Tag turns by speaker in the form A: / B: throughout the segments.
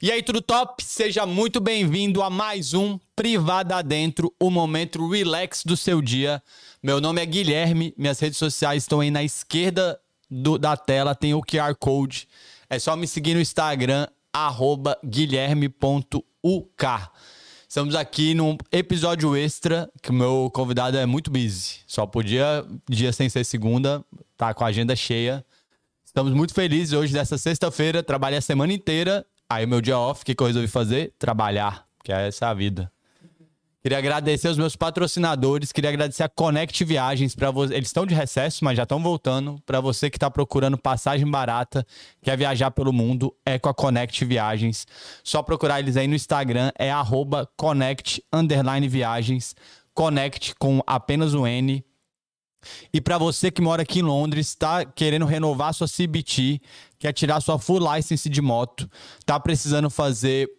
A: E aí, tudo top? Seja muito bem-vindo a mais um Privada Dentro, o momento relax do seu dia. Meu nome é Guilherme, minhas redes sociais estão aí na esquerda do- da tela, tem o QR Code. É só me seguir no Instagram, arroba guilherme.uk. Estamos aqui num episódio extra, que o meu convidado é muito busy. Só podia, dia sem ser segunda, tá com a agenda cheia. Estamos muito felizes hoje, nessa sexta-feira. Trabalhei a semana inteira. Aí, meu dia off, o que, que eu resolvi fazer? Trabalhar, que é essa a vida. Queria agradecer os meus patrocinadores, queria agradecer a Connect Viagens para você. Eles estão de recesso, mas já estão voltando. Para você que está procurando passagem barata, quer viajar pelo mundo, é com a Connect Viagens. Só procurar eles aí no Instagram, é arroba connect underline viagens. Connect com apenas um N. E para você que mora aqui em Londres, está querendo renovar sua CBT, quer tirar sua full license de moto, tá precisando fazer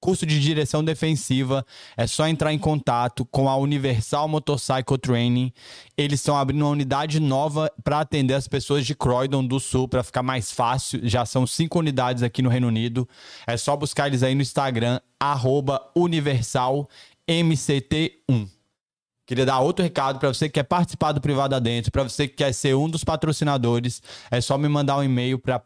A: curso de direção defensiva, é só entrar em contato com a Universal Motorcycle Training. Eles estão abrindo uma unidade nova para atender as pessoas de Croydon do Sul, para ficar mais fácil. Já são cinco unidades aqui no Reino Unido. É só buscar eles aí no Instagram, arroba universalmct1. Queria dar outro recado para você que quer participar do Privada Dentro, para você que quer ser um dos patrocinadores, é só me mandar um e-mail para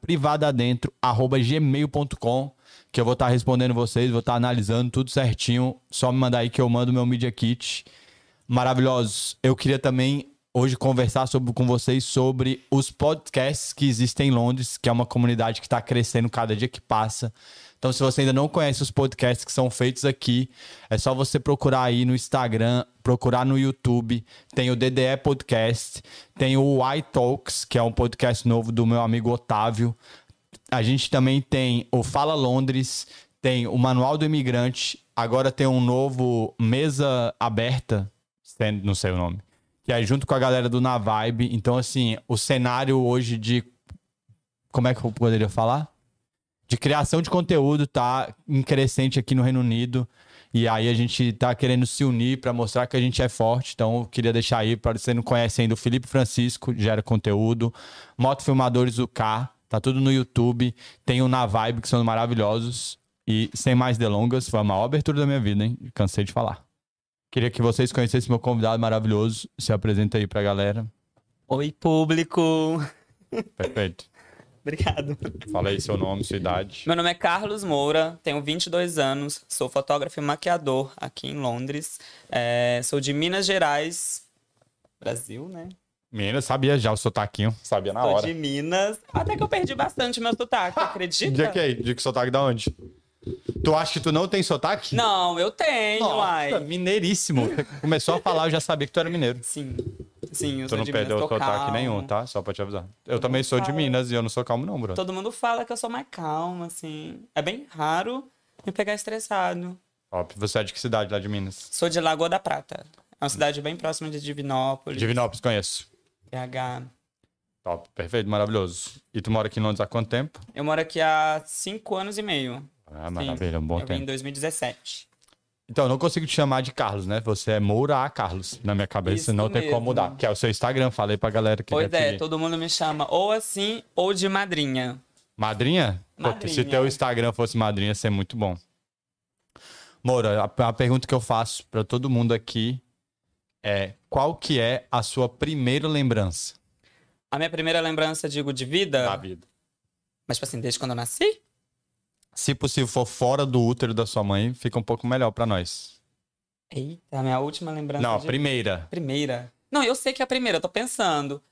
A: privadadentro@gmail.com, que eu vou estar respondendo vocês, vou estar analisando tudo certinho. Só me mandar aí que eu mando meu media kit. Maravilhosos. Eu queria também hoje conversar sobre- com vocês sobre os podcasts que existem em Londres, que é uma comunidade que está crescendo cada dia que passa. Então, se você ainda não conhece os podcasts que são feitos aqui, é só você procurar aí no Instagram, procurar no YouTube. Tem o DDE Podcast, tem o Y Talks, que é um podcast novo do meu amigo Otávio. A gente também tem o Fala Londres, tem o Manual do Imigrante, agora tem um novo Mesa Aberta, stand- não sei o nome, que é junto com a galera do Na Vibe. Então, assim, o cenário hoje de. Como é que eu poderia falar? De criação de conteúdo tá em crescente aqui no Reino Unido. E aí a gente tá querendo se unir para mostrar que a gente é forte. Então, eu queria deixar aí, para você não conhece ainda, o Felipe Francisco gera conteúdo. Motofilmadores do K, tá tudo no YouTube. Tem o Na Vibe, que são maravilhosos. E sem mais delongas, foi a maior abertura da minha vida, hein? Cansei de falar. Queria que vocês conhecessem meu convidado maravilhoso. Se apresenta aí pra galera.
B: Oi, público!
A: Perfeito.
B: Obrigado.
A: Fala aí seu nome, sua idade.
B: Meu nome é Carlos Moura, tenho 22 anos, sou fotógrafo e maquiador aqui em Londres. É, sou de Minas Gerais, Brasil, né?
A: Menina, sabia já o sotaquinho. Sabia na
B: sou
A: hora.
B: de Minas. Até que eu perdi bastante meu sotaque, acredita?
A: Dia que é? Dia que sotaque da onde? Tu acha que tu não tem sotaque?
B: Não, eu tenho,
A: Nossa,
B: uai.
A: mineiríssimo. Começou a falar, eu já sabia que tu era mineiro.
B: Sim, sim, eu
A: Tu
B: sou
A: não
B: de
A: perdeu
B: Minas, tô
A: sotaque
B: calmo.
A: nenhum, tá? Só pra te avisar. Eu também sou de
B: fala.
A: Minas e eu não sou calmo não, Bruno.
B: Todo mundo fala que eu sou mais calma, assim. É bem raro me pegar estressado.
A: Top. Você é de que cidade lá de Minas?
B: Sou de Lagoa da Prata. É uma cidade bem próxima de Divinópolis.
A: Divinópolis, conheço.
B: BH.
A: Top, perfeito, maravilhoso. E tu mora aqui em Londres há quanto tempo?
B: Eu moro aqui há cinco anos e meio.
A: Ah,
B: Sim.
A: maravilha, um bom
B: eu vim em
A: tempo.
B: 2017.
A: Então, eu não consigo te chamar de Carlos, né? Você é Moura A. Carlos na minha cabeça,
B: Isso
A: não tem como
B: mesmo.
A: mudar. Que é o seu Instagram, falei pra galera que
B: pois
A: quer
B: é,
A: te-
B: todo mundo me chama ou assim ou de madrinha.
A: Madrinha? Pô,
B: Madrinha.
A: se teu Instagram fosse madrinha, ia ser muito bom. Moura, a, a pergunta que eu faço pra todo mundo aqui é qual que é a sua primeira lembrança
B: A minha primeira lembrança, digo, de vida.
A: da vida?
B: Mas, tipo assim, desde quando eu nasci?
A: Se possível for fora do útero da sua mãe, fica um pouco melhor pra nós.
B: Eita, a minha última lembrança.
A: Não, a
B: de...
A: primeira.
B: primeira. Não, eu sei que é a primeira, eu tô pensando.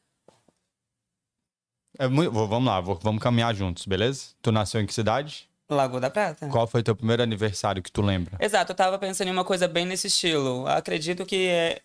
A: É mui- vou- vamos lá, vou- vamos caminhar juntos, beleza? Tu nasceu em que cidade?
B: Lagoa da Prata.
A: Qual foi teu primeiro aniversário que tu lembra?
B: Exato, eu tava pensando em uma coisa bem nesse estilo. Acredito que é.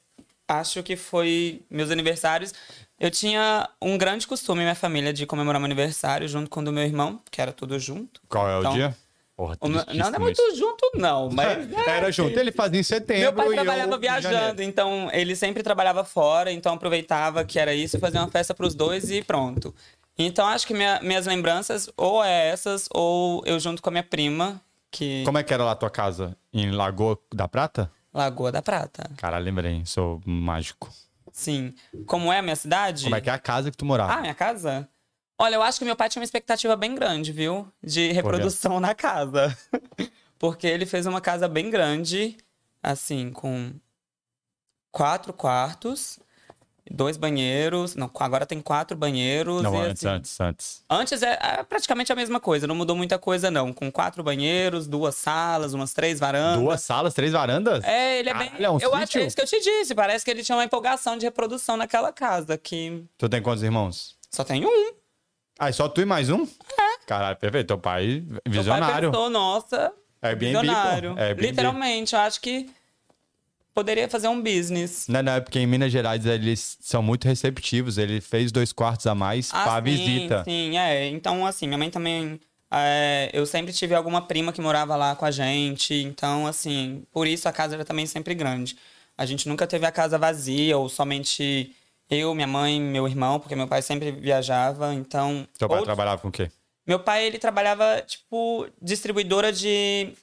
B: Acho que foi meus aniversários. Eu tinha um grande costume, minha família, de comemorar meu aniversário junto com o do meu irmão, que era tudo junto.
A: Qual é o
B: Então,
A: dia? Porra,
B: O meu- Não, não é
A: tristíssimo
B: muito
A: isso.
B: junto, não, mas. é,
A: Era junto, ele fazia em
B: Meu
A: setembro
B: pai
A: e eu
B: trabalhava
A: em
B: viajando,
A: janeiro.
B: então ele sempre trabalhava fora, então aproveitava que era isso, fazia uma festa pros dois e pronto. Então acho que minha- minhas lembranças ou é essas, ou eu junto com a minha prima, que.
A: Como é que era lá a tua casa? Em Lagoa da Prata?
B: Lagoa da Prata.
A: Cara, lembrei, sou mágico.
B: Sim. Como é a minha cidade?
A: Como é que é a casa que tu
B: Ah,
A: morava?
B: minha casa? Olha, eu acho que meu pai tinha uma expectativa bem grande, viu? De reprodução na casa. Porque ele fez uma casa bem grande, assim, com quatro quartos, dois banheiros. Não, agora tem quatro banheiros.
A: Não,
B: e,
A: antes, é.
B: assim,
A: antes, antes.
B: Antes é é praticamente a mesma coisa, não mudou muita coisa, não. Com quatro banheiros, duas salas, umas três varandas.
A: Duas salas, três varandas?
B: É, ele é bem.
A: Caralho, é um
B: eu acho que é
A: sítio?
B: isso que eu te disse. Parece que ele tinha uma empolgação de reprodução naquela casa, que
A: Tu tem quantos irmãos?
B: só tem um.
A: Ah, e só tu e mais um? É. Caralho, perfeito. Teu pai visionário.
B: Meu pai pensou, nossa,
A: é bem
B: visionário.
A: É bem
B: Literalmente, eu acho que poderia fazer um business.
A: Não, não, é porque em Minas Gerais eles são muito receptivos. Ele fez dois quartos a mais
B: Ah,
A: pra
B: sim,
A: visita.
B: Sim, é. Então, assim, minha mãe também. é, eu sempre tive alguma prima que morava lá com a gente. Então, assim, por isso a casa era também sempre grande. A gente nunca teve a casa vazia, ou somente eu, minha mãe, meu irmão, porque meu pai sempre viajava. Então.
A: Teu pai
B: ou-
A: trabalhava com o quê?
B: Meu pai, ele trabalhava, tipo, distribuidora de,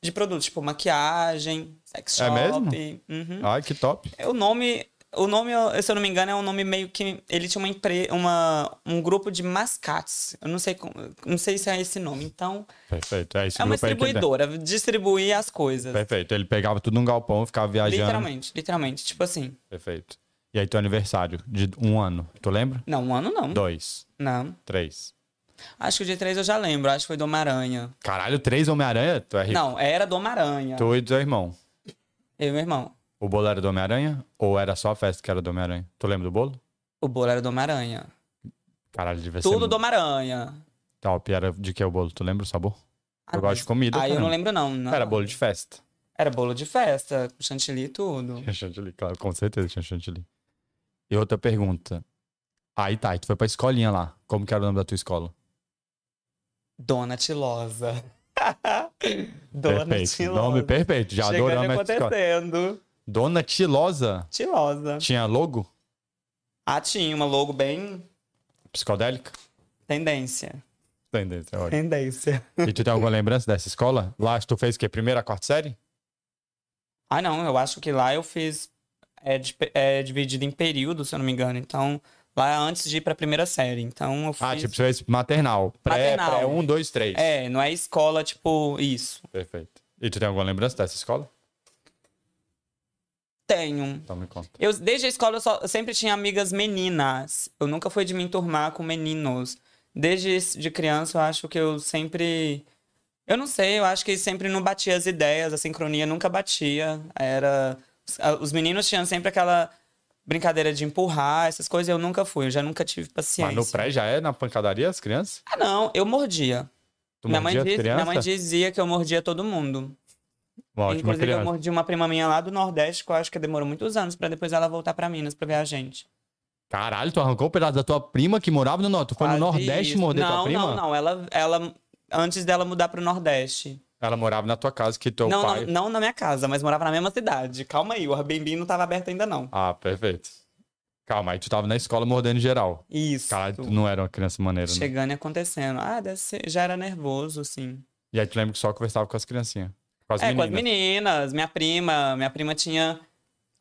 B: de produtos, tipo, maquiagem, sex shop.
A: É
B: Uhum.
A: Ai, que top.
B: O nome, o nome, se eu não me engano, é um nome meio que. Ele tinha uma empre, uma, um grupo de mascates. Eu não sei, como- não sei se é esse nome. Então,
A: Perfeito. É, esse
B: é uma
A: grupo aí que ele tem.
B: distribuidora, distribuir as coisas.
A: Perfeito. Ele pegava tudo num galpão, ficava viajando.
B: Literalmente, literalmente. Tipo assim.
A: Perfeito. E aí teu aniversário de um ano, tu lembra?
B: Não, um ano não.
A: Dois,
B: Não.
A: três.
B: Acho que o dia 3 eu já lembro. Acho que foi do Homem-Aranha.
A: Caralho, três Homem-Aranha? Tu é rico.
B: Não, era do Homem-Aranha.
A: Tu e teu irmão.
B: Eu e meu irmão.
A: O bolo era do Homem-Aranha? Ou era só a festa que era do Homem-Aranha? Tu lembra do bolo?
B: O bolo era do Homem-Aranha.
A: Caralho, devia ser
B: Tudo do Homem-Aranha.
A: top. Era de que é o bolo? Tu lembra o sabor?
B: Ah,
A: eu gosto de comida.
B: Aí eu não
A: caramba.
B: lembro, não. não.
A: Era bolo de festa.
B: Era bolo de festa, com chantilly e tudo.
A: Tinha chantilly, claro, com certeza tinha chantilly. E outra pergunta. Aí tá, e tu foi pra escolinha lá. Como que era o nome da tua escola?
B: Dona Tilosa. Dona
A: perfeito.
B: Tilosa.
A: Nome perfeito. Já
B: Chegando e
A: adoramos essa escola.
B: acontecendo.
A: Dona Tilosa.
B: Tilosa.
A: Tinha logo?
B: Ah, tinha uma logo bem
A: Psicodélica?
B: tendência.
A: Entendi, tá ótimo.
B: Tendência.
A: E tu tem alguma lembrança dessa escola? Lá tu fez o quê? Primeira, quarta série?
B: Ah, não, eu acho que lá eu fiz. É, di- é dividido em períodos, se eu não me engano. Então, lá é antes de ir pra primeira série. Então, eu fiz.
A: Ah, tipo, você fez maternal. Pré,
B: Maternal.
A: pré 1, 2, 3.
B: É, não é escola, tipo, isso.
A: Perfeito. E tu tem alguma lembrança dessa escola?
B: Tenho.
A: Então me conta.
B: Eu, desde a escola, eu, só, eu sempre tinha amigas meninas. Eu nunca fui de me enturmar com meninos. Desde s- de criança, eu acho que eu sempre. Eu não sei, eu acho que sempre não batia as ideias, a sincronia nunca batia. Era. os- a- Os meninos tinham sempre aquela brincadeira de empurrar, essas coisas, eu nunca fui, eu já nunca tive paciência.
A: Mas no pré já é na pancadaria as crianças?
B: Ah, não, eu mordia.
A: Tu
B: minha, mãe
A: mordia as
B: diz- minha
A: crianças?
B: mãa dizia que eu mordia todo mundo.
A: Uma ótima
B: Inclusive, eu
A: criança.
B: mordi uma prima minha lá do Nordeste, que eu acho que demorou muitos anos pra depois ela voltar pra Minas pra ver a gente.
A: Caralho, tu arrancou o pedaço da tua prima que morava no norte. Tu foi no
B: Quase
A: Nordeste
B: Ah, isso.
A: morder
B: não,
A: tua prima?
B: Não, não, ela, ela antes dela mudar pro Nordeste.
A: Ela morava na tua casa que teu
B: não,
A: pai.
B: não, não na minha casa, mas morava na mesma cidade. Calma aí, o Airbnb não tava aberto ainda não.
A: Ah, perfeito. Calma, aí tu tava na escola mordendo geral.
B: Isso.
A: Caralho, tu não era uma criança maneira, né?
B: Chegando e acontecendo. Ah, deve ser- já era nervoso, sim.
A: E aí tu lembra que só conversava com as criancinhas. Com as
B: é,
A: meninas.
B: com as meninas, minha prima, minha prima tinha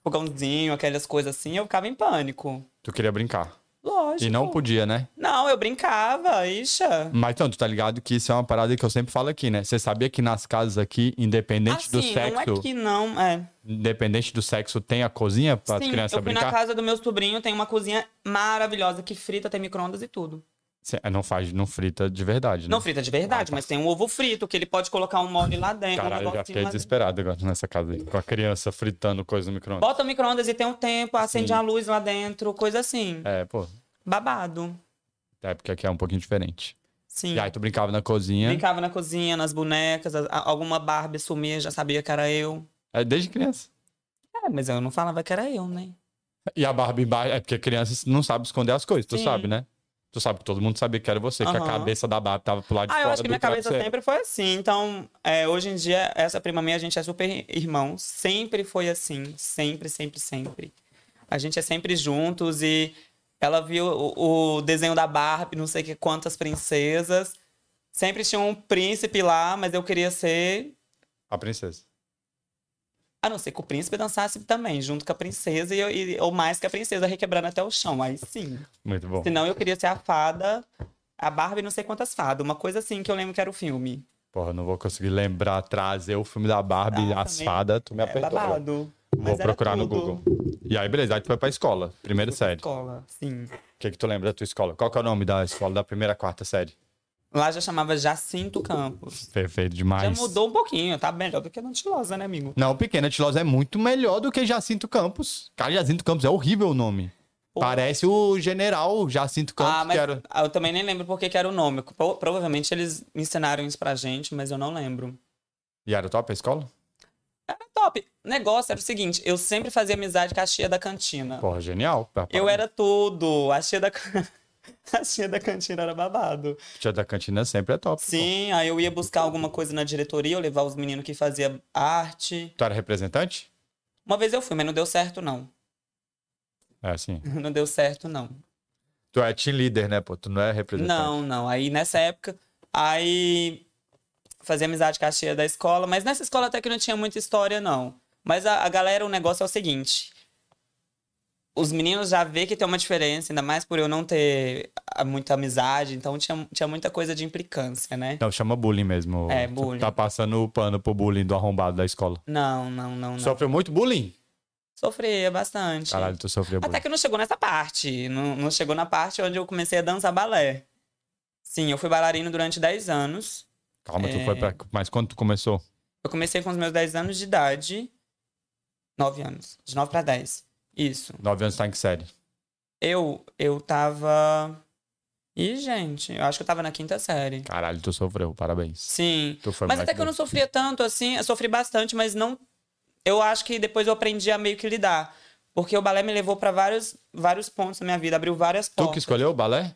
B: fogãozinho, aquelas coisas assim, eu ficava em pânico.
A: Tu queria brincar.
B: Lógico.
A: E não podia, né?
B: Não, eu brincava, ixa.
A: Mas então, tu tá ligado que isso é uma parada que eu sempre falo aqui, né? Você sabia que nas casas aqui, independente do
B: Assim, não é
A: sexo,
B: que não, é.
A: independente do sexo, tem a cozinha pra
B: Sim, eu
A: criança
B: fui na
A: brincar?
B: casa do meu sobrinho, tem uma cozinha maravilhosa que frita, tem micro-ondas e tudo.
A: Cê- Não faz, não frita de verdade, né?
B: Não frita de verdade, mas tem um ovo frito, que ele pode colocar um molde lá dentro. um
A: Caralho, eu já
B: negocinho
A: fiquei
B: lá dentro.
A: desesperado agora nessa casa aí. Com a criança fritando coisa no micro-ondas.
B: Bota o micro-ondas e tem um tempo, acende a luz lá dentro, coisa assim.
A: É, pô.
B: Babado.
A: É porque aqui é um pouquinho diferente.
B: Sim.
A: E aí tu brincava na cozinha.
B: Brincava na cozinha, nas bonecas, a- a- alguma Barbie sumia, já sabia que era eu.
A: É desde criança.
B: É, mas eu não falava que era eu, né?
A: E a Barbie embaixo. É porque criança não sabe esconder as coisas, tu
B: Sim.
A: sabe, né? Tu sabe que todo mundo sabia que era você, que a
B: Aham.
A: cabeça da Barbie tava pro lado de
B: Ah,
A: É fora
B: eu acho que
A: do
B: minha cabeça
A: travesseiro.
B: sempre foi assim. Então, é, hoje em dia, essa prima minha, a gente é super irmão. Sempre foi assim. Sempre, sempre, sempre. A gente é sempre juntos e ela viu o, o desenho da Barbie, não sei que quantas princesas. Sempre tinha um príncipe lá, mas eu queria ser
A: A princesa.
B: A não ser que o príncipe dançasse também, junto com a princesa, e, eu- e- ou mais que a princesa, requebrando até o chão. Aí sim.
C: Muito bom.
B: Senão eu queria ser a fada, a Barbie não sei quantas fadas. Uma coisa assim que eu lembro que era o filme.
A: Porra, não vou conseguir lembrar, trazer o filme da Barbie,
B: Ah,
A: As
B: também.
A: Fadas, tu me
B: É
A: apertou.
B: babado.
A: Tá vou
B: Mas era
A: procurar no
B: tudo.
A: Google. E aí, beleza, aí tu foi pra escola, primeira série. O
B: Escola, sim.
A: que que tu lembra da tua escola? Qual que é o nome da escola da primeira à quarta série?
B: Lá já chamava Jacinto Campos.
A: Perfeito
B: Já
A: demais.
B: mudou um pouquinho, tá melhor do que a Nantilosa, né, amigo?
A: Não, Pequena Tilosa é muito melhor do que Jacinto Campos. Cara, Jacinto Campos é horrível o nome.
B: Pô.
A: Parece o general Jacinto Campos,
B: ah, mas
A: que era...
B: eu também nem lembro porque que era o nome. Pro- Provavelmente eles ensinaram isso pra gente, mas eu não lembro.
A: E era top a escola?
B: Era top. O negócio era o seguinte, eu sempre fazia amizade com a tia da cantina.
A: Porra, genial.
B: Eu era tudo. A tia da, can- a tia da cantina era babado.
A: Tia da cantina sempre é top. pô.
B: Sim, aí eu ia buscar alguma coisa na diretoria, eu levar os meninos que faziam arte.
A: Tu era representante?
B: Uma vez eu fui, mas não deu certo, não.
A: É, sim.
B: Não deu certo, não.
A: Tu é team leader, né, pô? Tu não é representante.
B: Não, não. Aí nessa época, aí fazia amizade com a tia da escola, mas nessa escola até que não tinha muita história, não. Mas a, a galera, o negócio é o seguinte. Os meninos já vê que tem uma diferença, ainda mais por eu não ter ah, muita amizade, então tinha, tinha muita coisa de implicância, né?
A: Não, chama bullying mesmo.
B: É,
A: Tu
B: bullying.
A: Tá passando o pano pro bullying do arrombado da escola.
B: Não, não, não, não.
A: Sofreu muito bullying?
B: Sofria bastante.
A: Caralho, é tu sofreu
B: Até
A: bullying.
B: que não chegou nessa parte. Não, não chegou na parte onde eu comecei a dançar balé. Sim, eu fui bailarino durante 10 anos.
A: Calma, tu
B: É.
A: foi pra... Mas quando tu começou?
B: Eu comecei com os meus 10 anos de idade. 9 anos. De 9 pra 10. Isso.
A: Nove anos tá em que série?
B: Eu, eu tava. Ih, gente, eu acho que eu tava na quinta série.
A: Caralho, tu sofreu. Parabéns.
B: Sim.
A: Tu foi
B: Mas
A: moleque
B: até que eu
A: bom.
B: não sofria tanto assim. Eu sofri bastante, mas não. Eu acho que depois eu aprendi a meio que lidar. Porque o balé me levou pra vários, vários pontos na minha vida, abriu várias
A: Tu que
B: portas.
A: escolheu o balé?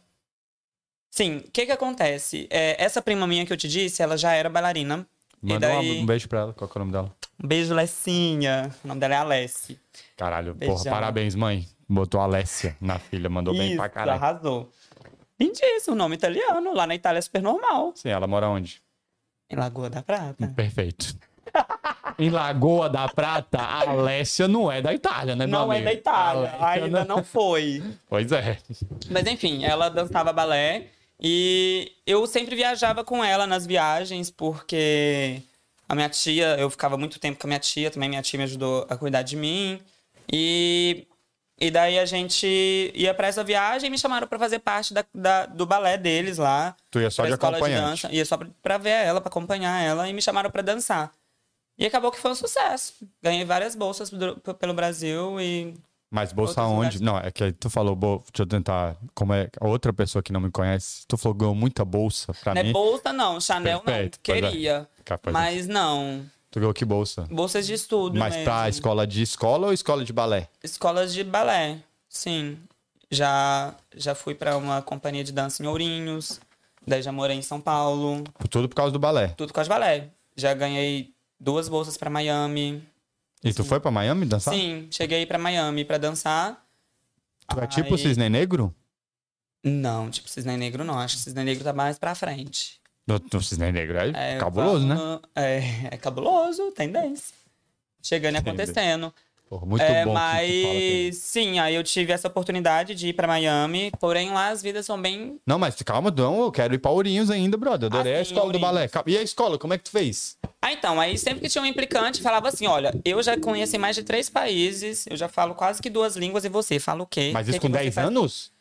B: Sim, o que que acontece? É, essa prima minha que eu te disse, ela já era bailarina.
A: Manda um-
B: daí-
A: um beijo pra ela. Qual que é o nome dela?
B: Um beijo, Lessinha. O nome dela é Alessi.
A: Caralho, porra,
B: Beijão.
A: parabéns, mãe. Botou a Alessia na filha, mandou bem pra caralho.
B: arrasou. Lindíssimo, nome italiano. Lá na Itália é super normal.
A: Sim, ela mora onde?
B: Em Lagoa da Prata.
A: Perfeito. em Lagoa da Prata, a Alessia não é da Itália, né, meu
B: Não é
A: amigo?
B: da Itália,
A: A Alessia
B: ainda não foi.
A: Pois é.
B: é. Mas enfim, ela dançava balé e eu sempre viajava com ela nas viagens, porque a minha tia, eu ficava muito tempo com a minha tia, também minha tia me ajudou a cuidar de mim. E, e daí a gente ia pra essa viagem e me chamaram pra fazer parte da, da- do balé deles lá.
A: Tu ia só
B: pra
A: de
B: escola
A: acompanhante.
B: dança. Ia só pra, pra ver ela, pra acompanhar ela, e me chamaram pra dançar. E acabou que foi um sucesso. Ganhei várias bolsas do- pelo Brasil e
A: Mas bolsa
B: Outros
A: onde?
B: lugares.
A: Não, é que tu falou, bo... deixa eu tentar, como é a outra pessoa que não me conhece, tu falou que ganhou muita bolsa pra
B: Não
A: mim.
B: é bolsa, não. Chanel
A: Perfeito,
B: não.
A: pois é.
B: Queria.
A: Capaz de-
B: mas não.
A: Tu ganhou que bolsa?
B: Bolsas de estudo.
A: Mas
B: mesmo.
A: pra escola de escola ou escola de balé?
B: Escolas de balé, sim. Já, já fui pra uma companhia de dança em Ourinhos. Daí já morei em São Paulo.
A: Tudo por causa do balé.
B: Tudo com as balé. Já ganhei duas bolsas pra Miami.
A: E tu foi pra Miami dançar?
B: Sim, cheguei pra Miami pra dançar.
A: Tu é tipo o
B: Aí-
A: Cisne Negro?
B: Não, tipo Cisne Negro não. Acho que Cisne Negro tá mais pra frente.
A: Não, não, Cisne Negro é,
B: É,
A: cabuloso, né?
B: vamos- É, é cabuloso, tendência. Chegando e
A: Tendência.
B: acontecendo.
A: Porra, muito
B: é,
A: bom que tu fala que-
B: mas sim, aí eu tive essa oportunidade de ir pra Miami, porém lá as vidas são bem.
A: Não, mas calma, não, eu quero ir pra Ourinhos ainda, brother. Adorei
B: Ah,
A: a
B: sim,
A: escola do
B: Ourinhos.
A: balé. Calma, E a escola, como é que tu fez?
B: Ah, então, aí sempre que tinha um implicante, falava assim: olha, eu já conheci mais de três países, eu já falo quase que duas línguas e você fala o quê?
A: Mas
B: O que
A: isso
B: que
A: com
B: você
A: 10
B: faz?"
A: anos?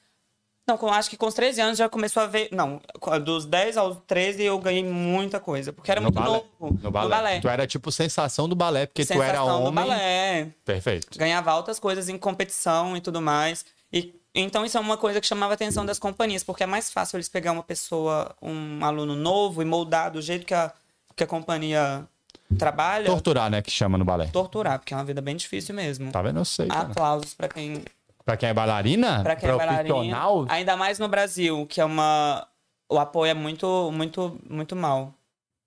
B: Não, com- acho que com os 13 anos já começou a ver. Não, co- dos 10 aos 13 eu ganhei muita coisa, porque era
A: No
B: muito
A: balé.
B: novo.
A: No balé. Tu era tipo sensação do balé, porque tu era
B: Sensação do
A: homem.
B: balé.
A: Perfeito.
B: ganhava altas coisas em competição e tudo mais. E então isso é uma coisa que chamava a atenção das companhias, porque é mais fácil eles pegar uma pessoa, um aluno novo e moldar do jeito que a, que a companhia trabalha,
A: Torturar, né? Que chama no balé.
B: torturar, porque é uma vida bem difícil mesmo.
A: Tá vendo? Eu sei, cara.
B: Aplausos pra quem,
A: Pra quem é bailarina?
B: Ah. pra quem é
A: profissional?
B: bailarina. Ainda mais no Brasil, que é uma o apoio é muito muito muito mal.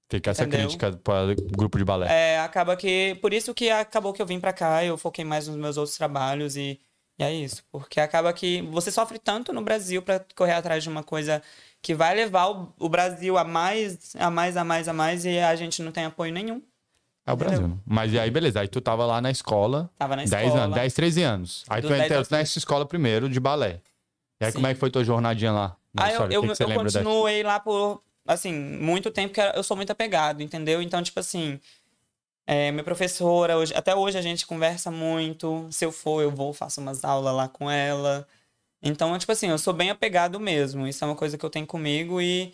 A: Fica essa
B: Entendeu?
A: crítica para grupo de balé.
B: É, acaba que. Por isso que acabou que eu vim pra cá, eu foquei mais nos meus outros trabalhos e, e é isso. Porque acaba que você sofre tanto no Brasil pra correr atrás de uma coisa que vai levar o, o Brasil a mais, a mais, a mais, a mais, e a gente não tem apoio nenhum.
A: É o Brasil. né? Mas e aí, beleza. Aí tu tava lá na escola.
B: Tava na
A: 10
B: escola.
A: anos, 10, 13 anos. Aí
B: Dos
A: tu
B: 10
A: entrou
B: aos
A: nessa escola primeiro de balé. E aí,
B: Sim.
A: como é que foi tua jornadinha lá? Na
B: Ah, eu,
A: história?
B: eu,
A: o que, que você
B: eu
A: lembra dessa?
B: continuei lá por, assim, muito tempo, porque eu sou muito apegado, entendeu? Então, tipo assim, é, minha professora, hoje, até hoje a gente conversa muito. Se eu for, eu vou, faço umas aulas lá com ela. Então, tipo assim, eu sou bem apegado mesmo. Isso é uma coisa que eu tenho comigo e.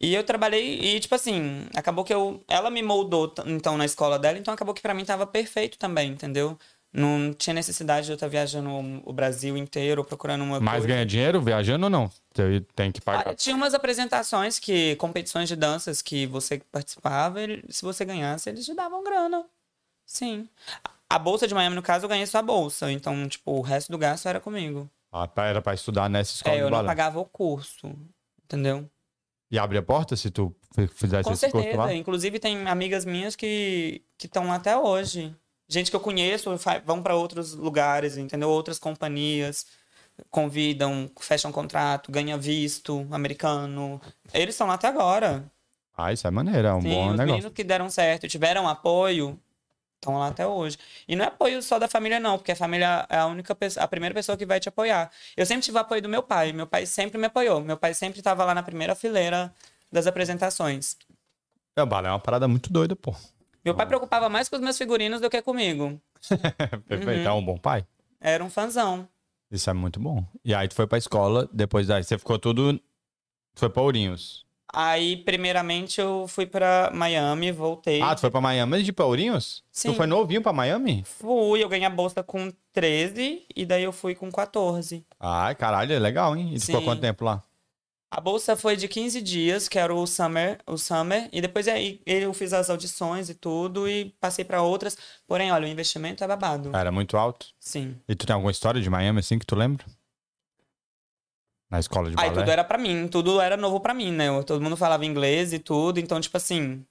B: E eu trabalhei, e tipo assim, acabou que eu. Ela me moldou, t- então, na escola dela, então acabou que pra mim tava perfeito também, entendeu? Não tinha necessidade de eu estar viajando o Brasil inteiro procurando uma
A: Mas
B: coisa.
A: ganha dinheiro viajando ou não? Você tem que
B: Ah,
A: pagar.
B: tinha umas apresentações que, competições de danças que você participava, ele- se você ganhasse, eles te davam grana. Sim. A bolsa de Miami, no caso, eu ganhei só a bolsa. Então, tipo, o resto do gasto era comigo.
A: Ah, tá, era pra estudar nessa escola
B: é,
A: de
B: eu não
A: balé.
B: pagava o curso. Entendeu?
A: E abre a porta se tu fi- fizesse
B: Com
A: esse curso lá?
B: certeza. Inclusive, tem amigas minhas que estão lá até hoje. Gente que eu conheço fa- vão para outros lugares, entendeu? Outras companhias convidam, fecham contrato, ganha visto americano. Eles estão lá até agora.
A: Ah, isso é maneiro, é um
B: Sim,
A: bom
B: os
A: negócio.
B: meninos que deram certo, tiveram apoio, estão lá até hoje. E não é apoio só da família, não, porque a família é a única pessoa, a primeira pessoa que vai te apoiar. Eu sempre tive o apoio do meu pai, meu pai sempre me apoiou. Meu pai sempre estava lá na primeira fileira das apresentações.
A: É, o balé é uma parada muito doida, pô.
B: Meu pai preocupava mais com os meus figurinos do que comigo.
A: Perfeito, é um bom pai.
B: Era um fãzão.
A: Isso é muito bom. E aí tu foi pra escola, depois daí você ficou tudo... Tu foi pra Ourinhos.
B: Aí, primeiramente, eu fui pra Miami, voltei.
A: Ah, tu foi pra Miami Mas de Ourinhos?
B: Sim.
A: Tu foi novinho pra Miami?
B: Fui, eu ganhei a bolsa com 13 e daí eu fui com 14.
A: Ai, caralho, é legal, hein? E tu ficou
B: Sim.
A: quanto tempo lá?
B: A bolsa foi de 15 dias, que era o summer, o summer, e depois aí eu fiz as audições e tudo e passei pra outras. Porém, olha, o investimento é babado.
A: Era muito alto.
B: Sim.
A: E tu tem alguma história de Miami assim que tu lembra? Na escola de
B: Aí
A: balé?
B: tudo Ah, era pra mim, tudo era novo pra mim, né? Todo mundo falava inglês e tudo, então tipo assim,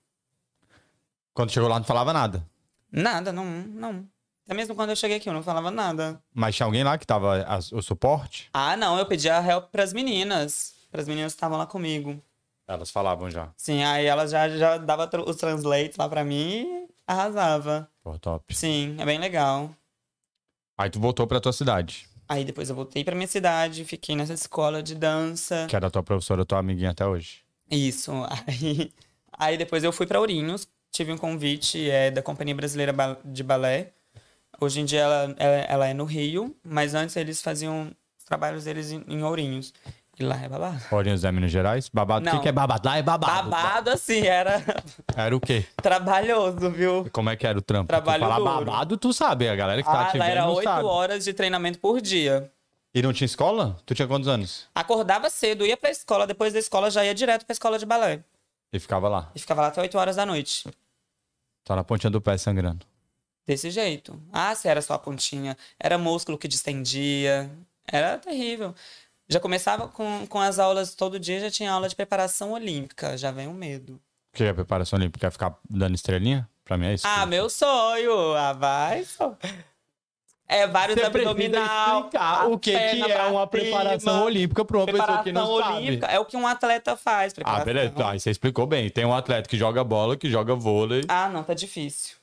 A: Quando chegou lá não falava nada.
B: nada, não, não. Até mesmo quando eu cheguei aqui, eu não falava nada.
A: Mas tinha alguém lá que tava as- o suporte?
B: Ah, não, eu pedia help pras meninas. Pras meninas que estavam lá comigo.
A: Elas falavam já.
B: Sim, aí ela já, já dava tr- os translates lá pra mim e arrasava.
A: Pô, top.
B: Sim, é bem legal.
A: Aí tu voltou pra tua cidade,
B: Aí depois eu voltei pra minha cidade, fiquei nessa escola de dança.
A: que era tua professora, tua amiguinha até hoje.
B: Isso. Aí, aí depois eu fui pra Ourinhos, tive um convite é, da Companhia Brasileira Ba- de Balé. Hoje em dia ela, ela, ela é no Rio, mas antes eles faziam os trabalhos deles em, em Ourinhos. E lá é babado.
A: Ourinhos é Minas Gerais? Babado. O que,
B: Não.
A: que é babado? Lá é babado.
B: Babado assim, era
A: Era o quê?
B: trabalhoso, viu?
A: E Como é que era o trampo?
B: Trabalho
A: tu falar
B: duro.
A: babado, tu sabe. A galera que tá
B: Ah,
A: te
B: lá
A: vendo
B: era
A: não
B: oito
A: sabe.
B: horas de treinamento por dia.
A: E não tinha escola? Tu tinha quantos anos?
B: Acordava cedo, ia pra escola, depois da escola já ia direto pra escola de balé.
A: E ficava lá.
B: E ficava lá até 8 horas da noite.
A: Tá na pontinha do pé sangrando.
B: Desse jeito. Ah, se era só a pontinha. Era músculo que distendia. Era terrível. Já começava com, com as aulas todo dia, já tinha aula de preparação olímpica. Já vem o medo.
A: O que é a preparação olímpica? É ficar dando estrelinha? Pra mim é isso.
B: Ah, meu sonho! Ah, vai só. É vários
A: Você precisa
B: abdominal.
A: explicar
B: a
A: o que, que
B: perna
A: é
B: pra
A: uma
B: cima.
A: preparação olímpica pra uma pessoa que não
B: Preparação olímpica
A: sabe.
B: é o que um atleta faz.
A: Ah,
B: preparação.
A: beleza. Aí você explicou bem. Tem um atleta que joga bola, que joga vôlei.
B: Ah, não, tá difícil.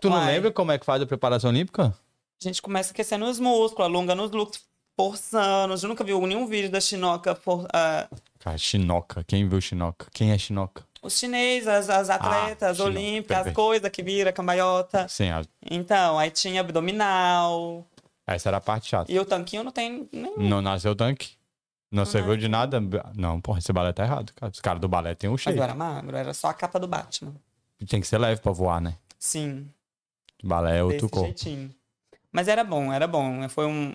A: tu não
B: uai.
A: lembra como é que faz a preparação olímpica?
B: A gente começa aquecendo os músculos, alongando os glúteos, forçando. Eu nunca vi nenhum vídeo da chinoca for, ah,
A: Cara, chinoca. Quem viu chinoca? Quem é chinoca?
B: Os chineses, as, as atletas
A: chinão,
B: olímpicas, as
A: Ah, perfeito.
B: coisas que vira, cambalhota.
A: Sim, a-
B: Então, aí tinha abdominal.
A: essa era a parte chata.
B: E o tanquinho não tem nem.
A: Não nasceu tanque. Não serviu de nada. Não, porra, esse balé tá errado, cara. Os caras do balé tem um
B: Mas
A: shape.
B: eu era magro, era só a capa do Batman.
A: Tem que ser leve pra voar, né?
B: Sim,
A: Balé é outro
B: desse
A: corpo.
B: jeitinho. Mas era bom, era bom. Foi um,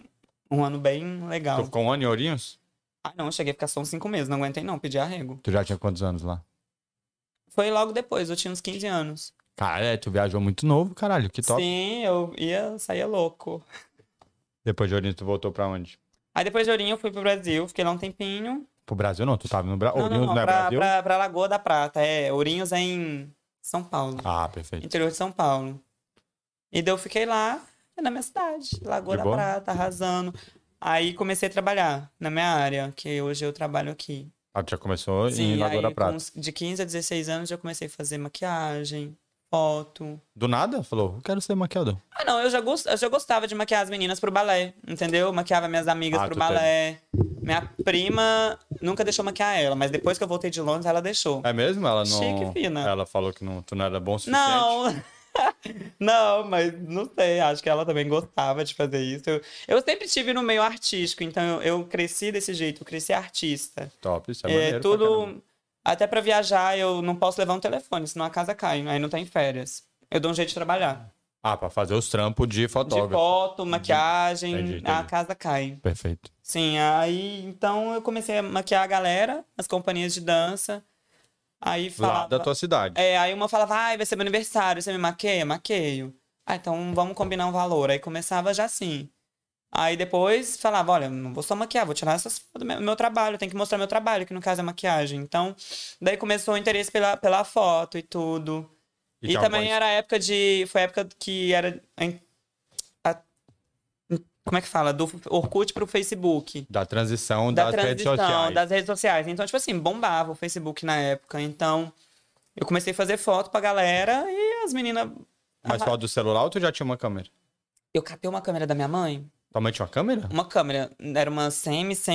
B: um ano bem
A: Tu
B: legal.
A: ficou um ano em Ourinhos?
B: Ah, não, eu cheguei a ficar só uns cinco meses, não aguentei não, pedi arrego.
A: Tu já tinha quantos anos lá?
B: Foi logo depois, eu tinha uns 15 anos.
A: Cara, é, tu viajou muito novo, caralho. Que top.
B: Sim, eu ia, saía louco.
A: Depois de Ourinhos, tu voltou pra onde?
B: Aí depois de Ourinho eu fui pro Brasil, fiquei lá um tempinho.
A: Pro Brasil não, tu tava no Brasil.
B: Não,
A: Ourinhos
B: não,
A: não,
B: não,
A: é
B: pra,
A: Brasil?
B: pra, pra Lagoa da Prata. É, Ourinhos é em São Paulo.
A: Ah, perfeito.
B: interior de São Paulo. E daí eu fiquei lá, é na minha cidade, Lagoa
A: De
B: da
A: boa?
B: Prata, arrasando. Aí comecei a trabalhar na minha área, que hoje eu trabalho aqui.
A: Ah, tu já começou em
B: Sim,
A: Lagoa
B: aí
A: da
B: com
A: Prata.
B: uns- de 15 a 16 anos eu comecei a fazer maquiagem, foto.
A: Do nada? Falou, eu quero ser maquiador.
B: Ah, não, eu já, gos- eu já gostava de maquiar as meninas pro balé, entendeu? Eu Maquiava minhas amigas
A: Ah,
B: pro
A: tu teve.
B: balé. Minha prima nunca deixou maquiar ela, mas depois que eu voltei de Londres, ela deixou.
A: É mesmo? Ela não.
B: Chique, fina.
A: Ela falou que não, tu não era bom o suficiente.
B: Não. não, mas não sei. Acho que ela também gostava de fazer isso. Eu, eu sempre tive no meio artístico, então eu, eu cresci desse jeito, eu cresci artista.
A: Top, isso é,
B: É,
A: maneiro. pra caramba.
B: tudo. Até pra viajar, eu não posso levar um telefone, senão a casa cai. Aí não tem férias. Eu dou um jeito de trabalhar.
A: Ah, pra fazer os trampos de fotógrafo.
B: De foto, maquiagem,
A: Entendi, entendi.
B: a casa cai.
A: Perfeito.
B: Sim, aí então eu comecei a maquiar a galera, as companhias de dança. Aí falava.
A: Lá da tua cidade.
B: É, aí uma falava, ai, vai ser meu aniversário, você me maqueia? Maqueio. Ah, então vamos combinar um valor. Aí começava já assim. Aí depois falava, olha, não vou só maquiar, vou tirar essas fotos do meu, meu trabalho, tem que mostrar meu trabalho, que no caso é maquiagem. Então, daí começou o interesse pela, pela foto e tudo. É, E,
A: tinha um
B: também
A: alguma-
B: era a época de. Foi a época que era. em- a- como é que fala? Do Orkut pro Facebook
A: Da transição
B: é da
A: das redes
B: transição,
A: sociais.
B: das redes sociais. Então, tipo assim, bombava o Facebook na época. Então, eu comecei a fazer foto pra galera e as meninas.
A: Mas só do celular ou tu já tinha uma câmera?
B: Eu catei uma câmera da minha mãe.
A: Tua mãe tinha uma câmera?
B: Uma câmera. Era uma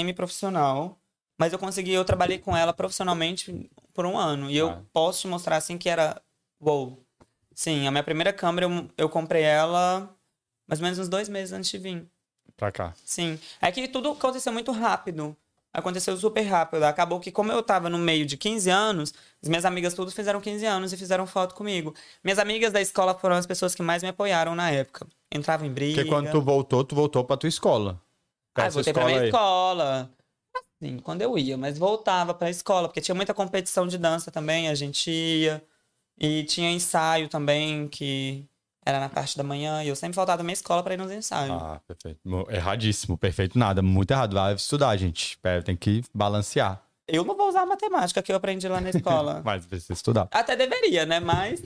B: semi-semi-profissional. Mas eu consegui, eu trabalhei com ela profissionalmente por um ano. E
A: Ah.
B: eu posso te mostrar assim que era. Wow. Sim, a minha primeira câmera eu, eu comprei ela mais ou menos uns dois meses antes de vir.
A: Pra cá.
B: Sim. É que tudo aconteceu muito rápido. Aconteceu super rápido. Acabou que, como eu tava no meio de 15 anos, as minhas amigas todas fizeram 15 anos e fizeram foto comigo. Minhas amigas da escola foram as pessoas que mais me apoiaram na época. Entrava em briga.
A: Porque quando tu voltou, tu voltou pra tua escola. Pra
B: ah, eu
A: essa
B: voltei pra minha
A: aí.
B: escola. Assim, quando eu ia, mas voltava pra escola, porque tinha muita competição de dança também, a gente ia. E tinha ensaio também, que era na parte da manhã, e eu sempre faltava da minha escola pra ir nos ensaios.
A: Ah, perfeito. Mo- Erradíssimo, perfeito nada. Muito errado. Vai estudar, gente. É, Tem que balancear.
B: Eu não vou usar a matemática que eu aprendi lá na escola.
A: Mas precisa estudar.
B: Até deveria, né? Mas.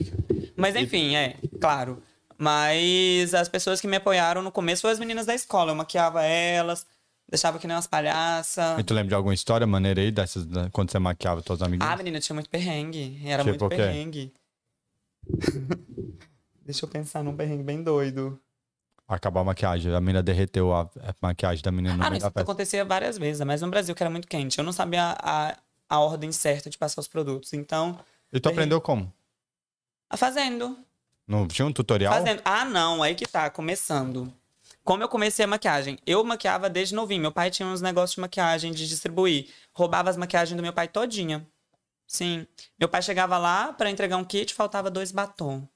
B: Mas enfim, é, claro. Mas as pessoas que me apoiaram no começo foram as meninas da escola. Eu maquiava elas, deixava que nem umas palhaças.
A: E tu lembra de alguma história maneira aí dessas, da- quando você maquiava teus amigos?
B: Ah, menina, tinha muito perrengue. Era
A: Tipo o
B: muito
A: quê?
B: perrengue. Deixa eu pensar num perrengue bem doido.
A: Acabar a maquiagem. A menina derreteu a, a maquiagem da menina no
B: ah, não,
A: meio
B: isso
A: da festa.
B: acontecia várias vezes, mas no Brasil que era muito quente. Eu não sabia a, a ordem certa de passar os produtos. Então,
A: E tu aprendeu como?
B: a fazendo.
A: Não tinha um tutorial?
B: Fazendo. Ah, não, aí que tá, começando. Como eu comecei a maquiagem? Eu maquiava desde novinho. Meu pai tinha uns negócios de maquiagem, de distribuir. Roubava as maquiagens do meu pai todinha. Sim. Meu pai chegava lá pra entregar um kit, faltava dois batom.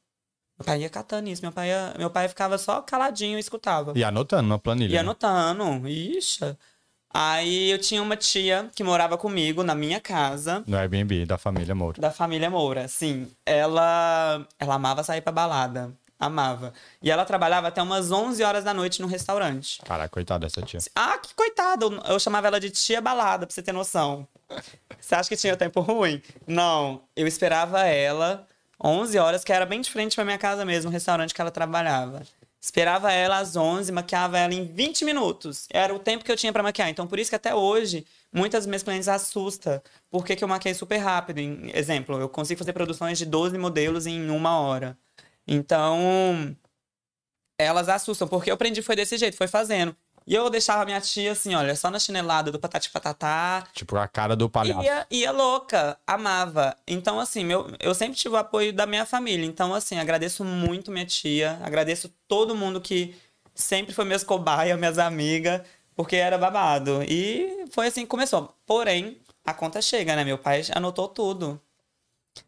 B: Meu pai ia catando isso. Meu pai, ia- meu pai ficava só caladinho e escutava.
A: E anotando na planilha.
B: E
A: né?
B: anotando. Ixi. Aí eu tinha uma tia que morava comigo na minha casa.
A: No Airbnb, da família Moura.
B: Da família Moura, sim. Ela, ela amava sair pra balada. Amava. E ela trabalhava até umas 11 horas da noite num restaurante.
A: Caraca, coitada dessa tia.
B: Ah, que coitada! Eu, eu chamava ela de tia balada, pra você ter noção. Você acha que tinha tempo ruim? Não. Eu esperava ela 11 horas, que era bem de frente pra minha casa mesmo, o restaurante que ela trabalhava. Esperava ela às 11, maquiava ela em 20 minutos. Era o tempo que eu tinha pra maquiar. Então, por isso que até hoje, muitas minhas clientes assusta porque que eu maquiei super rápido. Em- exemplo, eu consigo fazer produções de 12 modelos em uma hora. Então, elas assustam, porque eu aprendi foi desse jeito, foi fazendo. E eu deixava minha tia assim, olha, só na chinelada do patati patatá.
A: Tipo, a cara do palhaço.
B: Ia, ia louca, amava. Então, assim, meu, eu sempre tive o apoio da minha família. Então, assim, agradeço muito minha tia, agradeço todo mundo que sempre foi minhas cobaias, minhas amigas, porque era babado. E foi assim que começou. Porém, a conta chega, né? Meu pai anotou tudo.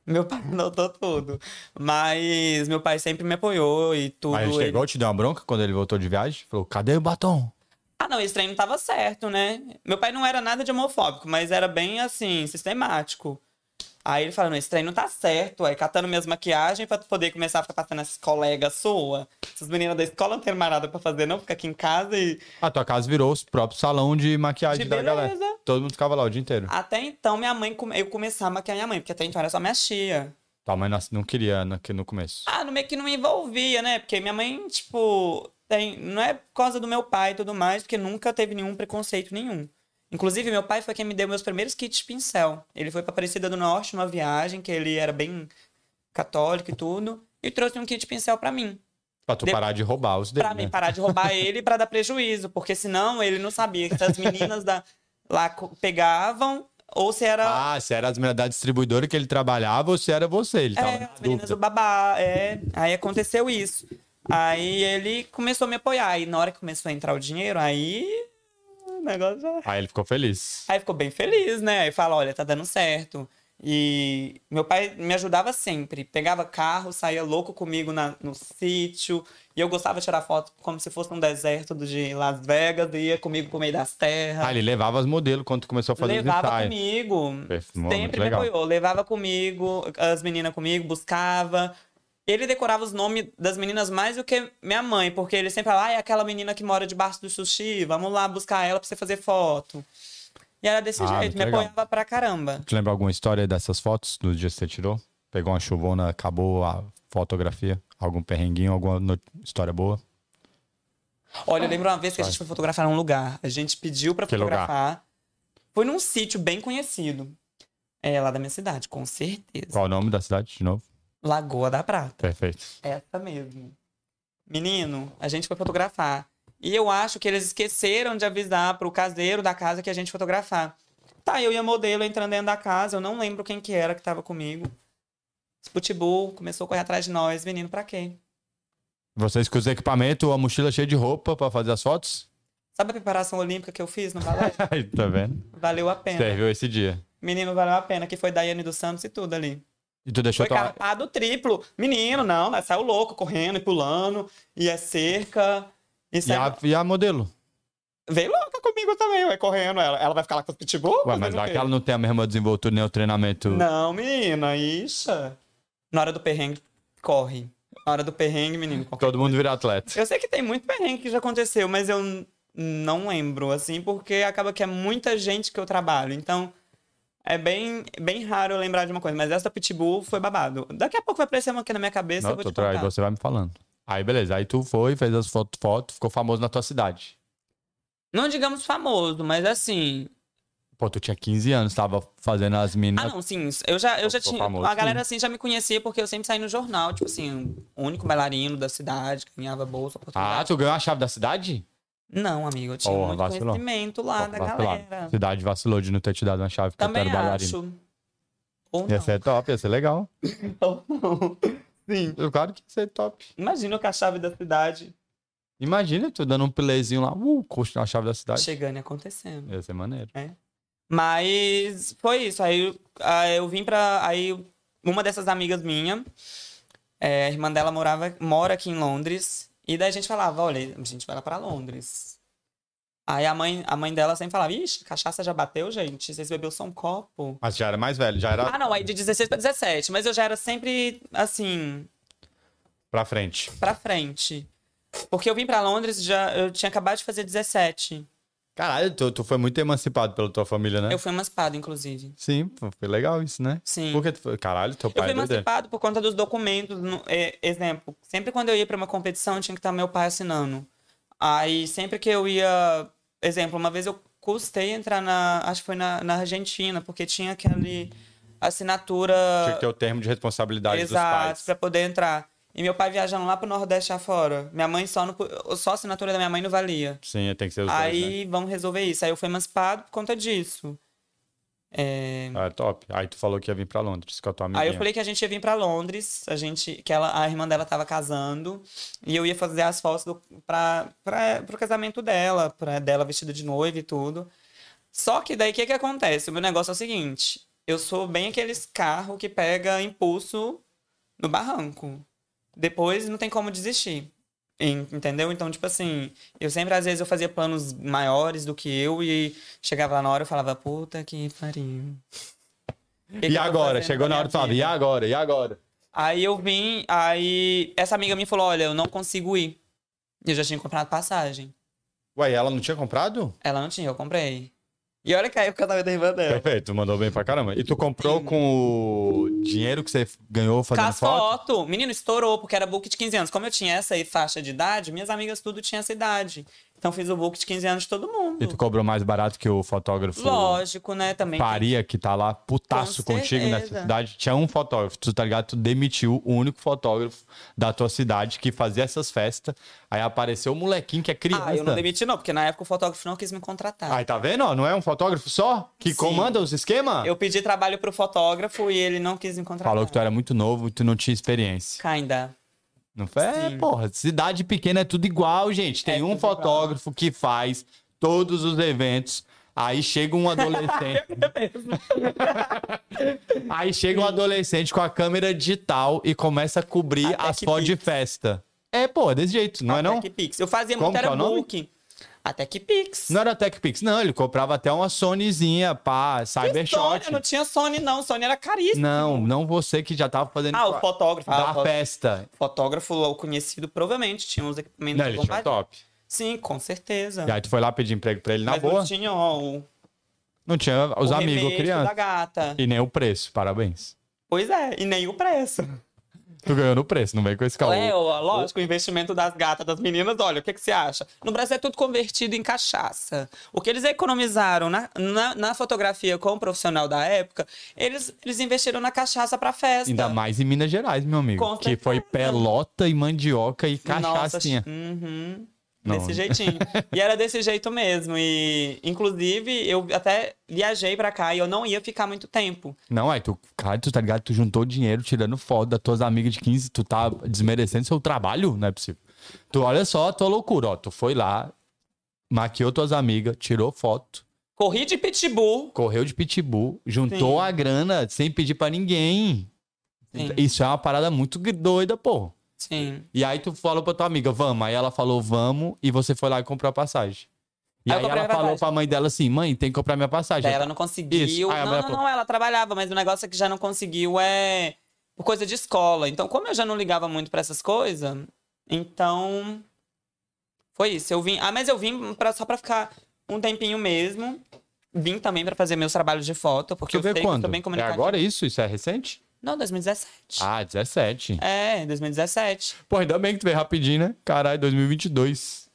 B: Meu pai anotou tudo. Mas meu pai sempre me apoiou e tudo.
A: Aí ele
B: ele-
A: chegou, te deu uma bronca quando ele voltou de viagem. Falou, cadê o batom?
B: Ah, não, esse treino tava certo, né? Meu pai não era nada de homofóbico, mas era bem assim, sistemático. Aí ele falou: não, esse treino tá certo, aí catando minhas maquiagens pra tu poder começar a ficar passando essas colegas sua. Essas meninas da escola não tem mais nada pra fazer, não, fica aqui em casa e.
A: A tua casa virou o próprio salão de maquiagem
B: De
A: da galera.
B: beleza.
A: Todo mundo ficava lá o dia inteiro.
B: Até então minha mãe, come- eu começava a maquiar minha mãe, porque até então era só minha tia.
A: Tua mãe não- não queria no, que- no começo.
B: Ah, no meio que não me envolvia, né? Porque minha mãe, tipo, tem... não é por causa do meu pai e tudo mais, porque nunca teve nenhum preconceito nenhum. Inclusive, meu pai foi quem me deu meus primeiros kits de pincel. Ele foi pra Aparecida do Norte numa viagem, que ele era bem católico e tudo. e trouxe um kit pincel pra mim.
A: Pra tu
B: De-
A: parar de roubar os dele,
B: Pra mim
A: né?
B: parar de roubar ele e pra dar prejuízo, porque senão ele não sabia se as meninas da, lá co- pegavam ou se era
A: Ah, se era as meninas da distribuidora que ele trabalhava ou se era você. Ele tava
B: é,
A: na
B: as meninas
A: dúvida.
B: do babá. É, aí aconteceu isso. Aí ele começou a me apoiar. Aí na hora que começou a entrar o dinheiro, aí o negócio já
A: Aí ele ficou feliz.
B: Aí ficou bem feliz, né? Aí fala, olha, tá dando certo. E meu pai me ajudava sempre. Pegava carro, saía louco comigo na- no sítio. E eu gostava de tirar foto como se fosse um deserto do- de Las Vegas. E ia comigo pro meio das terras.
A: Ah, ele levava as modelos quando tu começou a fazer os
B: levava
A: ensaios.
B: comigo.
A: Perfe- muito
B: Sempre me
A: legal.
B: apoiou. Levava comigo, as meninas comigo, buscava. Ele decorava os nomes das meninas mais do que minha mãe. Porque ele sempre falava, ah, é aquela menina que mora debaixo do sushi. Vamos lá buscar ela pra você fazer foto. E era desse
A: Ah, muito
B: jeito. Me
A: legal.
B: apoiava pra caramba.
A: Tu lembra alguma história dessas fotos do dia que você tirou? Pegou uma chuvona, acabou a fotografia? Algum perrenguinho, alguma no- história boa?
B: Olha, eu lembro uma vez que a gente foi fotografar num lugar. A gente pediu pra
A: Que lugar?
B: fotografar. Foi num sítio bem conhecido. É, lá da minha cidade, com certeza.
A: Qual o nome da cidade, de novo?
B: Lagoa da Prata.
A: Perfeito.
B: Essa mesmo. Menino, a gente foi fotografar. E eu acho que eles esqueceram de avisar pro caseiro da casa que a gente ia fotografar. Tá, eu e a modelo entrando dentro da casa, eu não lembro quem que era que tava comigo. Esse Pitbull começou a correr atrás de nós, menino, pra quê?
A: Vocês com os equipamentos, a mochila cheia de roupa pra fazer as fotos?
B: Sabe a preparação olímpica que eu fiz no balé?
A: Aí, tá vendo?
B: Valeu a pena.
A: Serviu esse dia.
B: Menino, valeu a pena, que foi Daiane dos Santos e tudo ali.
A: E tu deixou
B: Foi
A: tua...
B: carpado triplo. Menino, não, né? saiu louco, correndo e pulando, e é cerca. E
A: E
B: saiu...
A: a, e a modelo?
B: Vem louca comigo também, vai correndo ela. Ela vai ficar lá com os pitbull?
A: Ué, mas
B: fazendo o quê?
A: aquela não tem a mesma desenvoltura nem o treinamento.
B: Não, menina, ixa. Na hora do perrengue, corre. Na hora do perrengue, menino, corre.
A: Todo mundo vira atleta.
B: Eu sei que tem muito perrengue que já aconteceu, mas eu n- não lembro, assim, porque acaba que é muita gente que eu trabalho. Então, é bem, bem raro eu lembrar de uma coisa. Mas essa da Pitbull foi babado. Daqui a pouco vai aparecer uma aqui na minha cabeça,
A: Não,
B: eu vou
A: tô
B: te
A: atrás,
B: contar.
A: você vai me falando. Aí, beleza. Aí tu foi, fez as fotos, foto, ficou famoso na tua cidade.
B: Não digamos famoso, mas assim...
A: Pô, tu tinha 15 anos, tava fazendo as
B: Ah,
A: minas.
B: não, sim. Eu já, eu já
A: Sou
B: tinha.
A: famoso,
B: a galera assim já me conhecia porque eu sempre saí no jornal, tipo assim, o único bailarino da cidade, que ganhava
A: Ah,
B: bolsa, oportunidade.
A: tu ganhou a chave da cidade?
B: Não, amigo, eu tinha
A: Porra,
B: muito
A: vacilou.
B: conhecimento lá
A: Pô,
B: Ah, da
A: vacilado.
B: galera.
A: Cidade vacilou de não ter te dado uma chave porque
B: Também
A: tu era bailarino.
B: acho. Ou
A: Ia
B: não.
A: ser top, ia ser legal.
B: Ou não. Sim.
A: Claro que ia ser top.
B: Imagina eu com a chave da cidade
A: Imagina tu dando um playzinho lá, uh, curtindo a chave da cidade.
B: chegando e acontecendo.
A: Ia ser maneiro.
B: Mas foi isso. Aí, eu- aí eu vim pra. Aí uma dessas amigas minha, é, a irmã dela morava, mora aqui em Londres. E daí a gente falava, olha, a gente vai lá pra Londres. Aí a mãe, a mãe dela sempre falava, ixi, cachaça já bateu, gente? Vocês bebeu só um copo?
A: Mas já era mais velho, já era
B: Ah, não, aí de 16 pra 17. Mas eu já era sempre, assim,
A: pra frente.
B: pra frente. Porque eu vim pra Londres, já, eu tinha acabado de fazer 17.
A: Caralho, tu, tu foi muito emancipado pela tua família, né?
B: Eu fui emancipada, inclusive.
A: Sim, pô, foi legal isso, né?
B: Sim.
A: Porque tu foi... Caralho, teu
B: Eu
A: pai
B: fui
A: é doideira.
B: emancipado por conta dos documentos. no- é, exemplo, sempre quando eu ia pra uma competição, tinha que estar meu pai assinando. Aí, sempre que eu ia. Exemplo, uma vez eu custei entrar na. Acho que foi na, na Argentina, porque tinha aquele assinatura.
A: Tinha que ter o termo de responsabilidade dos
B: Exato,
A: pais.
B: pra poder entrar. E meu pai viajando lá pro Nordeste afora. Minha mãe só não. pu- Só a assinatura da minha mãe não valia.
A: Sim, tem que ser os dois, né?
B: Aí vamos resolver isso. Aí eu fui emancipado por conta disso. É,
A: Ah, top. Aí tu falou que ia vir pra Londres com a tua amiguinha.
B: Aí eu falei que a gente ia vir pra Londres, a gente, que ela, a irmã dela tava casando, e eu ia fazer as fotos do, pra, pra, pro casamento dela, pra dela vestida de noiva e tudo. Só que daí o que que acontece? O meu negócio é o seguinte, eu sou bem aqueles carro que pega impulso no barranco. Depois não tem como desistir. En- Entendeu? Então, tipo assim, eu sempre, às vezes, eu fazia planos maiores do que eu e chegava lá na hora e falava, puta que pariu. Que que eu
A: E
B: tô
A: agora?
B: fazendo
A: Chegou
B: com a
A: na hora
B: minha
A: tu falava,
B: vida?
A: e agora? E agora?
B: Aí eu vim, aí essa amiga minha falou: Olha, eu não consigo ir. E Eu já tinha comprado passagem.
A: Ué, ela não tinha comprado?
B: Ela não tinha, eu comprei. E olha que aí o casamento da irmã dela.
A: É. Perfeito, tu mandou bem pra caramba. E tu comprou com o dinheiro que você ganhou fazendo
B: Faz
A: foto?
B: foto. Menino, estourou, porque era book de 15 anos. Como eu tinha essa aí faixa de idade, minhas amigas tudo tinha essa idade. Então fiz o book de 15 anos de todo mundo.
A: E tu cobrou mais barato que o fotógrafo
B: Lógico, né? Também.
A: Faria, que tá lá putaço
B: Com
A: contigo nessa
B: certeza.
A: cidade. Tinha um fotógrafo, tu tá ligado? Tu demitiu o único fotógrafo da tua cidade que fazia essas festas. Aí apareceu o molequinho que é criança.
B: Ah, eu não demiti, não, porque na época o fotógrafo não quis me contratar.
A: Aí tá vendo? ó? Não é um fotógrafo só que
B: Sim.
A: comanda os esquemas?
B: Eu pedi trabalho pro fotógrafo e ele não quis me contratar.
A: Falou que tu é era muito novo e tu não tinha experiência.
B: Kinda.
A: Não foi? É, porra, cidade pequena é tudo igual, gente. Tem
B: É
A: um
B: tudo igual.
A: fotógrafo que faz todos os eventos. Aí chega um adolescente. aí chega um adolescente com a câmera digital e começa a cobrir
B: Até
A: as
B: que
A: fotos de festa. É, pô, desse jeito, não é não?
B: Até que Pix. Eu fazia
A: Como
B: muito
A: que é
B: era
A: o nome?
B: book. Até que Pix.
A: Não era TechPix, não. Ele comprava até uma Sonyzinha, pá,
B: Sony,
A: Cybershot.
B: eu não tinha Sony, não. Sony era caríssimo.
A: Não, não você que já tava fazendo
B: Ah, o fotógrafo.
A: da
B: Ah, o fo-
A: festa.
B: fotógrafo lá, o conhecido provavelmente tinha uns equipamentos
A: Não, ele tinha
B: bombardeados.
A: top.
B: Sim, com certeza.
A: E aí tu foi lá pedir emprego pra ele na
B: Mas
A: boa.
B: não tinha ó, o,
A: Não tinha os
B: o
A: amigos,
B: remédio
A: criança.
B: da gata.
A: E nem o preço, parabéns.
B: Pois é, e nem o preço.
A: Tu ganhou no preço, não vem com esse caô.
B: É, ó, lógico, o investimento das gatas, das meninas, olha, o que, que você acha? No Brasil é tudo convertido em cachaça. O que eles economizaram na, na, na fotografia com o profissional da época, eles, eles investiram na cachaça pra festa.
A: Ainda mais em Minas Gerais, meu amigo.
B: Com
A: que foi
B: certeza.
A: pelota e mandioca e
B: Nossa,
A: cachaçinha.
B: uhum.
A: Não.
B: Desse jeitinho. e era desse jeito mesmo. E, inclusive, eu até viajei pra cá e eu não ia ficar muito tempo.
A: Não, aí tu, cara, tu tá ligado? Tu juntou dinheiro tirando foto das tuas amigas de 15, tu tá desmerecendo seu trabalho? Não é possível. Tu olha só a tua loucura, ó. Tu foi lá, maquiou tuas amigas, tirou foto,
B: Corri de pitbull,
A: correu de pitbull, juntou
B: Sim.
A: a grana sem pedir pra ninguém.
B: Sim.
A: Isso é uma parada muito doida, pô.
B: Sim.
A: E aí tu falou pra tua amiga, vamos. Aí ela falou, vamos, e você foi lá e comprou a passagem. E
B: Aí eu
A: aí,
B: comprei
A: ela
B: a
A: falou
B: passagem.
A: pra mãe dela assim, mãe, tem que comprar minha passagem.
B: Daí ela não
A: Isso.
B: conseguiu.
A: Aí a
B: Não,
A: mulher
B: não,
A: falou-
B: não, ela trabalhava, mas o negócio é que já não conseguiu é por coisa de escola. Então, como eu já não ligava muito pra essas coisas, então foi isso. Eu vim, ah, mas eu vim pra, só pra ficar um tempinho mesmo. Vim também pra fazer meus trabalhos de foto, porque
A: Tu
B: eu
A: vê
B: sei que eu
A: quando?
B: sou bem
A: é
B: comunicativa.
A: agora isso? Isso é recente?
B: Não, 2017.
A: Ah, 17.
B: É, 2017.
A: Pô, ainda bem que tu veio rapidinho, né? Caralho, 2022.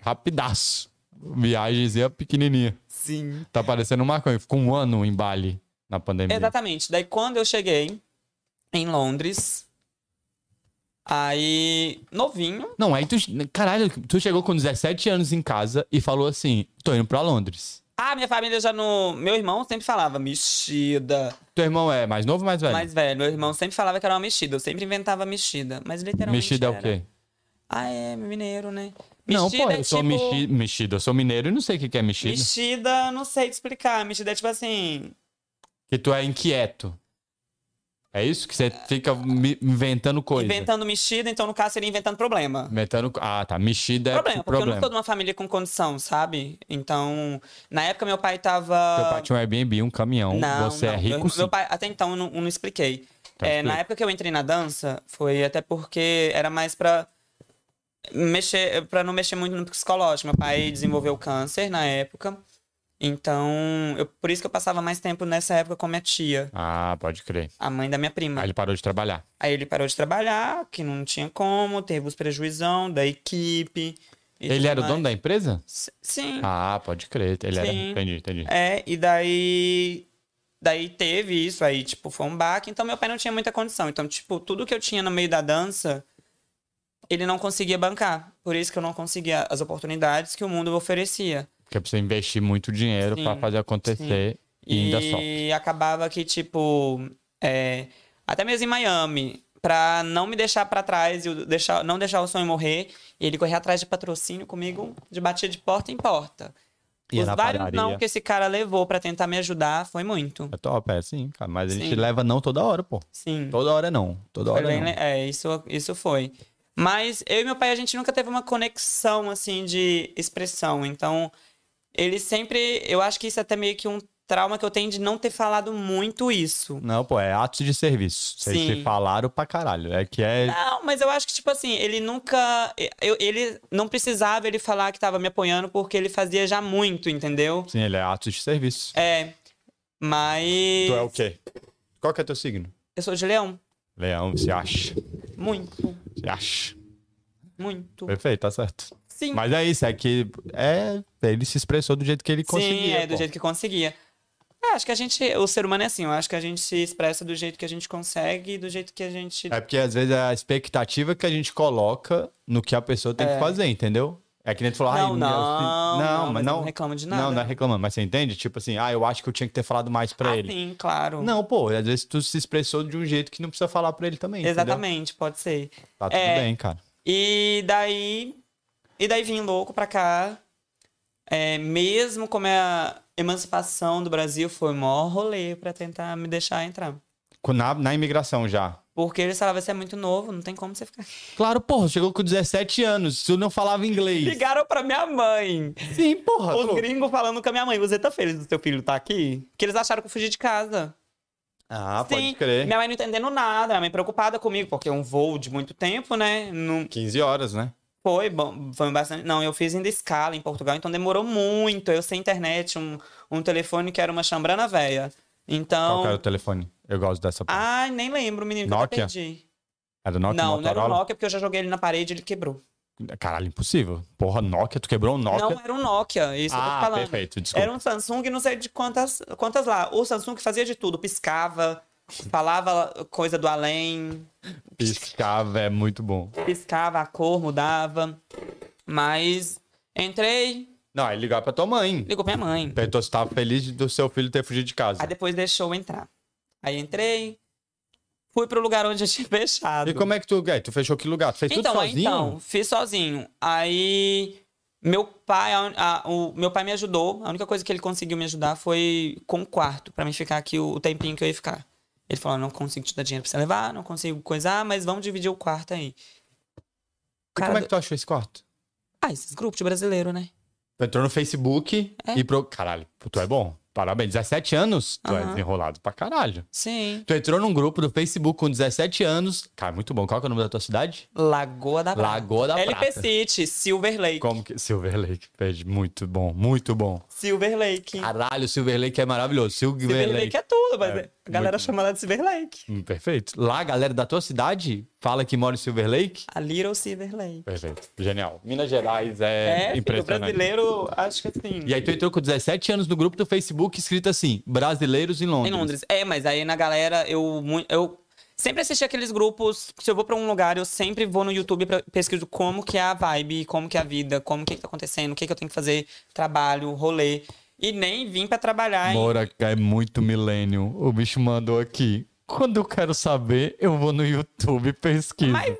A: Rapidaço. Viagemzinha pequenininha.
B: Sim.
A: Tá parecendo um maconha. Ficou um ano em Bali na pandemia.
B: Exatamente. Daí quando eu cheguei em Londres, aí novinho,
A: Não, aí tu... Caralho, tu chegou com 17 anos em casa e falou assim, tô indo pra Londres.
B: Ah, minha família já no. Meu irmão sempre falava mexida.
A: Teu irmão é mais novo ou mais velho?
B: Mas, velho, meu irmão sempre falava que era uma mexida. Eu sempre inventava mexida. Mas literalmente.
A: Mexido é o
B: era. um
A: quê?
B: Ah, é, mineiro, né?
A: Não,
B: Mexida
A: pô, eu
B: é
A: sou
B: tipo-
A: mexi- mexido, eu sou mineiro e não sei o que, que é mexido.
B: Mexida, não sei te explicar. Mexida é tipo assim.
A: Que tu é inquieto. É isso? Que você fica mi- inventando coisa.
B: Inventando mexida, então no caso seria inventando problema.
A: Inventando... Ah, tá. Mexida é
B: Problema,
A: problema.
B: porque eu não sou de uma família com condição, sabe? Então, na época meu pai tava.
A: Teu pai tinha um Airbnb, um caminhão.
B: Não,
A: você é
B: não.
A: rico
B: Meu-
A: sim.
B: meu pai- até então eu não, eu não expliquei.
A: Tá
B: É,
A: explica.
B: na época que eu entrei na dança, foi até porque era mais pra mexer, para não mexer muito no psicológico. Meu pai desenvolveu câncer na época. Então, eu- por isso que eu passava mais tempo nessa época com minha tia,
A: Ah, pode crer.
B: a mãe da minha prima.
A: Aí ele parou de trabalhar.
B: Aí ele parou de trabalhar, que não tinha como, teve os prejuizão da equipe. e
A: ele
B: tudo
A: era o
B: mais.
A: dono da empresa?
B: S- Sim.
A: Ah, pode crer. Ele era...
B: Sim.
A: Entendi, entendi.
B: É, e daí. Daí teve isso, aí, tipo, foi um baque. Então, meu pai não tinha muita condição. Então, tipo, tudo que eu tinha no meio da dança, ele não conseguia bancar. Por isso que eu não conseguia as oportunidades que o mundo oferecia.
A: Porque precisa investir muito dinheiro
B: Sim,
A: pra fazer acontecer e ainda só.
B: E acabava que, tipo, é, até mesmo em Miami, pra não me deixar pra trás e o- deixar, não deixar o sonho morrer, ele corria atrás de patrocínio comigo, de batia de porta em porta.
A: Ia
B: Os
A: é na
B: vários não
A: padaria.
B: que esse cara levou pra tentar me ajudar foi muito.
A: É top, é sim, cara. Mas a gente
B: Sim.
A: leva não toda hora, pô.
B: Sim.
A: Toda hora não. Toda
B: Foi
A: hora
B: bem
A: não.
B: le- é, isso, isso foi. Mas eu e meu pai, a gente nunca teve uma conexão, assim, de expressão. Então, ele sempre... Eu acho que isso é até meio que um trauma que eu tenho de não ter falado muito isso.
A: Não, pô, é atos de serviço. Vocês
B: Sim.
A: se falaram pra caralho. É que é.
B: Não, mas eu acho que, tipo assim, ele nunca. eu- ele não precisava ele falar que tava me apoiando porque ele fazia já muito, entendeu?
A: Sim, ele é atos de serviço.
B: É. Mas.
A: Tu é o quê? Qual que é teu signo?
B: Eu sou de leão.
A: Leão, se acha.
B: Muito.
A: Se acha.
B: Muito.
A: Perfeito, tá certo.
B: Sim.
A: Mas é isso, é que. É. Ele se expressou do jeito que ele conseguia.
B: Sim, é, do
A: pô.
B: jeito que conseguia. É, acho que a gente. O ser humano é assim, eu acho que a gente se expressa do jeito que a gente consegue e do jeito que a gente.
A: É porque às vezes é a expectativa que a gente coloca no que a pessoa tem que fazer, entendeu? É que nem tu falou, ai,
B: Não,
A: meu,
B: não,
A: se-
B: não,
A: mas
B: mas eu
A: não,
B: não reclamo de
A: Não,
B: nada.
A: não é reclamando, mas você entende? Tipo assim, ah, eu acho que eu tinha que ter falado mais pra
B: Ah,
A: ele.
B: Sim, claro.
A: Não, pô, às vezes tu se expressou de um jeito que não precisa falar pra ele também, entendeu?
B: Exatamente, pode ser.
A: Tá tudo
B: É.
A: bem, cara.
B: E daí. E daí vim louco pra cá. É, mesmo como é a emancipação do Brasil foi o maior rolê pra tentar me deixar entrar.
A: Com- Na, na imigração já.
B: Porque eles falavam, você é muito novo, não tem como você ficar. aqui."
A: Claro, porra, chegou com 17 anos, tu não falava inglês.
B: Ligaram pra minha mãe.
A: Sim, porra.
B: Os
A: tu-
B: gringos falando com a minha mãe, você tá feliz do seu filho tá aqui? Que eles acharam que eu fugi de casa.
A: Ah,
B: Sim,
A: pode crer.
B: Minha mãe não entendendo nada, minha mãe preocupada comigo, porque é um voo de muito tempo, né? Não
A: 15 horas, né?
B: foi, bom, foi bastante. Não, eu fiz ainda escala em Portugal, então demorou muito. Eu sem internet, um, um telefone que era uma chambrana velha.
A: Qual
B: Então.
A: que era o telefone? Eu gosto
B: Ah,
A: dessa parte.
B: Ai, nem lembro, menino, que eu até
A: Nokia?
B: perdi.
A: Era Nokia
B: não, não era
A: Motorola?
B: um Nokia, porque eu já joguei ele na parede e ele quebrou.
A: Caralho, impossível. Porra, Nokia, tu quebrou um Nokia.
B: Não era um Nokia, isso que eu
A: Ah,
B: tô falando.
A: perfeito, desculpa.
B: Era um Samsung, não sei de quantas, quantas lá. O Samsung fazia de tudo, piscava, falava coisa do além,
A: Piscava é muito bom.
B: piscava a cor, mudava. Mas entrei,
A: Não, aí ligar pra tua mãe.
B: ligou pra minha mãe.
A: Perguntou se tava feliz do seu filho ter fugido de casa.
B: Aí depois deixou eu entrar. Aí entrei, fui pro lugar onde eu tinha fechado.
A: E como é que tu. É, tu fechou que lugar? Tu fez
B: então,
A: tudo
B: aí,
A: sozinho?
B: então, fiz sozinho. Aí meu pai, a un- a- o meu pai me ajudou. A única coisa que ele conseguiu me ajudar foi com o quarto, pra mim ficar aqui o, o tempinho que eu ia ficar. Ele falou: "Ah, não consigo te dar dinheiro pra você levar, não consigo coisar, mas vamos dividir o quarto aí.
A: E
B: Cara,
A: como é que tu achou esse quarto?
B: Ah, esses grupos de brasileiro, né?
A: Tu entrou no Facebook
B: É.
A: e pro. Caralho, tu é bom. Parabéns. 17 anos, tu é
B: Aham.
A: desenrolado pra caralho.
B: Sim.
A: Tu entrou num grupo do Facebook com 17 anos. Cara, muito bom. Qual que é o nome da tua cidade?
B: Lagoa da Prata.
A: Lagoa da
B: LP
A: Prata.
B: City, Silver Lake.
A: Como que. Silver Lake, pede. Muito bom, muito bom.
B: Silver Lake.
A: Caralho, Silver Lake é maravilhoso. Silver,
B: Silver Lake.
A: Lake.
B: é tudo, mas
A: É,
B: a galera
A: muito
B: chama lá de Silver Lake.
A: Hum, Perfeito. Lá, a galera da tua cidade fala que mora em Silver Lake.
B: A Little Silver Lake.
A: Perfeito. Genial. Minas Gerais é,
B: É, filho, o
A: impressionante.
B: brasileiro, acho que assim.
A: E aí tu entrou com 17 anos no grupo do Facebook escrito assim, brasileiros em Londres.
B: Em Londres. É, mas aí na galera, eu, mu- eu sempre assisti aqueles grupos. Se eu vou pra um lugar, eu sempre vou no YouTube pra pesquiso como que é a vibe, como que é a vida, como que, que tá acontecendo, o que, que eu tenho que fazer, trabalho, rolê. E nem vim pra trabalhar em
A: Bora, é muito milênio. O bicho mandou aqui. Quando eu quero saber, eu vou no YouTube e pesquiso.
B: Mas é.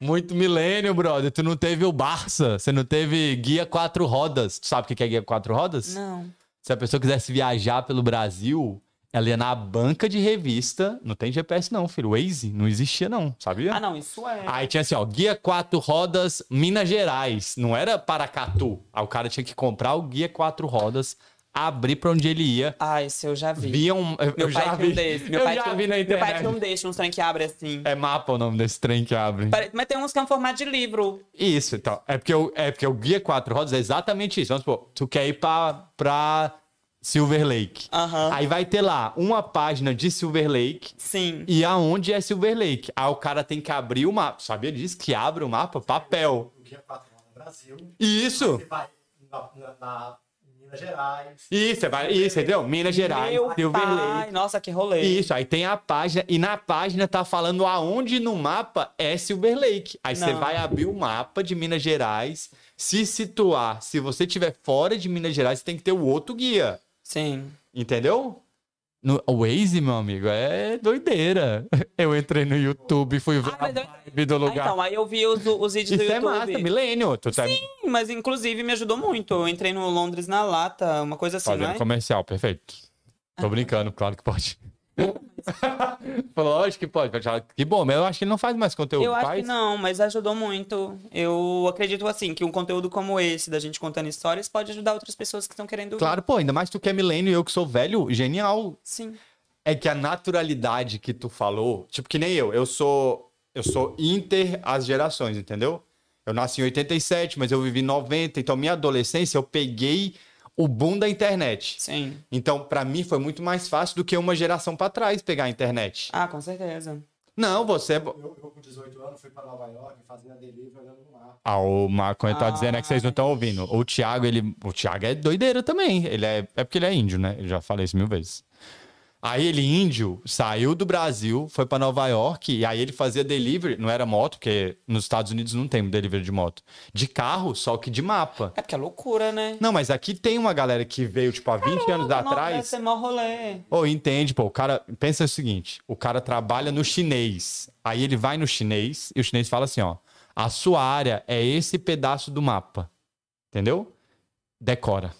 A: Muito milênio, brother. Tu não teve o Barça, você não teve Guia Quatro Rodas. Tu sabe o que é Guia Quatro Rodas?
B: Não.
A: Se a pessoa quisesse viajar pelo Brasil, ela ia na banca de revista. Não tem GPS, não, filho. Waze não existia, não, sabia?
B: Ah, não, isso é.
A: Aí tinha assim, ó, Guia Quatro Rodas Minas Gerais. Não era Paracatu. Aí o cara tinha que comprar o Guia Quatro Rodas, abrir pra onde ele ia.
B: Ah, isso eu já vi.
A: Via um. Eu,
B: Meu
A: eu
B: pai
A: já
B: tinha
A: vi.
B: um desse. Meu
A: eu
B: pai
A: já
B: tinha um-
A: vi na
B: Meu pai
A: internet.
B: tinha um desse, uns trem que abre assim.
A: É mapa o nome desse trem que abre.
B: Pare- Mas tem uns que é um formato de livro.
A: Isso, então. É porque, o, é porque o Guia Quatro Rodas é exatamente isso. Vamos supor, tu quer ir pra, pra Silver Lake.
B: Aham.
A: Aí vai ter lá uma página de Silver Lake
B: Sim.
A: e aonde é Silver Lake. Aí o cara tem que abrir o mapa. Sabia disso? Que abre o mapa? Papel.
C: o Guia 4 lá no Brasil.
A: Isso!
C: Você vai na, na, na Minas Gerais.
A: Isso, vai, isso, entendeu? Minas é Gerais,
B: Meu
A: Silver
B: pai,
A: Lake.
B: Nossa, que rolê.
A: Isso, aí tem a página, e na página tá falando aonde no mapa é Silver Lake. Aí você
B: Não.
A: vai abrir o mapa de Minas Gerais, se situar. Se você estiver fora de Minas Gerais, você tem que ter o outro guia.
B: Sim.
A: Entendeu? No o Waze, meu amigo, é doideira. Eu entrei no YouTube, fui ver
B: Ah, mas
A: a
B: eu-
A: vibe do
B: Ah,
A: lugar.
B: então, aí eu vi os, os vídeos
A: Isso
B: do
A: é
B: YouTube.
A: massa, milênio. Tu tá
B: Sim, mas inclusive me ajudou muito. Eu entrei no Londres na lata, uma coisa assim,
A: fazendo
B: não é?
A: comercial, perfeito. Tô brincando, claro que pode. Falou, lógico que pode. pode falar, Que bom, mas eu acho que ele não faz mais conteúdo.
B: Eu acho
A: faz?
B: que não, mas ajudou muito. Eu acredito, assim, que um conteúdo como esse, da gente contando histórias, pode ajudar outras pessoas que estão querendo.
A: Claro, pô, ainda mais tu que é milênio e eu que sou velho, genial.
B: Sim.
A: É que a naturalidade que tu falou, tipo que nem eu, eu sou eu sou inter as gerações, entendeu? Eu nasci em 87, mas eu vivi em 90, então minha adolescência eu peguei o boom da internet.
B: Sim.
A: Então, pra mim foi muito mais fácil do que uma geração pra trás pegar a internet.
B: Ah, com certeza.
A: Não, você é
C: Eu, eu com 18 anos, fui pra Nova York, fazendo a delivery, olhando no mar.
A: Ah, o Maconha tá dizendo é que vocês não
B: Ai.
A: estão ouvindo. O Thiago, ele. O Thiago é doideira também. Ele é. É porque ele é índio, né? Eu já falei isso mil vezes. Aí ele, índio, saiu do Brasil, foi pra Nova York, e aí ele fazia delivery, não era moto, porque nos Estados Unidos não tem delivery de moto. De carro, só que de mapa.
B: É porque é loucura, né?
A: Não, mas aqui tem uma galera que veio, tipo, há 20 anos
B: Nossa,
A: atrás.
B: Esse é mó rolê.
A: Ou entende, pô, o cara. Pensa o seguinte: o cara trabalha no chinês. Aí ele vai no chinês e o chinês fala assim: ó, a sua área é esse pedaço do mapa. Entendeu? Decora.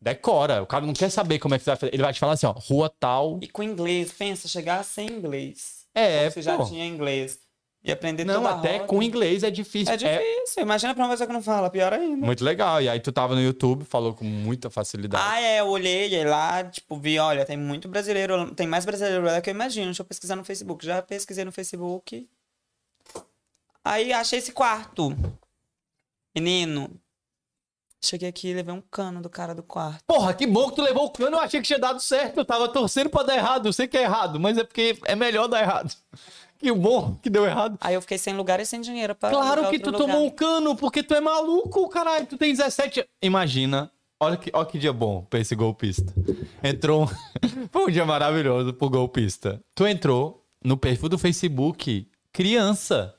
A: Decora. O cara não quer saber como é que você vai fazer. Ele vai te falar assim, ó, rua tal.
B: E com inglês, pensa, chegar sem inglês.
A: É,
B: Então, Você já
A: pô.
B: tinha inglês. E aprender
A: Não,
B: toda a
A: até
B: roda.
A: com inglês é difícil.
B: É difícil. Imagina pra uma pessoa que não fala, pior ainda.
A: muito legal. E aí tu tava no YouTube, falou com muita facilidade.
B: Ah, é, eu olhei aí lá, tipo, vi, olha, tem muito brasileiro, tem mais brasileiro lá que eu imagino. Deixa eu pesquisar no Facebook. Já pesquisei no Facebook. Aí achei esse quarto. Menino. Cheguei aqui e levei um cano do cara do quarto.
A: Porra, que bom que tu levou o cano. Eu achei que tinha dado certo. Eu tava torcendo pra dar errado. Eu sei que é errado, mas é porque é melhor dar errado. Que bom que deu errado.
B: Aí eu fiquei sem lugar e sem dinheiro pra
A: Claro
B: alugar
A: que tu
B: outro lugar.
A: tomou um cano, porque tu é maluco, caralho. Tu tem 17. Imagina. Olha que, olha que dia bom pra esse golpista. Entrou. um- Foi um dia maravilhoso pro golpista. Tu entrou no perfil do Facebook, criança.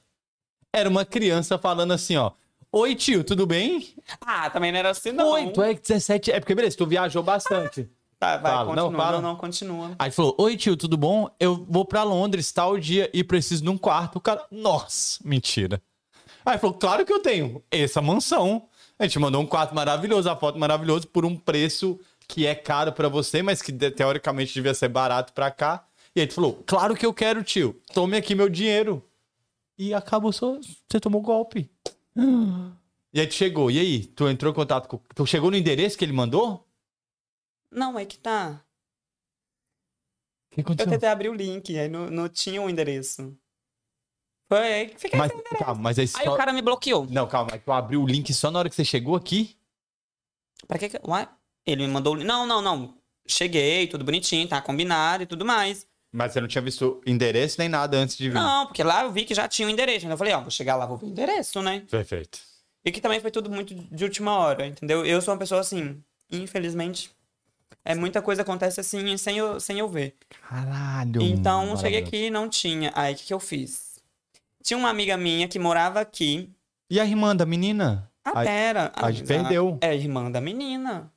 A: Era uma criança falando assim, ó. Oi, tio, tudo bem?
B: Ah, também não era assim, não.
A: Oi, tu é 17. É porque, beleza, tu viajou bastante.
B: Tá, vai,
A: Fala, não,
B: continua.
A: fala.
B: não, não, continua.
A: Aí falou: Oi, tio, tudo bom? Eu vou pra Londres tal dia e preciso de um quarto. O cara, nossa, mentira. Aí falou: Claro que eu tenho essa mansão. A gente mandou um quarto maravilhoso, a foto maravilhosa, por um preço que é caro pra você, mas que de- teoricamente devia ser barato pra cá. E aí tu falou: Claro que eu quero, tio. Tome aqui meu dinheiro. E acabou, só, você tomou golpe. E aí tu chegou. E aí? Tu entrou em contato com. Tu chegou no endereço que ele mandou?
B: Não, é que tá.
A: O que
B: Eu
A: aconteceu?
B: tentei abrir o link, aí não, não tinha o endereço. Foi aí que fiquei.
A: Mas, calma, mas aí
B: Aí
A: só-
B: o cara me bloqueou.
A: Não, calma, é mas tu abriu o link só na hora que você chegou aqui?
B: Pra que que. Ué? Ele me mandou o link. Não, não, não. Cheguei, tudo bonitinho, tá combinado e tudo mais.
A: Mas você não tinha visto endereço nem nada antes de vir.
B: Não, porque lá eu vi que já tinha o endereço. Então eu falei, ó, vou chegar lá, vou ver o endereço, né?
A: Perfeito.
B: E que também foi tudo muito de última hora, entendeu? Eu sou uma pessoa assim, infelizmente. É muita coisa acontece assim sem eu, sem eu ver.
A: Caralho.
B: Então,
A: mano,
B: cheguei
A: Hum, maravilhoso.
B: aqui e não tinha. Aí, o que, que eu fiz? Tinha uma amiga minha que morava aqui.
A: E a irmã da menina?
B: A
A: Ai-
B: Tera.
A: a gente perdeu.
B: É irmã da menina.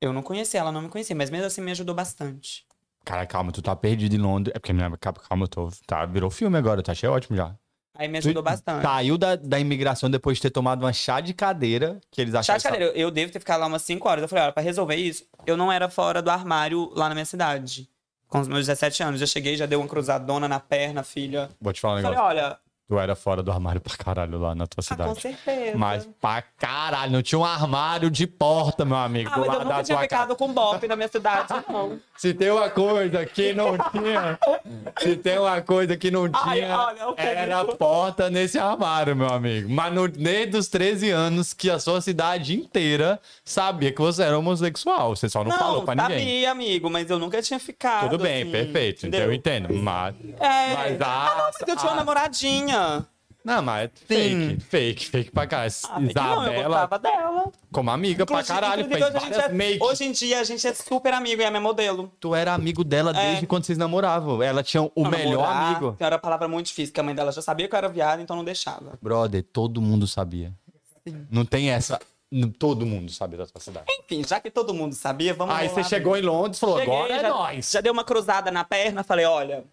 B: Eu não conhecia, ela não me conhecia, mas mesmo assim me ajudou bastante.
A: Cara, calma, tu tá perdido em Londres. É porque, não é- calma, calma, eu tô... Tá, virou filme agora, tá achei ótimo já.
B: Aí me
A: Tu tá,
B: ajudou bastante.
A: Saiu da, da imigração depois de ter tomado uma chá de cadeira, que eles
B: Chá
A: acharam...
B: de cadeira, Tá, eu- eu devo ter ficado lá umas 5 horas. Eu falei, olha, pra resolver isso, eu não era fora do armário lá na minha cidade. Com os meus 17 anos, já cheguei, já dei uma cruzadona na perna, filha.
A: Vou te falar um
B: Falei,
A: negócio.
B: olha,
A: Tu era fora do armário pra caralho lá na tua
B: ah, com
A: cidade.
B: certeza.
A: mas pra caralho, não tinha um armário de porta, meu amigo,
B: ah,
A: do
B: mas eu
A: lado da
B: nunca tinha
A: tua casa.
B: ficado com bop na minha cidade, não.
A: Se tem uma coisa que não tinha, se tem uma coisa que não
B: Ai, ah,
A: tinha,
B: olha, eu quero
A: era a
B: isso.
A: porta nesse armário, meu amigo. Mas no, nem dos 13 anos que a sociedade inteira sabia que você era homossexual. Você só não, falou pra
B: sabia,
A: ninguém.
B: amigo, mas eu nunca tinha ficado.
A: Tudo bem,
B: assim,
A: perfeito. Então eu
B: entendeu?
A: entendo. Mas.
B: É,
A: Mas
B: mas,
A: a-
B: eu tinha uma namoradinha.
A: Não, mas é
B: Sim.
A: fake, fake, fake pra caralho.
B: Ah, Não, eu
A: Isabela,
B: gostava dela.
A: como amiga pra
B: Inclusive-
A: caralho,
B: inclusive,
A: fez
B: hoje, a gente
A: várias
B: é-
A: make.
B: hoje em dia a gente é super amigo e é minha modelo.
A: Tu era amigo dela desde quando vocês namoravam. Ela tinha o
B: É. Pra
A: melhor
B: namorar,
A: amigo.
B: Era uma palavra muito difícil, que a mãe dela já sabia que eu era viado, então não deixava.
A: Brother, todo mundo sabia. Não tem essa. n- Todo mundo sabe da sua cidade.
B: Enfim, já que todo mundo sabia, vamos
A: Aí
B: lá.
A: você chegou em Londres e falou:
B: Cheguei,
A: agora é
B: já,
A: nós.
B: Já dei uma cruzada na perna, falei, olha,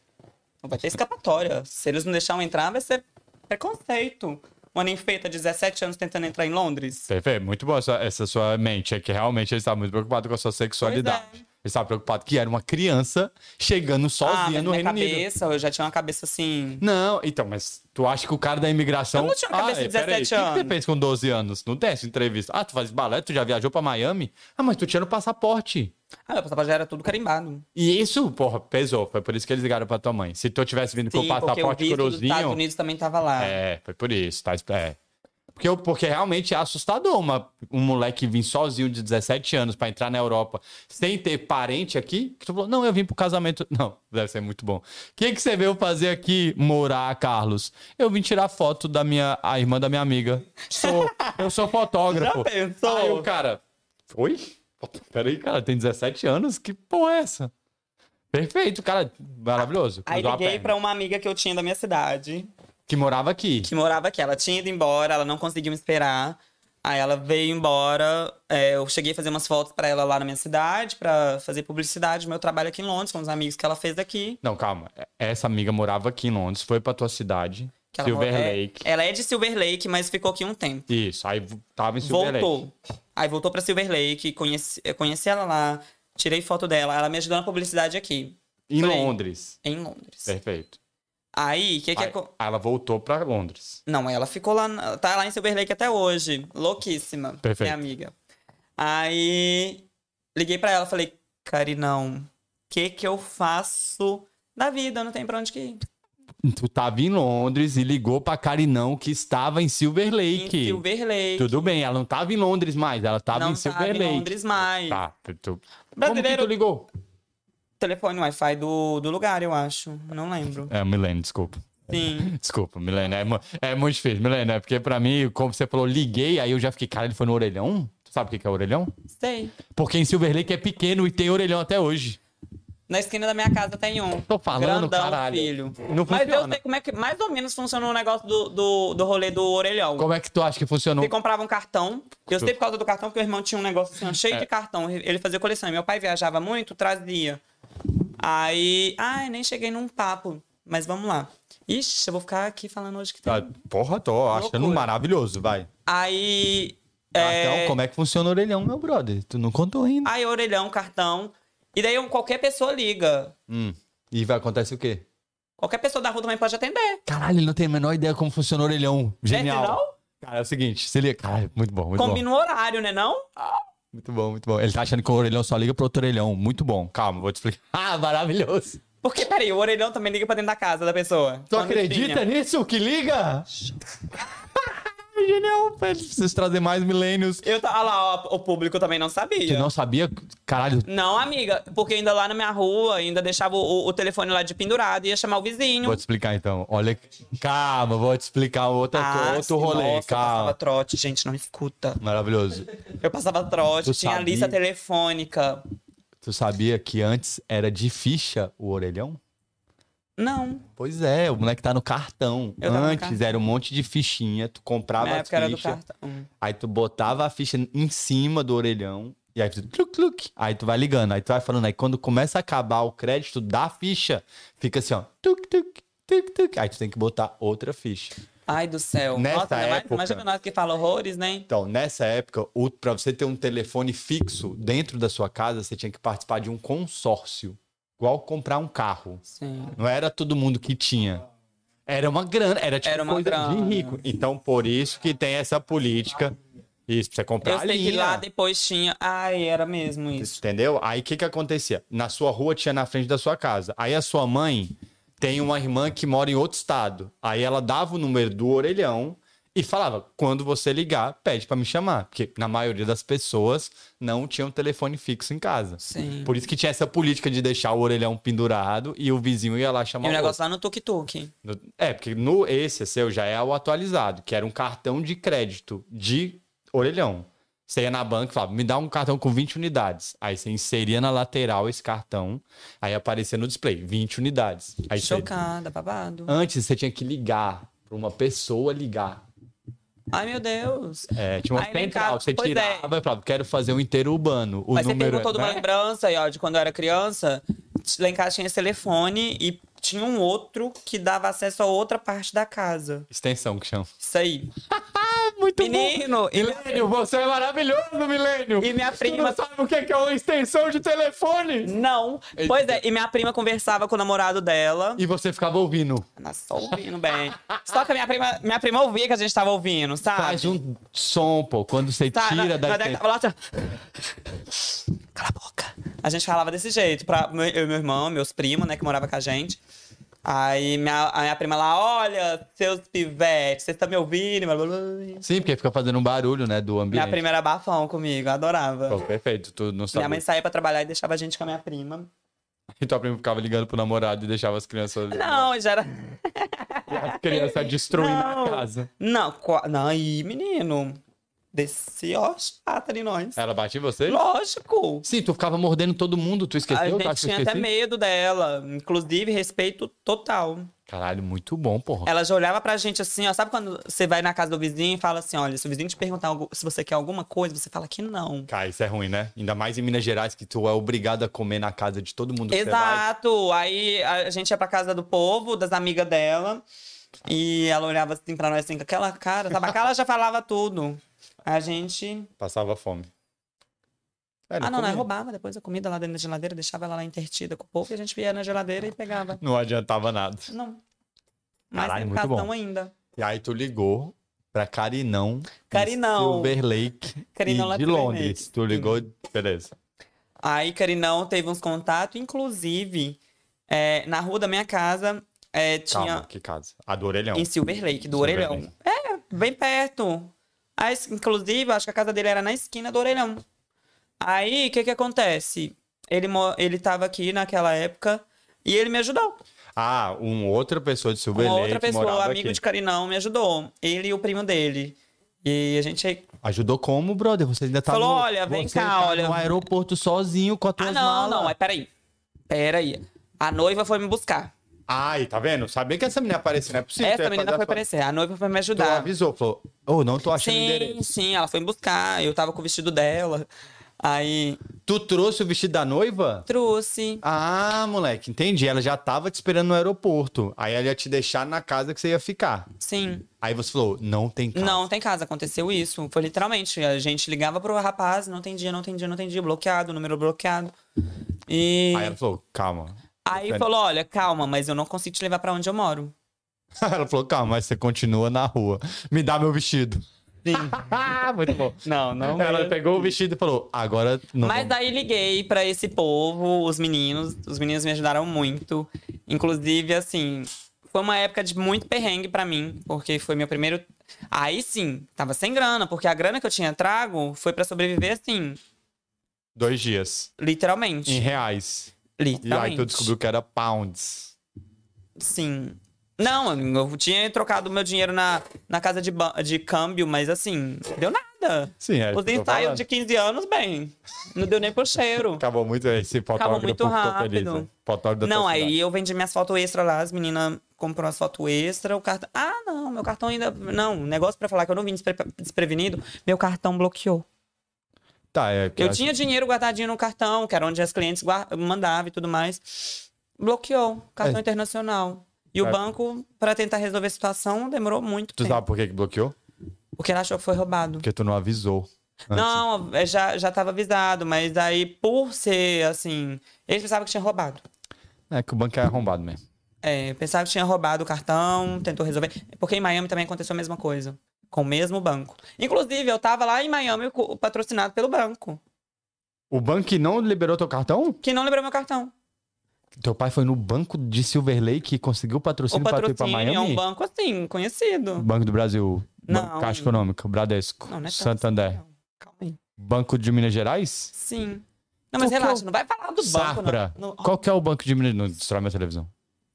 B: não vai ter escapatória. Se eles não deixarem eu entrar, vai ser preconceito. Uma ninfeta de 17 anos tentando entrar em Londres.
A: tá Você vê, muito boa essa, essa sua mente. É que realmente ele está muito preocupado com a sua sexualidade. estava preocupado que era uma criança chegando tá
B: ah,
A: sozinha
B: mas
A: no
B: minha
A: Reino Unido.
B: cabeça, eu já tinha uma cabeça assim.
A: Não, então, mas tu acha que o cara da imigração.
B: Eu não tinha uma cabeça de
A: é, peraí, O
B: 17
A: que que
B: anos.
A: você fez com 12 anos? Não tem essa entrevista. Ah, tu faz balé, tu já viajou pra Miami? Ah, mas tu tinha no passaporte.
B: Ah, meu passaporte já era tudo carimbado.
A: E isso, porra, pesou. Foi por isso que eles ligaram pra tua mãe. Se tu tivesse vindo com o
B: Sim, porque o
A: passaporte
B: visto tá dos Estados
A: corozinho.
B: Unidos também tava lá.
A: É, foi por isso, tá? É. Porque, eu- porque realmente é assustador uma, um moleque vir sozinho de 17 anos pra entrar na Europa sem ter parente aqui. Que tu falou, não, eu vim pro casamento. Não, deve ser muito bom. O que, que você veio fazer aqui, morar, Carlos? Eu vim tirar foto da minha a irmã da minha amiga. Sou, eu sou fotógrafo.
B: Já pensou?
A: Aí o cara, oi? Peraí, cara, tem 17 anos? Que porra é essa? Perfeito, cara, maravilhoso.
B: Aí
A: Cruzou a
B: liguei
A: perna.
B: pra um uma amiga que eu tinha da minha cidade,
A: Que morava aqui.
B: que morava aqui. Ela tinha ido embora, ela não conseguiu me esperar. Aí ela veio embora. é, eu cheguei a fazer umas fotos pra ela lá na minha cidade, pra fazer publicidade do meu trabalho aqui em Londres, com os amigos que ela fez daqui.
A: Não, calma. É, Essa amiga morava aqui em Londres, foi pra tua cidade,
B: Que ela
A: Silver
B: mora- é-
A: Lake.
B: ela é de Silver Lake, mas ficou aqui um tempo.
A: Isso, aí v- tava em Silver
B: voltou.
A: Lake.
B: Aí voltou pra Silver Lake, conheci, eu conheci ela lá, tirei foto dela. Ela me ajudou na publicidade aqui,
A: Em
B: Falei.
A: Londres.
B: em Londres.
A: Perfeito.
B: Aí, o que que
A: Aí,
B: é... co-
A: aí ela voltou pra Londres.
B: Não, ela ficou lá, na- tá lá em Silver Lake até hoje. Louquíssima,
A: Perfeito.
B: minha amiga. Aí, liguei pra ela, falei, Carinão, o que que eu faço da vida? Eu não tenho pra onde que ir.
A: Tu tava em Londres e ligou pra Carinão que estava em Silver
B: Em
A: Lake.
B: Silver Lake.
A: Tudo bem, ela não tava em Londres mais, ela tava
B: não
A: em Silver
B: tava
A: Lake.
B: em Londres mais.
A: Tá, tu, tu... Como que
B: Brasileiro-
A: tu ligou?
B: Telefone, Wi-Fi do, do lugar, eu acho. Não lembro.
A: É, Milene, desculpa.
B: Sim.
A: Desculpa, Milena, é, mu- é muito difícil, Milena, é porque pra mim, como você falou, liguei, aí eu já fiquei, cara, ele foi no orelhão? Tu sabe o que que é orelhão?
B: Sei.
A: Porque em Silver Lake é pequeno e tem orelhão até hoje.
B: Na esquina da minha casa tem um.
A: Tô falando,
B: Grandão,
A: caralho.
B: filho.
A: Não
B: Mas eu
A: funciona.
B: sei como é que mais ou menos funciona o negócio do, do, do rolê do orelhão.
A: Como é que tu acha que funcionou?
B: Você comprava um cartão. Eu sei por causa do cartão, porque o irmão tinha um negócio assim, ó, cheio
A: É.
B: de cartão. Ele fazia coleção. E Meu pai viajava muito, trazia. Aí. Ai, nem cheguei num papo. Mas vamos lá. Ixi, eu vou ficar aqui falando hoje que tem.
A: Ah, porra, tô achando
B: Loucura.
A: maravilhoso, vai.
B: Aí. é, Ah.
A: Então, como é que funciona o orelhão, meu brother? Tu não contou ainda.
B: Aí, orelhão, cartão. E daí um- qualquer pessoa liga.
A: Hum. E vai acontecer o quê?
B: Qualquer pessoa da rua também pode atender. né?
A: Caralho, ele não tem a menor ideia como funciona o orelhão. Genial.
B: não?
A: Cara, é o seguinte, se liga. Caralho, muito bom, muito bom.
B: Combina o horário, né não?
A: Muito bom, muito bom. Ele tá achando que o orelhão só liga pro outro orelhão. Muito bom. Calma, vou te explicar. Ah, maravilhoso.
B: Porque, peraí, o orelhão também liga pra dentro da casa da pessoa.
A: Tu
B: Quando
A: acredita
B: tinha.
A: nisso? Que liga? Genial, velho. Preciso trazer mais milênios.
B: Eu tava lá, ó, o público também não sabia.
A: Tu não sabia? Caralho,
B: Não, amiga, porque ainda lá na minha rua, ainda deixava o, o telefone lá de pendurado e ia chamar o vizinho.
A: Vou te explicar então. Olha. Calma, vou te explicar outra, co-
B: Ah,
A: outro rolê.
B: nossa, eu
A: Calma.
B: passava trote, gente, não escuta.
A: Maravilhoso.
B: Eu passava trote,
A: Tu
B: tinha a
A: sabia?
B: lista telefônica.
A: Tu sabia que antes era de ficha o orelhão?
B: Não,
A: Pois é, o moleque tá no cartão.
B: Eu tava no
A: antes
B: cartão.
A: era um monte de fichinha, tu comprava
B: na
A: a
B: época era do
A: ficha,
B: cartão.
A: aí tu botava a ficha em cima do orelhão. E aí tu, cluc, cluc, aí tu vai ligando, aí tu vai falando, aí quando começa a acabar o crédito da ficha, fica assim, ó, tuc, tuc, tuc, tuc, aí tu tem que botar outra ficha.
B: Ai, do céu.
A: Nessa
B: Nossa, ainda mais-
A: época-
B: imagina nós que fala horrores, né?
A: Então, nessa época, para você ter um telefone fixo dentro da sua casa, você tinha que participar de um consórcio. Igual comprar um carro.
B: Sim.
A: Não era todo mundo que tinha. Era uma grana, era tipo
B: Era uma
A: coisa de
B: grana.
A: rico. Então, por isso que tem essa política. Isso, pra você comprar
B: Eu
A: a
B: sei que
A: linha.
B: lá depois tinha. Ai, era mesmo isso.
A: Entendeu? Aí o que que acontecia? Na sua rua tinha na frente da sua casa. Aí a sua mãe tem uma irmã que mora em outro estado. Aí ela dava o número do orelhão e falava: "Quando você ligar, pede pra me chamar", porque na maioria das pessoas não tinha um telefone fixo em casa.
B: Sim.
A: Por isso que tinha essa política de deixar o orelhão pendurado e o vizinho ia lá
B: E
A: chamar
B: o
A: o outro.
B: negócio lá no tuk-tuk.
A: No- É, porque no esse seu já é o atualizado, que era um cartão de crédito de orelhão. Você ia na banca e falava, me dá um cartão com 20 unidades. Aí você inseria na lateral esse cartão, aí aparecia no display, 20 unidades. Aí você-
B: Chocada, babado.
A: Antes você tinha que ligar pra uma pessoa ligar.
B: Ai, meu Deus.
A: É, tinha uma
B: Aí lá em
A: central,
B: casa-
A: você
B: pois é.
A: tirava e falava, quero fazer um inteiro urbano. O
B: Mas você
A: número
B: perguntou de uma
A: né?
B: lembrança aí, ó, de quando eu era criança. t- Lá em casa tinha esse telefone e tinha um outro que dava acesso a outra parte da casa.
A: Extensão que chama.
B: Isso aí.
A: muito
B: Menino, e minha,
A: Milênio, você é maravilhoso, Milênio.
B: E minha prima-
A: Você não sabe o que é que é uma extensão de telefone.
B: não. Pois é, e minha prima conversava com o namorado dela.
A: E você ficava ouvindo.
B: Nossa, só ouvindo bem. Só que a minha prima, minha prima ouvia que a gente tava ouvindo, sabe?
A: Faz um som, pô, quando você
B: Tá,
A: tira
B: na,
A: da
B: na década, lá, assim, ó. Cala a boca. A gente falava desse jeito, pra meu- eu e meu irmão, meus primos, né, que morava com a gente. Aí minha, a minha prima lá, olha, seus pivetes, vocês estão me ouvindo? Blá, blá, blá.
A: Sim, porque fica fazendo um barulho, né, do ambiente.
B: Minha prima era bafão comigo, eu adorava.
A: Pô, perfeito, tu não sabe.
B: Minha mãe saía pra trabalhar e deixava a gente com a minha prima.
A: E tua prima ficava ligando pro namorado e deixava as crianças...
B: Não, já era...
A: As crianças destruindo a
B: Não.
A: casa.
B: Não, qua- não, aí, menino. Desci, ó, chata de nós.
A: Ela batia em você?
B: Lógico.
A: Sim, tu ficava mordendo todo mundo, tu esqueceu? Tá
B: a
A: Tu
B: gente
A: acha que eu
B: tinha até
A: esqueci?
B: medo dela. Inclusive, respeito total.
A: Caralho, muito bom, porra.
B: Ela já olhava pra gente assim, ó. Sabe quando você vai na casa do vizinho e fala assim: olha, se o vizinho te perguntar algo- se você quer alguma coisa, você fala que não.
A: Cara, isso é ruim, né? Ainda mais em Minas Gerais, que tu é obrigado a comer na casa de todo mundo que você vai.
B: Exato. Aí a gente ia pra casa do povo, das amigas dela. E ela olhava assim pra nós assim, com aquela cara, sabe? Aquela já falava tudo. A gente.
A: Passava fome. Era
B: Ah, não,
A: comida.
B: nós roubava depois a comida lá dentro da geladeira, deixava ela lá entretida com o povo e a gente ia na geladeira e pegava.
A: Não adiantava nada.
B: Não. Mas
A: Caralho,
B: tem
A: muito
B: cartão
A: bom.
B: ainda.
A: E aí tu ligou pra Carinão.
B: Carinão.
A: Silver Lake.
B: Carinão
A: e
B: lá
A: de
B: Silver
A: Londres.
B: Lake.
A: Tu ligou, beleza.
B: Aí, Carinão teve uns contatos, inclusive, é, na rua da minha casa, é, tinha
A: Calma, que casa? A do Orelhão.
B: em Silver Lake, do
A: Silver
B: Orelhão.
A: Lake.
B: É, bem perto. Aí, inclusive, acho que a casa dele era na esquina do Orelhão. Aí, o que que acontece? Ele, mo- ele tava aqui naquela época e ele me ajudou.
A: Ah, uma outra pessoa de Silver
B: Uma
A: Lake
B: outra pessoa,
A: morava
B: amigo
A: aqui.
B: de Carinão, me ajudou. Ele e o primo dele. E a gente
A: Ajudou como, brother? Você ainda tá
B: Falou,
A: no...
B: olha, vem
A: você
B: cá,
A: tá
B: olha.
A: no aeroporto sozinho com a tua
B: Ah, não, não, mas peraí. Peraí. A noiva foi me buscar.
A: Ai, tá vendo? Sabia que essa menina apareceu, não é possível. Tu
B: Essa
A: ia
B: menina
A: fazer
B: foi
A: a foto.
B: aparecer, a noiva foi me
A: Tu
B: ajudar.
A: avisou, falou, ô, não tô achando o
B: Sim,
A: endereço.
B: sim, ela foi me buscar, eu tava com o vestido dela. Aí
A: Tu trouxe o vestido da noiva?
B: trouxe.
A: Ah, moleque, entendi. Ela já tava te esperando no aeroporto. Aí ela ia te deixar na casa que você ia ficar.
B: Sim.
A: Aí você falou, não tem casa.
B: Não, tem casa, aconteceu isso. Foi literalmente, a gente ligava pro rapaz, não entendia, não entendia, não entendia, bloqueado, número bloqueado. E
A: Aí ela falou, calma.
B: aí falou: "Olha, calma, mas eu não consigo te levar pra onde eu moro".
A: Ela falou, calma, mas você continua na rua. Me dá meu vestido. Sim. Muito bom.
B: Não,
A: Então, ela pegou o vestido e falou, agora não.
B: Mas daí liguei pra esse povo, os meninos. Os meninos me ajudaram muito. Inclusive, assim, foi uma época de muito perrengue pra mim, porque foi meu primeiro. Aí sim, tava sem grana, porque a grana que eu tinha trago foi pra sobreviver, assim,
A: Dois dias.
B: literalmente.
A: Em reais. E
B: Literalmente.
A: Uhum. aí tu descobriu que era pounds.
B: Sim. Não, eu tinha trocado meu dinheiro na, na casa de, ba- de câmbio, mas assim, deu nada.
A: Sim, é isso
B: Os
A: que eu tô
B: ensaios
A: falando.
B: de 15 anos, bem, não deu nem pro cheiro.
A: Acabou muito esse fotógrafo.
B: muito
A: ficou
B: rápido.
A: Feliz, né? Fotógrafo da
B: Não,
A: tua
B: aí
A: cidade.
B: eu vendi minhas fotos extra lá, as meninas comprou as fotos extra, o cartão. Ah, não, meu cartão ainda. Não, um negócio pra falar que eu não vim despre- desprevenido, meu cartão bloqueou.
A: Tá, é que
B: Eu
A: acho-
B: tinha dinheiro guardadinho no cartão, que era onde as clientes guar- mandavam e tudo mais. Bloqueou, cartão
A: É.
B: internacional. E
A: É.
B: o banco, pra tentar resolver a situação, demorou muito
A: Tu
B: tempo.
A: sabe por que que bloqueou?
B: Porque ele achou que foi roubado.
A: Porque tu não avisou. antes.
B: Não, é, já, já tava avisado, mas aí, por ser assim, eles pensavam que tinha roubado.
A: É que o banco é arrombado mesmo.
B: É, pensava que tinha roubado o cartão, tentou resolver. Porque em Miami também aconteceu a mesma coisa. Com o mesmo banco. Inclusive, eu tava lá em Miami co- patrocinado pelo banco,
A: O banco que não liberou teu cartão?
B: que não liberou meu cartão.
A: Teu pai foi no banco de Silver Lake e conseguiu
B: O
A: patrocínio, pra tu ir pra
B: patrocínio
A: Miami?
B: é um banco assim, conhecido.
A: Banco do Brasil,
B: Não.
A: Banco Caixa Econômica, Bradesco,
B: Não, não é tanto
A: Santander,
B: assim, não. Calma aí.
A: Banco de Minas Gerais,
B: Sim. Não, mas
A: Qual que é
B: relaxa,
A: o-
B: não vai falar do banco,
A: Safra.
B: não. não.
A: Qual que é o banco de Minas... Não, destrói minha televisão.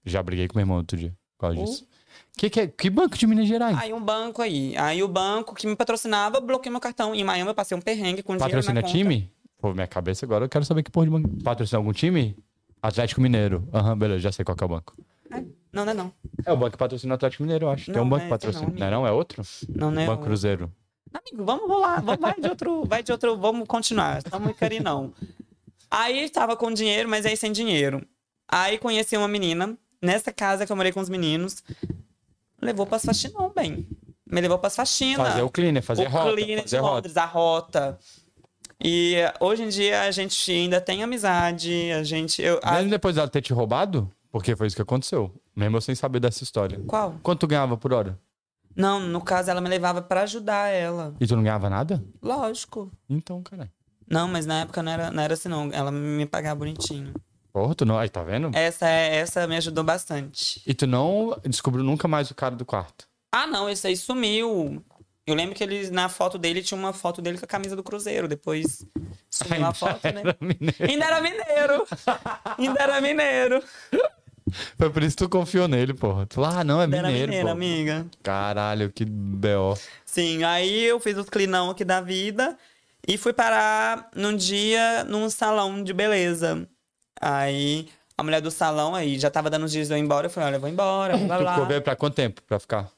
A: Já briguei com meu irmão outro dia por causa
B: O-
A: disso. Que, que, é- que banco de Minas Gerais?
B: Aí um banco aí. Aí o banco que me patrocinava bloqueou meu cartão. Em Miami eu passei um perrengue com dinheiro.
A: Patrocina
B: na conta.
A: time? Pô, minha cabeça agora eu quero saber que porra de banco. Patrocina algum time? Atlético Mineiro. Aham, beleza, já sei qual que é o banco.
B: Não, não é não.
A: É o banco que patrocina o Atlético Mineiro, eu acho. Tem
B: Não,
A: um banco que
B: não é esse
A: patrocina.
B: não,
A: Não, é não, é outro?
B: Não, não é
A: banco
B: o-
A: Cruzeiro.
B: Amigo, vamos rolar, vamos, vai de outro, vai de outro, vamos continuar, estamos em Carinão. Aí tava com dinheiro, mas aí sem dinheiro. Aí conheci uma menina, nessa casa que eu morei com os meninos, levou pra faxinão, bem. me levou pras faxinas.
A: Fazer o cleaner, fazer
B: o
A: rota.
B: cleaner
A: fazer
B: de
A: rota.
B: Londres, a rota. E eh, hoje em dia a gente ainda tem amizade, a gente... Eu, a-
A: Mesmo depois dela ter te roubado, porque foi isso que aconteceu. Mesmo eu sem saber dessa história.
B: Qual?
A: Quanto tu ganhava por hora?
B: Não, no caso ela me levava pra ajudar ela.
A: E tu não ganhava nada?
B: Lógico.
A: Então, cara.
B: Não, mas na época não era, não era assim não, ela me pagava bonitinho.
A: Porra, tu não. Aí, tá vendo?
B: Essa, é- essa me ajudou bastante.
A: E tu não descobriu nunca mais o cara do quarto.
B: Ah, não, esse aí sumiu. Eu lembro que ele, na foto dele, tinha uma foto dele com a camisa do Cruzeiro. Depois sumiu a foto, né?
A: Era mineiro.
B: Ainda era mineiro. Ainda era mineiro.
A: Foi por isso que tu confiou nele, porra. Tu lá, ah, não, é
B: Ainda era
A: mineiro,
B: mineiro,
A: pô.
B: amiga.
A: Caralho, que B.O.
B: Sim, aí eu fiz os clinão aqui da vida e fui parar num dia num salão de beleza. Aí a mulher do salão aí já tava dando os dias de eu ir embora. Eu falei, olha, eu vou embora, blá,
A: Tu
B: blá,
A: ficou
B: blá.
A: velho pra quanto tempo pra ficar?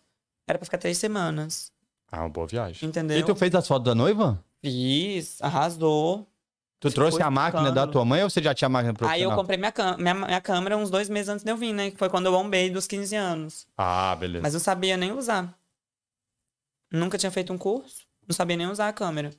B: Era pra ficar três semanas,
A: Ah, uma boa viagem.
B: entendeu?
A: E tu fez as fotos da noiva?
B: Fiz, arrasou.
A: Tu
B: Ficou
A: trouxe a máquina da
B: escândalo.
A: tua mãe ou você já tinha máquina
B: Aí eu
A: profissional?
B: comprei minha, cam- minha, minha câmera uns dois meses antes de eu vir, né? Que foi quando eu bombei dos 15 anos.
A: Ah, beleza.
B: Mas não sabia nem usar. Nunca tinha feito um curso. Não sabia nem usar a câmera.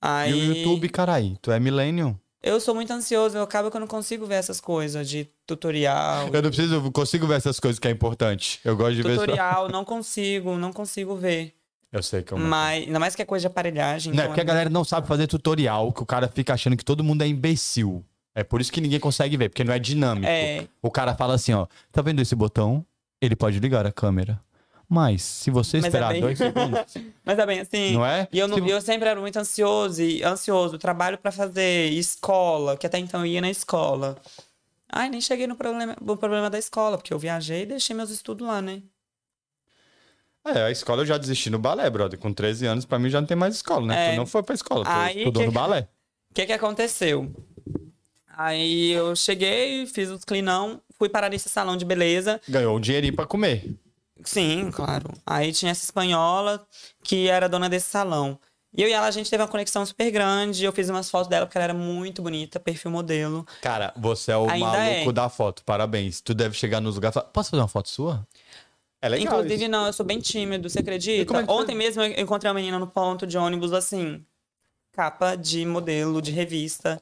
B: Aí...
A: E o YouTube, carai, tu é millennium.
B: Eu sou muito ansioso. Eu acabo que eu não consigo ver essas coisas de tutorial.
A: Eu não preciso, eu consigo ver essas coisas que é importante. Eu gosto de ver...
B: tutorial, não consigo, não consigo ver.
A: Eu sei que eu...
B: Mas, ainda mais que é coisa de aparelhagem.
A: Então, Não, é
B: então
A: porque a galera não sabe fazer tutorial, que o cara fica achando que todo mundo é imbecil. É por isso que ninguém consegue ver, porque não é dinâmico.
B: É.
A: O cara fala assim, ó, tá vendo esse botão? Ele pode ligar a câmera. Mas, se você
B: Mas é
A: esperar
B: bem-
A: dois segundos,
B: Mas é bem assim.
A: não é?
B: E eu, não,
A: Se-
B: eu sempre era muito ansioso, e ansioso, trabalho pra fazer, escola, que até então eu ia na escola. Ai, nem cheguei no problema, no problema da escola, porque eu viajei e deixei meus estudos lá, né?
A: É, a escola eu já desisti no balé, brother. Com 13 anos, pra mim já não tem mais escola, né?
B: É.
A: Tu não foi pra escola, tu
B: Aí,
A: estudou
B: que-
A: no balé.
B: O que que aconteceu? Aí eu cheguei, fiz os clinão, fui parar nesse salão de beleza.
A: Ganhou um dinheirinho pra comer.
B: Sim, claro. Aí tinha essa espanhola que era dona desse salão. E eu e ela, a gente teve uma conexão super grande. Eu fiz umas fotos dela porque ela era muito bonita, perfil modelo.
A: Cara, você é o
B: Ainda
A: maluco
B: é.
A: da foto, parabéns. Tu deve chegar nos lugares e falar, posso fazer uma foto sua? É legal
B: Inclusive,
A: isso.
B: não, eu sou bem tímido, você
A: E como
B: acredita?
A: é que foi?
B: Ontem mesmo eu encontrei uma menina no ponto de ônibus assim, capa de modelo, de revista.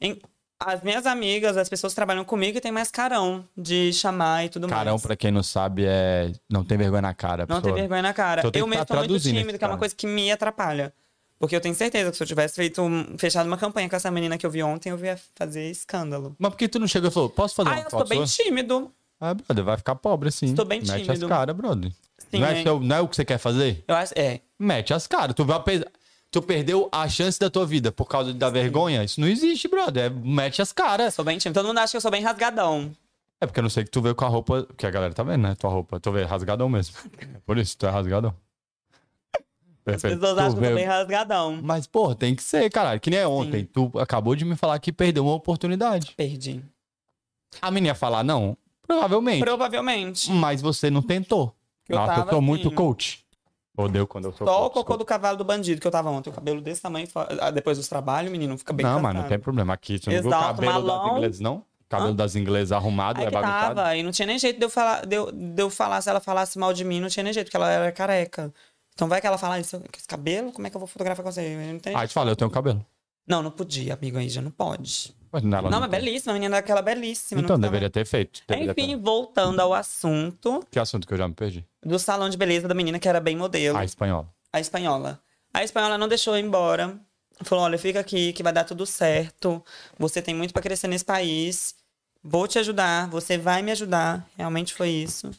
B: Em- As minhas amigas, as pessoas que trabalham comigo, tem mais carão de chamar e tudo
A: Carão,
B: mais.
A: pra quem não sabe, é... Não tem vergonha na cara. a
B: Não ter
A: pessoa.
B: vergonha na cara.
A: Então tem
B: Eu
A: que
B: mesmo
A: tá
B: sou muito
A: traduzindo
B: tímido,
A: esse
B: que é uma
A: cara.
B: coisa que me atrapalha. Porque eu tenho certeza que se eu tivesse feito um- fechado uma campanha com essa menina que eu vi ontem, eu ia fazer escândalo.
A: Mas por que tu não chegou e falou, posso fazer
B: Ah,
A: uma
B: eu sou
A: foto
B: bem
A: sua?
B: tímido.
A: Ah, brother, vai ficar pobre assim.
B: Estou bem
A: Mete
B: tímido.
A: as caras, brother.
B: Sim,
A: não, é
B: hein?
A: seu- não é o que você quer fazer?
B: Eu acho. É.
A: Mete as caras. Tu, vai pe- tu perdeu a chance da tua vida por causa da vergonha? Isso não existe, brother. É, mete as caras.
B: Sou bem tímido. Todo mundo acha que eu sou bem rasgadão.
A: É porque eu não sei que tu veio com a roupa. Porque a galera tá vendo, né? Tua roupa. Tu veio rasgadão mesmo. É por isso, tu é rasgadão.
B: As
A: Perfeito.
B: pessoas
A: Tu
B: acham que eu
A: veio-
B: sou bem rasgadão.
A: Mas, porra, tem que ser, caralho. Que nem é ontem. Tu acabou de me falar que perdeu uma oportunidade.
B: Perdi.
A: A menina ia falar, não? Provavelmente.
B: Provavelmente.
A: Mas você não tentou.
B: Eu
A: Nossa, eu
B: tava
A: tô muito
B: assim.
A: coach. Odeio quando eu sou
B: Só o
A: coach,
B: cocô do cavalo do bandido que eu tava ontem. O cabelo desse tamanho, fo- ah, depois dos trabalhos, menino, fica bem
A: não, mas não
B: cansado.
A: tem problema. Aqui, tu não viu o
B: Exato,
A: cabelo das
B: malão.
A: inglesas, não? O cabelo
B: Hã?
A: das inglesas arrumado,
B: Aí
A: é
B: que
A: bagunçado.
B: tava, e não tinha nem jeito de eu falar, de eu, de eu falar, se ela falasse mal de mim, não tinha nem jeito, porque ela era careca. Então vai que ela fala isso, com esse cabelo, como é que eu vou fotografar com você? Eu Não, tem...
A: Aí te fala, eu tenho cabelo.
B: não, não podia, amigo, aí já não pode.
A: Mas ela
B: não, mas
A: tem.
B: belíssima, a menina daquela belíssima. não
A: Então,
B: precisava-
A: deveria ter feito. Deveria
B: Enfim,
A: ter.
B: voltando ao assunto
A: Que assunto que eu já me perdi?
B: do salão de beleza da menina que era bem modelo.
A: Ah, espanhola.
B: a espanhola. A espanhola não deixou eu ir embora. Falou: olha, fica aqui que vai dar tudo certo. Você tem muito pra crescer nesse país. Vou te ajudar, você vai me ajudar. Realmente foi isso.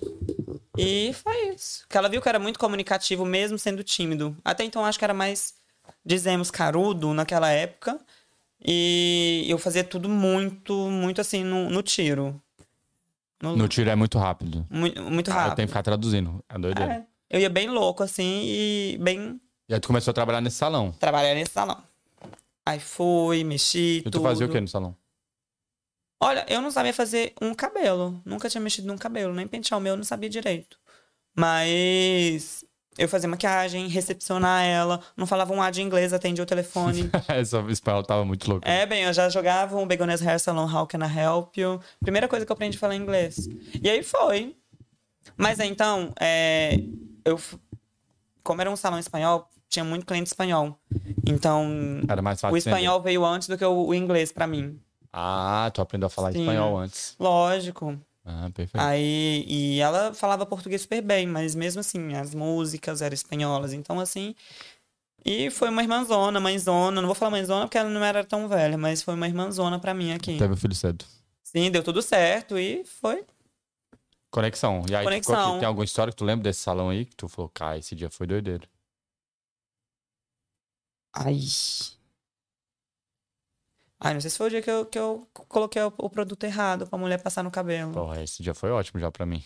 B: E foi isso. Porque ela viu que eu era muito comunicativo, mesmo sendo tímido. Até então acho que era mais, dizemos, carudo naquela época. E eu fazia tudo muito, muito assim, no, no tiro. No-
A: No tiro é muito rápido.
B: mu- muito
A: Ah, eu
B: rápido.
A: tenho que ficar traduzindo. É doideira.
B: É. Eu ia bem louco, assim, e bem
A: E aí tu começou a trabalhar nesse salão.
B: trabalhar nesse salão. Aí fui, mexi,
A: E tu
B: tudo.
A: fazia o quê no salão?
B: Olha, eu não sabia fazer um cabelo. Nunca tinha mexido num cabelo, nem pentear o meu, eu não sabia direito. Mas eu fazia maquiagem, recepcionar ela, não falava um A de inglês, atendia o telefone.
A: Essa espanhola tava muito louca.
B: é, bem, eu já jogava um Begones Hair Salon, How Can I Help You? Primeira coisa que eu aprendi a falar inglês. E aí foi. Mas aí, então, é, eu f- como era um salão espanhol, tinha muito cliente espanhol. Então,
A: Era mais fácil.
B: o
A: entender.
B: espanhol veio antes do que o, o inglês pra mim.
A: Ah, tu aprendeu a falar
B: Sim.
A: espanhol antes.
B: Lógico.
A: Ah, perfeito.
B: Aí, e ela falava português super bem, mas mesmo assim, as músicas eram espanholas, então assim. E foi uma irmãzona, mãezona. Não vou falar mãezona porque ela não era tão velha, mas foi uma irmãzona pra mim aqui.
A: Teve o filho cedo.
B: Sim, deu tudo certo e foi.
A: Conexão. E aí, tu ficou
B: Conexão.
A: aqui, tem alguma história que tu lembra desse salão aí que tu falou, cara, esse dia foi doideiro.
B: Ai. Ai, não sei se foi o dia que eu, que eu coloquei o, o produto errado pra mulher passar no cabelo.
A: Porra, esse dia foi ótimo já pra mim.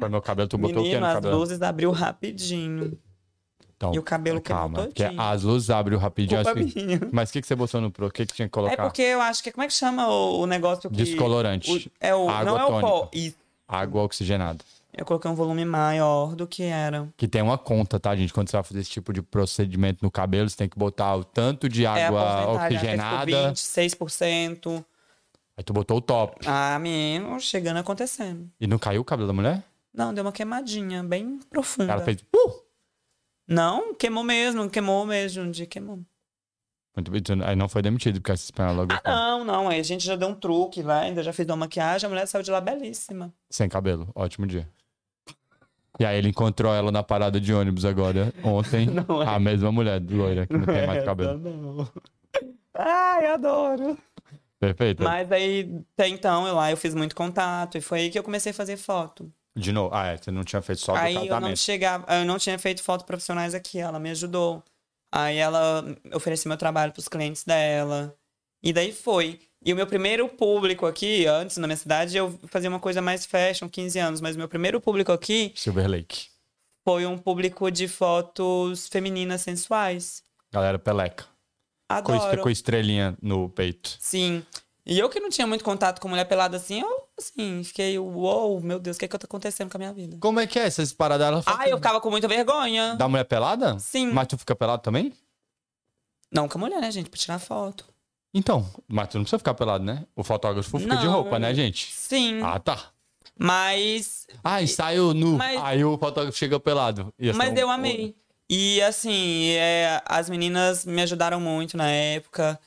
A: Foi meu cabelo, tu botou o quê
B: Menino,
A: no
B: as
A: cabelo?
B: luzes abriu rapidinho.
A: Então,
B: e o cabelo
A: Calma,
B: queimou
A: porque
B: todinho.
A: as luzes abriu rapidinho.
B: Culpa
A: assim.
B: minha.
A: Mas o que, que você botou no pro? O que, que tinha que
B: É
A: colocar?
B: porque eu acho que... Como é que chama o, o negócio que...
A: Descolorante.
B: o- é o,
A: água
B: não é o pó.
A: tônica.
B: Isso.
A: Água oxigenada.
B: Eu coloquei um volume maior do que era.
A: Que tem uma conta, tá, gente? Quando você vai fazer esse tipo de procedimento no cabelo, você tem que botar o tanto de
B: é a
A: água
B: porcentagem.
A: oxigenada.
B: Acho que ficou 26%.
A: Aí tu botou o top.
B: Ah, menino, chegando acontecendo.
A: E não caiu o cabelo da mulher?
B: Não, deu uma queimadinha bem profunda.
A: Ela fez. Uh!
B: Não, queimou mesmo, queimou mesmo, um dia queimou.
A: Muito bem, tu- Aí não foi demitido, porque essa espanhola logo
B: Ah, não, não, aí a gente já deu um truque lá, ainda já fiz uma maquiagem, a mulher saiu de lá belíssima.
A: sem cabelo. Ótimo dia. E aí ele encontrou ela na parada de ônibus agora, ontem.
B: Não é.
A: A mesma mulher, loira, que não tem mais
B: Essa
A: cabelo.
B: não. Ai, adoro.
A: Perfeito.
B: Mas aí, até então, eu lá eu fiz muito contato, e foi aí que eu comecei a fazer foto.
A: De novo. Ah, é, você não tinha feito só do
B: aí eu não
A: casamento.
B: chegava, eu não tinha feito fotos profissionais aqui, ela me ajudou. Aí ela ofereceu meu trabalho pros clientes dela. E daí foi. E o meu primeiro público aqui, antes na minha cidade, eu fazia uma coisa mais fashion, 15 anos, mas meu primeiro público aqui
A: Silver Lake.
B: foi um público de fotos femininas sensuais.
A: Galera, peleca. Com, est-
B: Adoro.
A: com estrelinha no peito.
B: Sim. E eu que não tinha muito contato com mulher pelada assim, eu assim, fiquei, uou, meu Deus, o que é que tá acontecendo com a minha vida?
A: Como é que é essas paradas? Ela fala
B: Ah, eu ficava com muita vergonha.
A: Da mulher pelada?
B: Sim.
A: Mas tu fica pelado também?
B: Não com a mulher, né, gente? Pra tirar foto.
A: Então, mas tu não precisa ficar pelado, né? O fotógrafo fica de
B: Não.
A: roupa, né, gente?
B: Sim.
A: Ah, tá.
B: Mas,
A: Ah, ensaio nu.
B: Mas-
A: Aí o fotógrafo chega pelado. Ia ser
B: mas
A: um-
B: eu amei. E assim, é, as meninas me ajudaram muito na época.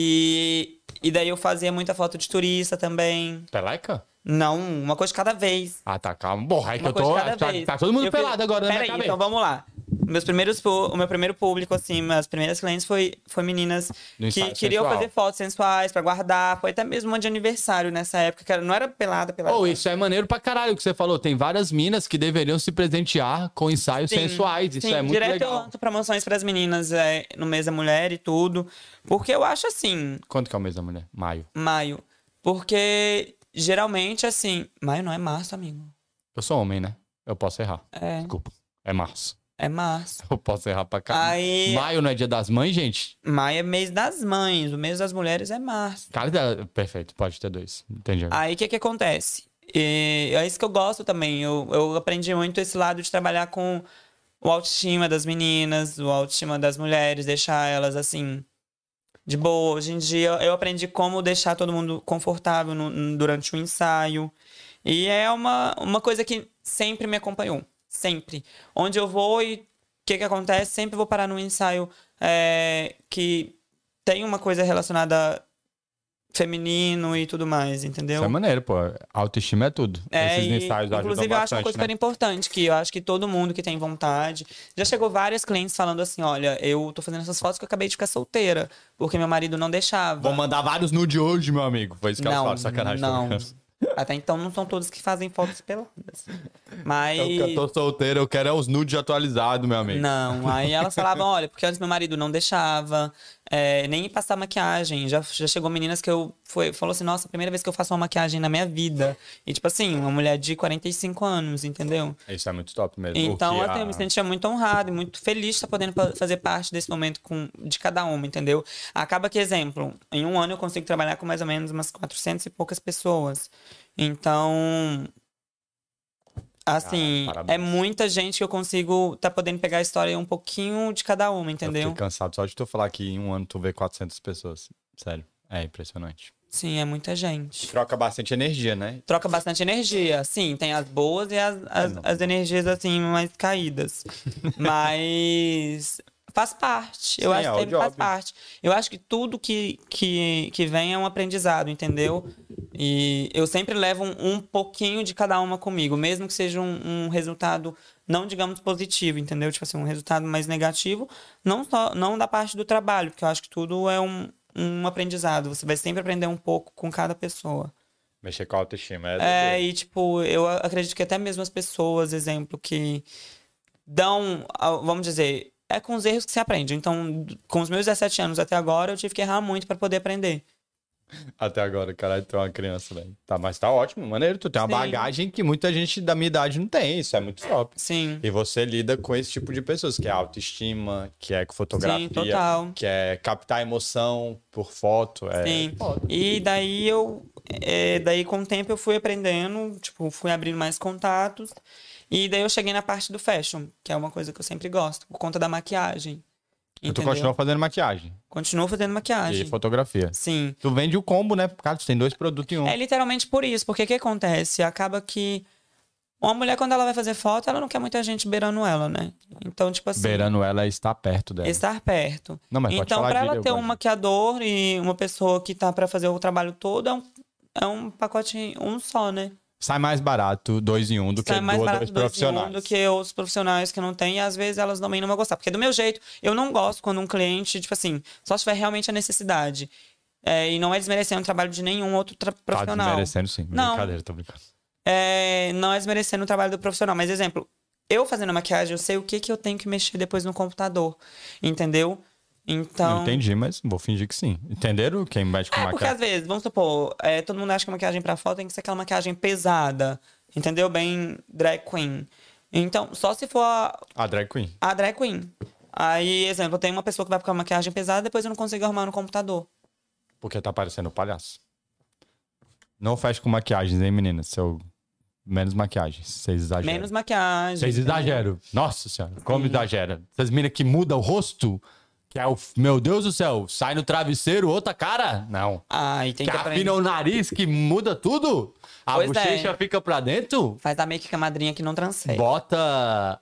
B: E, e daí eu fazia muita foto de turista também.
A: Peleca?
B: Não, uma coisa de cada vez.
A: Ah, tá, calma. Porra, aí que
B: Uma
A: eu
B: coisa
A: tô.
B: de cada
A: tá-
B: vez.
A: Tá todo mundo
B: Eu fiz-
A: pelado agora na minha
B: Peraí,
A: cabeça.
B: então vamos lá. Meus primeiros, pu- o meu primeiro público, assim, minhas primeiras clientes foi, foi meninas
A: No
B: que
A: ensaio
B: queriam
A: sensual.
B: fazer fotos sensuais pra guardar. Foi até mesmo uma de aniversário nessa época, que era- não era pelada, pelada.
A: Ou isso é maneiro pra caralho o que você falou. Tem várias minas que deveriam se presentear com ensaios
B: Sim,
A: sensuais. Isso
B: sim.
A: é muito
B: Direto eu
A: legal.
B: lanço promoções pras meninas é, no mês da mulher e tudo. Porque eu acho assim,
A: Quanto que é o mês da mulher? Maio.
B: maio. Porque geralmente, assim. Maio não é março, amigo.
A: Eu sou homem, né? Eu posso errar.
B: É,
A: Desculpa. É março.
B: é março.
A: Eu posso errar pra caralho.
B: Aí.
A: Maio não é dia das mães, gente?
B: Maio é mês das mães. O mês das mulheres é março.
A: Cara, dá- perfeito, pode ter dois. Entendi.
B: Aí o que, que acontece? E é isso que eu gosto também. Eu, eu aprendi muito esse lado de trabalhar com o autoestima das meninas, o autoestima das mulheres, deixar elas assim. De boa, hoje em dia eu aprendi como deixar todo mundo confortável no- no- durante o ensaio. E é uma, uma coisa que sempre me acompanhou. Sempre. Onde eu vou e o que, que acontece? Sempre vou parar num ensaio é, que tem uma coisa relacionada feminino e tudo mais, entendeu?
A: Isso é maneiro, pô. Autoestima é tudo.
B: É,
A: Esses
B: e,
A: ensaios ajudam
B: inclusive, eu acho uma
A: bastante,
B: coisa
A: né?
B: super importante, que eu acho que todo mundo que tem vontade. Já chegou várias clientes falando assim: olha, eu tô fazendo essas fotos que eu acabei de ficar solteira, porque meu marido não deixava.
A: Vou mandar vários nude hoje, meu amigo. Foi isso que ela
B: não,
A: fala, sacanagem. né? tô
B: não.
A: brincando.
B: Até então não são todos que fazem fotos peladas. Mas.
A: Eu É que eu tô solteiro, eu quero é os nudes atualizados, meu amigo.
B: Não, aí elas falavam, olha, porque antes meu marido não deixava, é, nem passar maquiagem. Já, já chegou meninas que eu foi, falou assim, nossa, primeira vez que eu faço uma maquiagem na minha vida. E tipo assim, uma mulher de 45 anos, entendeu?
A: Isso é muito top mesmo.
B: Então,
A: porque
B: assim,
A: a-
B: eu me sentia muito honrado e muito feliz de estar podendo pa- fazer parte desse momento com, de cada uma, entendeu? Acaba que, exemplo, em um ano eu consigo trabalhar com mais ou menos umas 400 e poucas pessoas. Então. Assim,
A: Cara,
B: é
A: parabéns.
B: muita gente que eu consigo tá podendo pegar a história um pouquinho de cada uma,
A: Eu
B: entendeu?
A: fiquei cansado só de tu falar que em um ano tu vê 400 pessoas. Sério. É impressionante.
B: Sim, é muita gente.
A: Troca bastante energia, né?
B: Troca bastante energia. Sim, tem as boas e as,
A: É
B: as, as energias, assim, mais caídas. Mas faz parte. Eu
A: Sim,
B: acho
A: é
B: que
A: o
B: sempre faz
A: job.
B: parte. Eu acho que tudo que, que, que vem é um aprendizado, entendeu? E eu sempre levo um, um pouquinho de cada uma comigo, mesmo que seja um, um resultado, não digamos positivo, entendeu? Tipo assim, um resultado mais negativo, não só não da parte do trabalho, porque eu acho que tudo é um, um aprendizado. Você vai sempre aprender um pouco com cada pessoa.
A: Mexer com a autoestima. É,
B: É, e tipo, eu a- acredito que até mesmo as pessoas, exemplo, que dão, a- vamos dizer, é com os erros que se aprende. Então, d- com os meus 17 anos até agora, eu tive que errar muito pra poder aprender.
A: Até agora, caralho, tu é uma criança, velho. Tá, mas tá ótimo, maneiro. Tu tem uma
B: Sim.
A: bagagem que muita gente da minha idade não tem. Isso é muito top.
B: Sim.
A: E você lida com esse tipo de pessoas, que é autoestima, que é com fotografia,
B: Sim, total.
A: que é captar emoção por foto. É...
B: Sim. E daí eu. é, daí com o tempo eu fui aprendendo, tipo, fui abrindo mais contatos. E daí eu cheguei na parte do fashion, que é uma coisa que eu sempre gosto, por conta da maquiagem.
A: E tu
B: Entendeu?
A: continua fazendo maquiagem
B: Continuo fazendo maquiagem.
A: e fotografia.
B: Sim.
A: Tu vende o combo, né? Cara, tu tem dois produtos em um.
B: É literalmente por isso, porque o que acontece? Acaba que uma mulher, quando ela vai fazer foto, ela não quer muita gente beirando ela, né? Então, tipo assim,
A: Beirando ela está perto dela.
B: estar perto.
A: Não, mas pode
B: então,
A: falar
B: pra
A: de-
B: ela
A: eu
B: ter
A: gosto
B: um
A: de-
B: maquiador e uma pessoa que tá pra fazer o trabalho todo, é um, é um pacote um só, né?
A: Sai mais barato dois em um do
B: Sai
A: que
B: mais
A: duas,
B: barato
A: dois
B: dois em um
A: profissionais.
B: do que os profissionais que não têm, e às vezes elas também não vão gostar. Porque do meu jeito, eu não gosto quando um cliente, tipo assim, só se tiver realmente a necessidade. É, e não é desmerecendo o trabalho de nenhum outro tra-
A: Tá
B: profissional.
A: desmerecendo, sim.
B: Não.
A: Brincadeira, tô brincando.
B: é, não é desmerecendo o trabalho do profissional, mas exemplo, eu fazendo maquiagem, eu sei o que, que eu tenho que mexer depois no computador, entendeu? Então.
A: Não entendi, mas vou fingir que sim. Entenderam quem mexe com
B: É, porque
A: maquiagem?
B: às vezes, vamos supor, é, todo mundo acha que a maquiagem pra foto tem que ser aquela maquiagem pesada, entendeu? Bem drag queen. Então, só se for a,
A: A drag queen.
B: a drag queen. Aí, exemplo, tem uma pessoa que vai com a maquiagem pesada, depois eu não consigo arrumar no computador.
A: Porque tá parecendo um palhaço. Não fecha com maquiagens, hein, meninas? Seu... Menos maquiagens. Vocês exageram.
B: Menos maquiagem.
A: é.
B: né?
A: Vocês
B: entendeu?
A: exageram. Nossa senhora, como exagera. Essas meninas que mudam o rosto, que é o. Meu Deus do céu, sai no travesseiro, outra cara? Não.
B: Ai, tem
A: Que
B: que, aprender.
A: afina o nariz, que muda tudo? A
B: Pois é.
A: bochecha fica pra dentro?
B: Faz a make com a madrinha que não transfere.
A: Bota.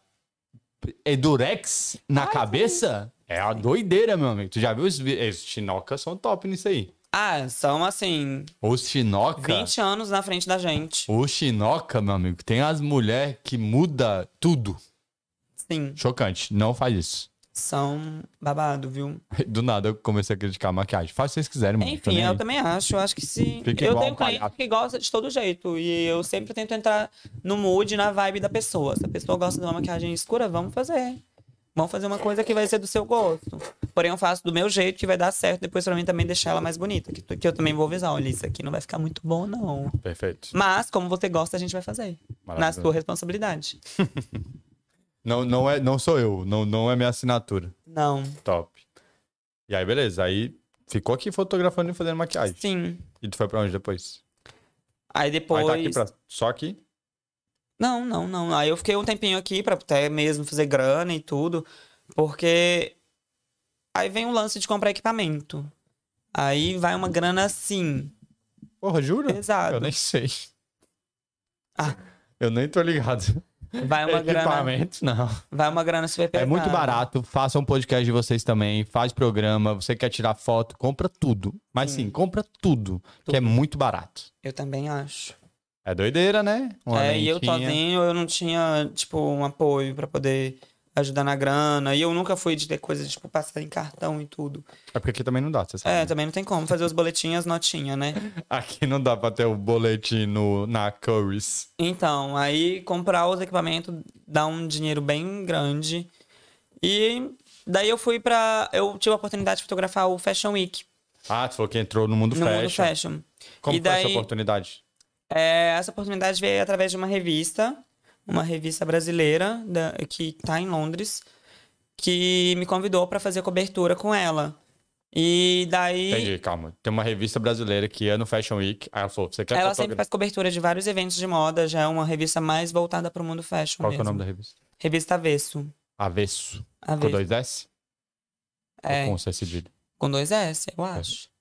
A: Edurex na cabeça? É a doideira, meu amigo. Tu já viu os. vi- Os chinocas são top nisso aí.
B: Ah, são assim,
A: Os chinoca.
B: 20 anos na frente da gente.
A: O Chinoca, meu amigo, tem as mulheres que muda tudo.
B: Sim,
A: Chocante, não faz isso.
B: são babado, viu?
A: Do nada eu comecei a criticar a maquiagem. Faz se vocês quiserem, mano. tô
B: Enfim,
A: nem
B: eu
A: aí.
B: também acho. Eu acho que se.
A: Fica
B: eu
A: igual
B: tenho
A: um
B: cliente
A: palhaço.
B: que gosta de todo jeito. E eu sempre tento entrar no mood, na vibe da pessoa. Se a pessoa gosta de uma maquiagem escura, vamos fazer. Vamos fazer uma coisa que vai ser do seu gosto. Porém, eu faço do meu jeito, que vai dar certo. Depois, pra mim, também deixar ela mais bonita. Que, que eu também vou avisar. Olha, isso aqui não vai ficar muito bom, não.
A: Perfeito.
B: Mas, como você gosta, a gente vai fazer. Na
A: Maravilhoso.
B: sua responsabilidade.
A: Não, não, é, não sou eu, não, não é minha assinatura.
B: Não.
A: Top. E aí, beleza. Aí ficou aqui fotografando e fazendo maquiagem.
B: Sim.
A: E tu foi pra onde depois?
B: Aí
A: Aí
B: depois.
A: tá aqui pra... Só aqui?
B: Não, não, não. Aí eu fiquei um tempinho aqui pra até mesmo fazer grana e tudo, porque aí vem o lance de comprar equipamento. Aí vai uma grana assim,
A: Porra, jura? Eu
B: pesado.
A: nem sei.
B: Ah.
A: Eu nem tô ligado.
B: Vai uma grana,
A: É Equipamento, não.
B: vai uma grana super
A: É
B: pesada.
A: muito barato. Façam um podcast de vocês também. Faz programa. Você quer tirar foto, compra tudo.
B: Hum.
A: Mas sim, compra tudo, que é muito barato.
B: Eu também acho.
A: É doideira, né? Uma
B: é, e eu
A: lentinha.
B: sozinho, eu não tinha, tipo, um apoio pra poder ajudar na grana. E eu nunca fui de ter coisa, tipo, passar em cartão e tudo.
A: É porque aqui também não dá, você sabe.
B: É,
A: né?
B: também não tem como fazer os boletins, notinha, né?
A: Aqui não dá pra ter o boletim no, na Currys.
B: Então, aí comprar os equipamentos dá um dinheiro bem grande. E daí eu fui pra. Eu tive a oportunidade de fotografar o Fashion Week
A: Ah, tu falou que entrou no mundo
B: no
A: fashion.
B: mundo fashion.
A: Como
B: e
A: foi essa
B: daí-
A: oportunidade?
B: É, essa oportunidade veio através de uma revista, uma revista brasileira da- que tá em Londres, que me convidou pra fazer cobertura com ela. E daí.
A: Entendi, calma. Tem uma revista brasileira que ia no Fashion Week. Aí ela falou, você quer
B: Ela sempre
A: fotografar?
B: faz cobertura de vários eventos de moda, já é uma revista mais voltada pro mundo fashion.
A: Qual que é o
B: mesmo.
A: nome da revista?
B: Revista Avesso.
A: Avesso. Com
B: Avesso.
A: dois S?
B: É,
A: Ou com C cedilha?
B: Com dois S, eu acho.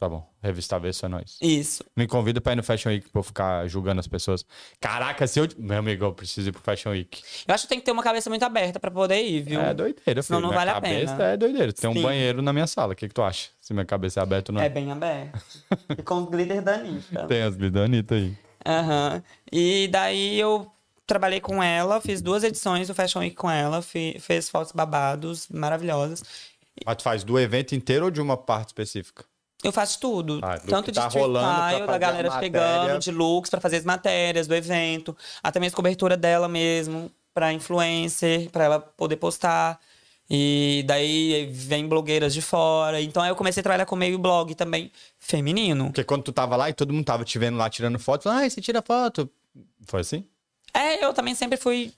A: Tá bom. Revista Avesso é nóis.
B: Isso.
A: Me convida pra ir no Fashion Week pra eu ficar julgando as pessoas. Caraca, se eu. Meu amigo, eu preciso ir pro Fashion Week.
B: Eu acho que tem que ter uma cabeça muito aberta pra poder ir, viu?
A: É doideira, filho.
B: Senão não
A: Minha
B: vale a
A: cabeça
B: pena.
A: É doideira. Tem um
B: Sim.
A: banheiro na minha sala. O que, que tu acha? Se minha cabeça é aberta ou não.
B: É bem aberto. e com glitter da Anitta.
A: Tem as lidanitas aí.
B: Aham. E daí eu trabalhei com ela, fiz duas edições do Fashion Week com ela, fi- fez fotos babados, maravilhosas.
A: Mas tu faz do evento inteiro ou de uma parte específica?
B: Eu faço tudo.
A: Ah, do
B: tanto
A: que
B: de
A: tá
B: street
A: rolando pra
B: style,
A: fazer a
B: da galera
A: matéria.
B: pegando, de looks pra fazer as matérias do evento, até mesmo cobertura dela mesmo, pra influencer, pra ela poder postar. E daí vem blogueiras de fora. Então aí eu comecei a trabalhar com meio blog também feminino.
A: Porque quando tu tava lá e todo mundo tava te vendo lá tirando foto, ah, você tira foto. Foi assim?
B: É, eu também sempre fui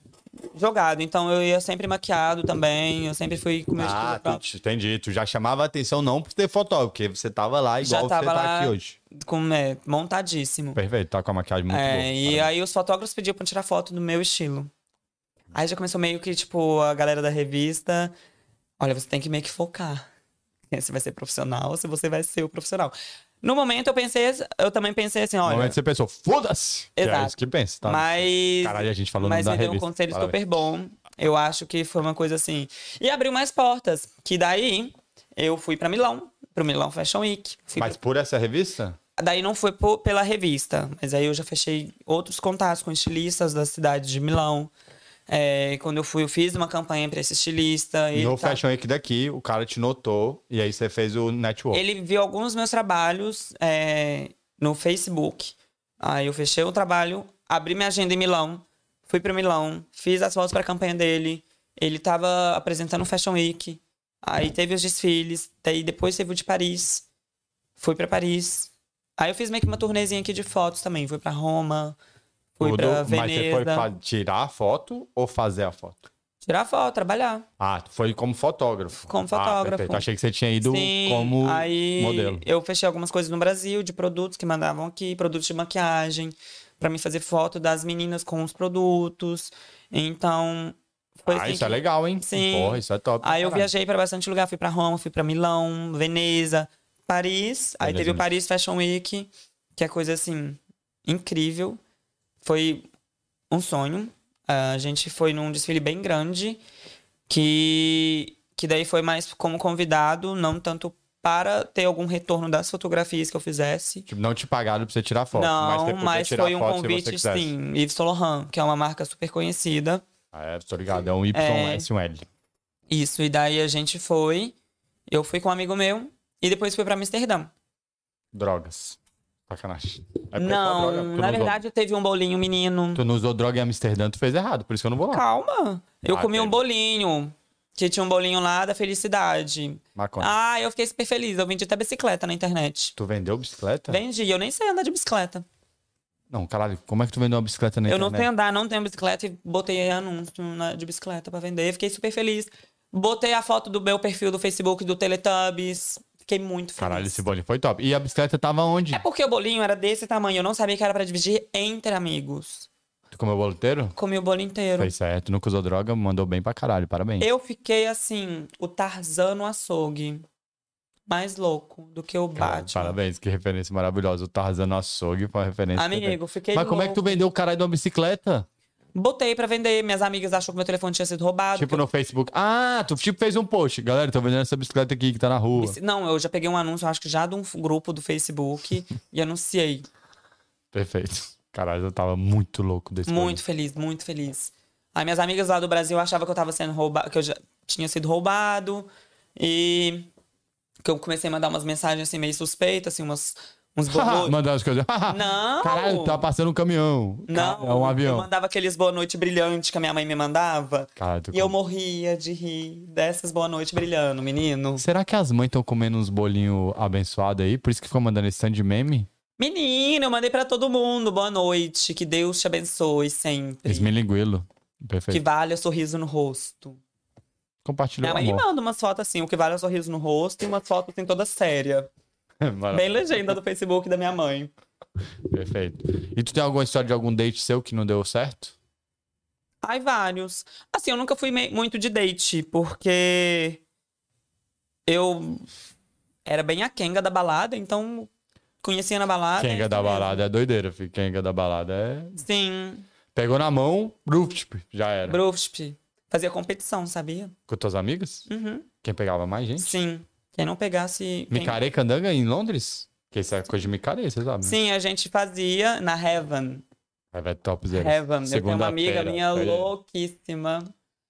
B: jogado, então eu ia sempre maquiado também, eu sempre fui com meu
A: ah,
B: estilo próprio.
A: tu, entendi. Tu já chamava a atenção não por ter fotógrafo, porque você tava lá igual
B: Já tava
A: você tá
B: lá
A: aqui hoje.
B: com, é, montadíssimo.
A: Perfeito, tá com a maquiagem muito boa.
B: É, e aí os fotógrafos pediam pra tirar foto do meu estilo. Aí já começou meio que, tipo, a galera da revista. Olha, você tem que meio que focar. Se vai ser profissional ou se você vai ser o profissional. No momento eu pensei, eu também pensei assim,
A: No
B: olha.
A: momento você pensou, foda-se! Que É
B: Exato.
A: isso que pensa, tá?
B: Mas.
A: Caralho, a gente falou
B: Mas
A: no
B: me
A: da
B: deu um
A: revista.
B: conselho
A: Parabéns.
B: super bom. Eu acho que foi uma coisa assim. E abriu mais portas. Que daí eu fui pra Milão, pro Milão Fashion Week. Fui
A: Mas por essa revista?
B: Daí não foi po- pela revista, mas aí eu já fechei outros contatos com estilistas da cidade de Milão. É, quando eu fui, eu fiz uma campanha pra esse estilista. Ele,
A: no
B: tá-
A: Fashion Week daqui, o cara te notou e aí você fez o network.
B: ele viu alguns dos meus trabalhos é, no Facebook. Aí eu fechei o trabalho, abri minha agenda em Milão, fui pra Milão, fiz as fotos pra campanha dele. Ele tava apresentando o Fashion Week. Aí teve os desfiles, daí depois teve o de Paris. Fui pra Paris. Aí eu fiz meio que uma turnezinha aqui de fotos também. Fui pra Roma, fui
A: Tudo,
B: pra
A: mas você foi
B: Veneza.
A: pra tirar a foto ou fazer a foto?
B: Tirar foto, trabalhar.
A: Ah, tu foi como fotógrafo.
B: Como
A: Ah,
B: fotógrafo.
A: perfeito. Achei que você tinha ido como
B: aí
A: modelo.
B: Eu fechei algumas coisas no Brasil de produtos que mandavam aqui, produtos de maquiagem, pra mim fazer foto das meninas com os produtos. Então, foi
A: ah,
B: assim
A: isso
B: que-
A: é legal, hein?
B: Sim.
A: Porra, isso é top. pra
B: Aí eu
A: caralho.
B: viajei pra bastante lugar, fui pra Roma, fui pra Milão, Veneza, Paris. Aí
A: Veneza
B: teve o
A: mesmo.
B: Paris Fashion Week, que é coisa assim incrível. Foi um sonho. A gente foi num desfile bem grande, que que daí foi mais como convidado, não tanto para ter algum retorno das fotografias que eu fizesse.
A: Tipo, não te pagaram pra você tirar foto. mas, você
B: não,
A: podia
B: mas
A: tirar
B: foi um
A: foto se você
B: convite,
A: quisesse.
B: sim. Yves Saint Laurent, que é uma marca super conhecida.
A: Ah, é, tô ligado. É um Y, um
B: É.
A: S, um L.
B: Isso, e daí a gente foi. Eu fui com um amigo meu e depois fui pra Amsterdã.
A: Drogas. Sacanagem. É porque
B: não,
A: tu é droga, tu
B: na
A: usou-
B: verdade teve um bolinho menino.
A: Tu não usou droga em Amsterdã, tu fez errado, por isso que eu não vou lá.
B: Calma. Eu
A: Ah,
B: comi
A: teve.
B: um bolinho. Que tinha um bolinho lá da felicidade.
A: Maconha.
B: Ah, eu fiquei super feliz. Eu vendi até bicicleta na internet.
A: Tu vendeu bicicleta?
B: Vendi, eu nem sei andar de bicicleta.
A: Não, caralho, como é que tu vendeu uma bicicleta na
B: eu não
A: internet?
B: sei andar, não tenho bicicleta e botei anúncio na- de bicicleta pra vender. Fiquei super feliz. Botei a foto do meu perfil do Facebook do Teletubbies. Fiquei muito feliz.
A: Caralho, é esse bolinho foi top. E a bicicleta tava onde?
B: É porque o bolinho era desse tamanho, eu não sabia que era pra dividir entre amigos.
A: Tu comeu o bolo inteiro?
B: Comi o bolo inteiro.
A: Fez certo, nunca usou droga, mandou bem pra caralho, parabéns.
B: Eu fiquei assim, o Tarzan no açougue. Mais louco do que o
A: Caralho,
B: Batman.
A: Parabéns, que referência maravilhosa. O Tarzan no açougue foi uma referência. também.
B: Amigo, fiquei
A: Mas como é que tu
B: louco.
A: vendeu o caralho de uma bicicleta?
B: Botei pra vender, minhas amigas achou que meu telefone tinha sido roubado.
A: Tipo
B: que eu-
A: no Facebook. Ah, tu tipo fez um post. Galera, tô vendendo essa bicicleta aqui que tá na rua.
B: Não, eu já peguei um anúncio, acho que já de um grupo do Facebook e anunciei.
A: Perfeito. Caralho, eu tava muito louco desse
B: Muito feliz, muito feliz. Aí minhas amigas lá do Brasil achavam que eu tava sendo roubado, que eu já tinha sido roubado. E que eu comecei a mandar umas mensagens assim meio suspeitas, assim, umas, uns
A: bolinho.
B: boa noite.
A: Mandando as coisas.
B: Não!
A: Caralho, tá passando um caminhão.
B: Não,
A: É um avião.
B: eu mandava aqueles boa noite brilhante que a minha mãe me mandava.
A: Caralho, tu
B: E eu morria de rir dessas boa noite brilhando, menino.
A: Será que as mães estão comendo uns bolinhos abençoados aí? Por isso que ficou mandando esse tanto de meme?
B: Menino, eu mandei pra todo mundo boa noite, que Deus te abençoe sempre.
A: Esmilinguilo. Perfeito.
B: Que valha o sorriso no rosto.
A: Compartilhou
B: Minha
A: o
B: mãe me
A: amor.
B: manda umas fotos assim, o que vale é o sorriso no rosto e umas fotos assim toda séria.
A: Maravilha.
B: Bem legenda do Facebook da minha mãe.
A: Perfeito. E tu tem alguma história de algum date seu que não deu certo?
B: Ai, vários. Assim, eu nunca fui mei- muito de date, porque eu era bem a Kenga da balada, então conhecia na balada.
A: Kenga
B: isso
A: da
B: Ah, mesmo.
A: balada é doideira, filho. Kenga da balada é.
B: Sim,
A: Pegou na mão, bruf, já era.
B: Brusp. Fazia competição, sabia?
A: Com tuas amigas?
B: Uhum.
A: Quem pegava mais gente?
B: Sim. Quem não pegasse. quem-
A: Micaré Candanga em Londres? Que isso é coisa de Micaré, você sabe? né?
B: Sim, a gente fazia na Heaven.
A: Aí vai top zero.
B: Heaven. Eu tenho uma amiga
A: Segunda-feira.
B: minha
A: Olha aí.
B: louquíssima.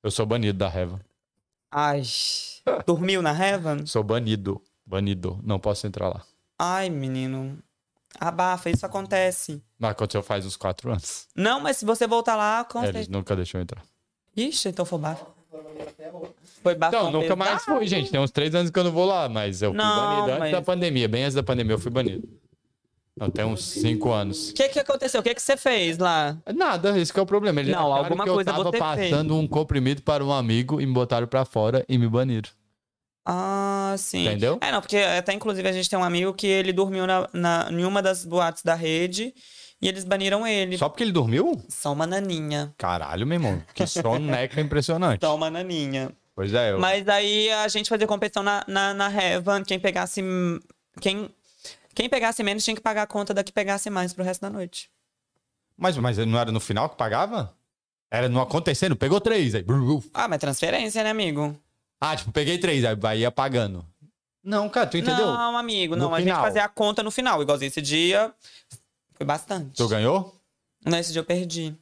A: Eu sou banido da Reva.
B: Ai. Dormiu na Heaven?
A: Sou banido. Banido. Não posso entrar lá.
B: Ai, menino. Abafa, isso acontece.
A: Mas aconteceu faz uns quatro anos.
B: Não, mas se você voltar lá, com
A: Eles
B: certeza.
A: nunca deixaram eu entrar.
B: Ixi, então foi bafo. Foi bafo.
A: Não, Então, nunca mais fui, gente. Tem uns três anos que eu não vou lá, mas eu fui
B: Não,
A: banido antes
B: mas-
A: da pandemia. Bem antes da pandemia eu fui banido. Não, tem uns cinco anos.
B: O que, que aconteceu? O que, que você fez lá?
A: Nada, esse que é o problema. Eles
B: Não,
A: acharam
B: alguma
A: que eu
B: coisa
A: tava
B: você
A: passando um comprimido para um amigo e me botaram pra fora e me baniram.
B: Ah, sim.
A: Entendeu?
B: É, não, porque até inclusive a gente tem um amigo que ele dormiu na, na, em uma das boates da rede e eles baniram ele. Só,
A: Só porque ele dormiu?
B: uma naninha.
A: Caralho, meu irmão. Que soneca impressionante.
B: Só uma naninha.
A: Pois é, eu...
B: Então, Mas daí a gente fazia competição na, na, na Heaven. Quem pegasse. Quem, quem pegasse menos tinha que pagar a conta da que pegasse mais pro resto da noite.
A: Mas, mas não era no final que pagava? Era no acontecendo, pegou três, aí... bru, bru.
B: Ah, mas transferência, né, amigo?
A: Ah, tipo, peguei três, aí, aí ia pagando. Não, cara, tu entendeu?
B: Não, amigo,
A: No
B: não. A gente
A: final.
B: fazia a conta no final. Igualzinho esse dia. Foi bastante.
A: Tu ganhou?
B: Não, esse dia eu perdi.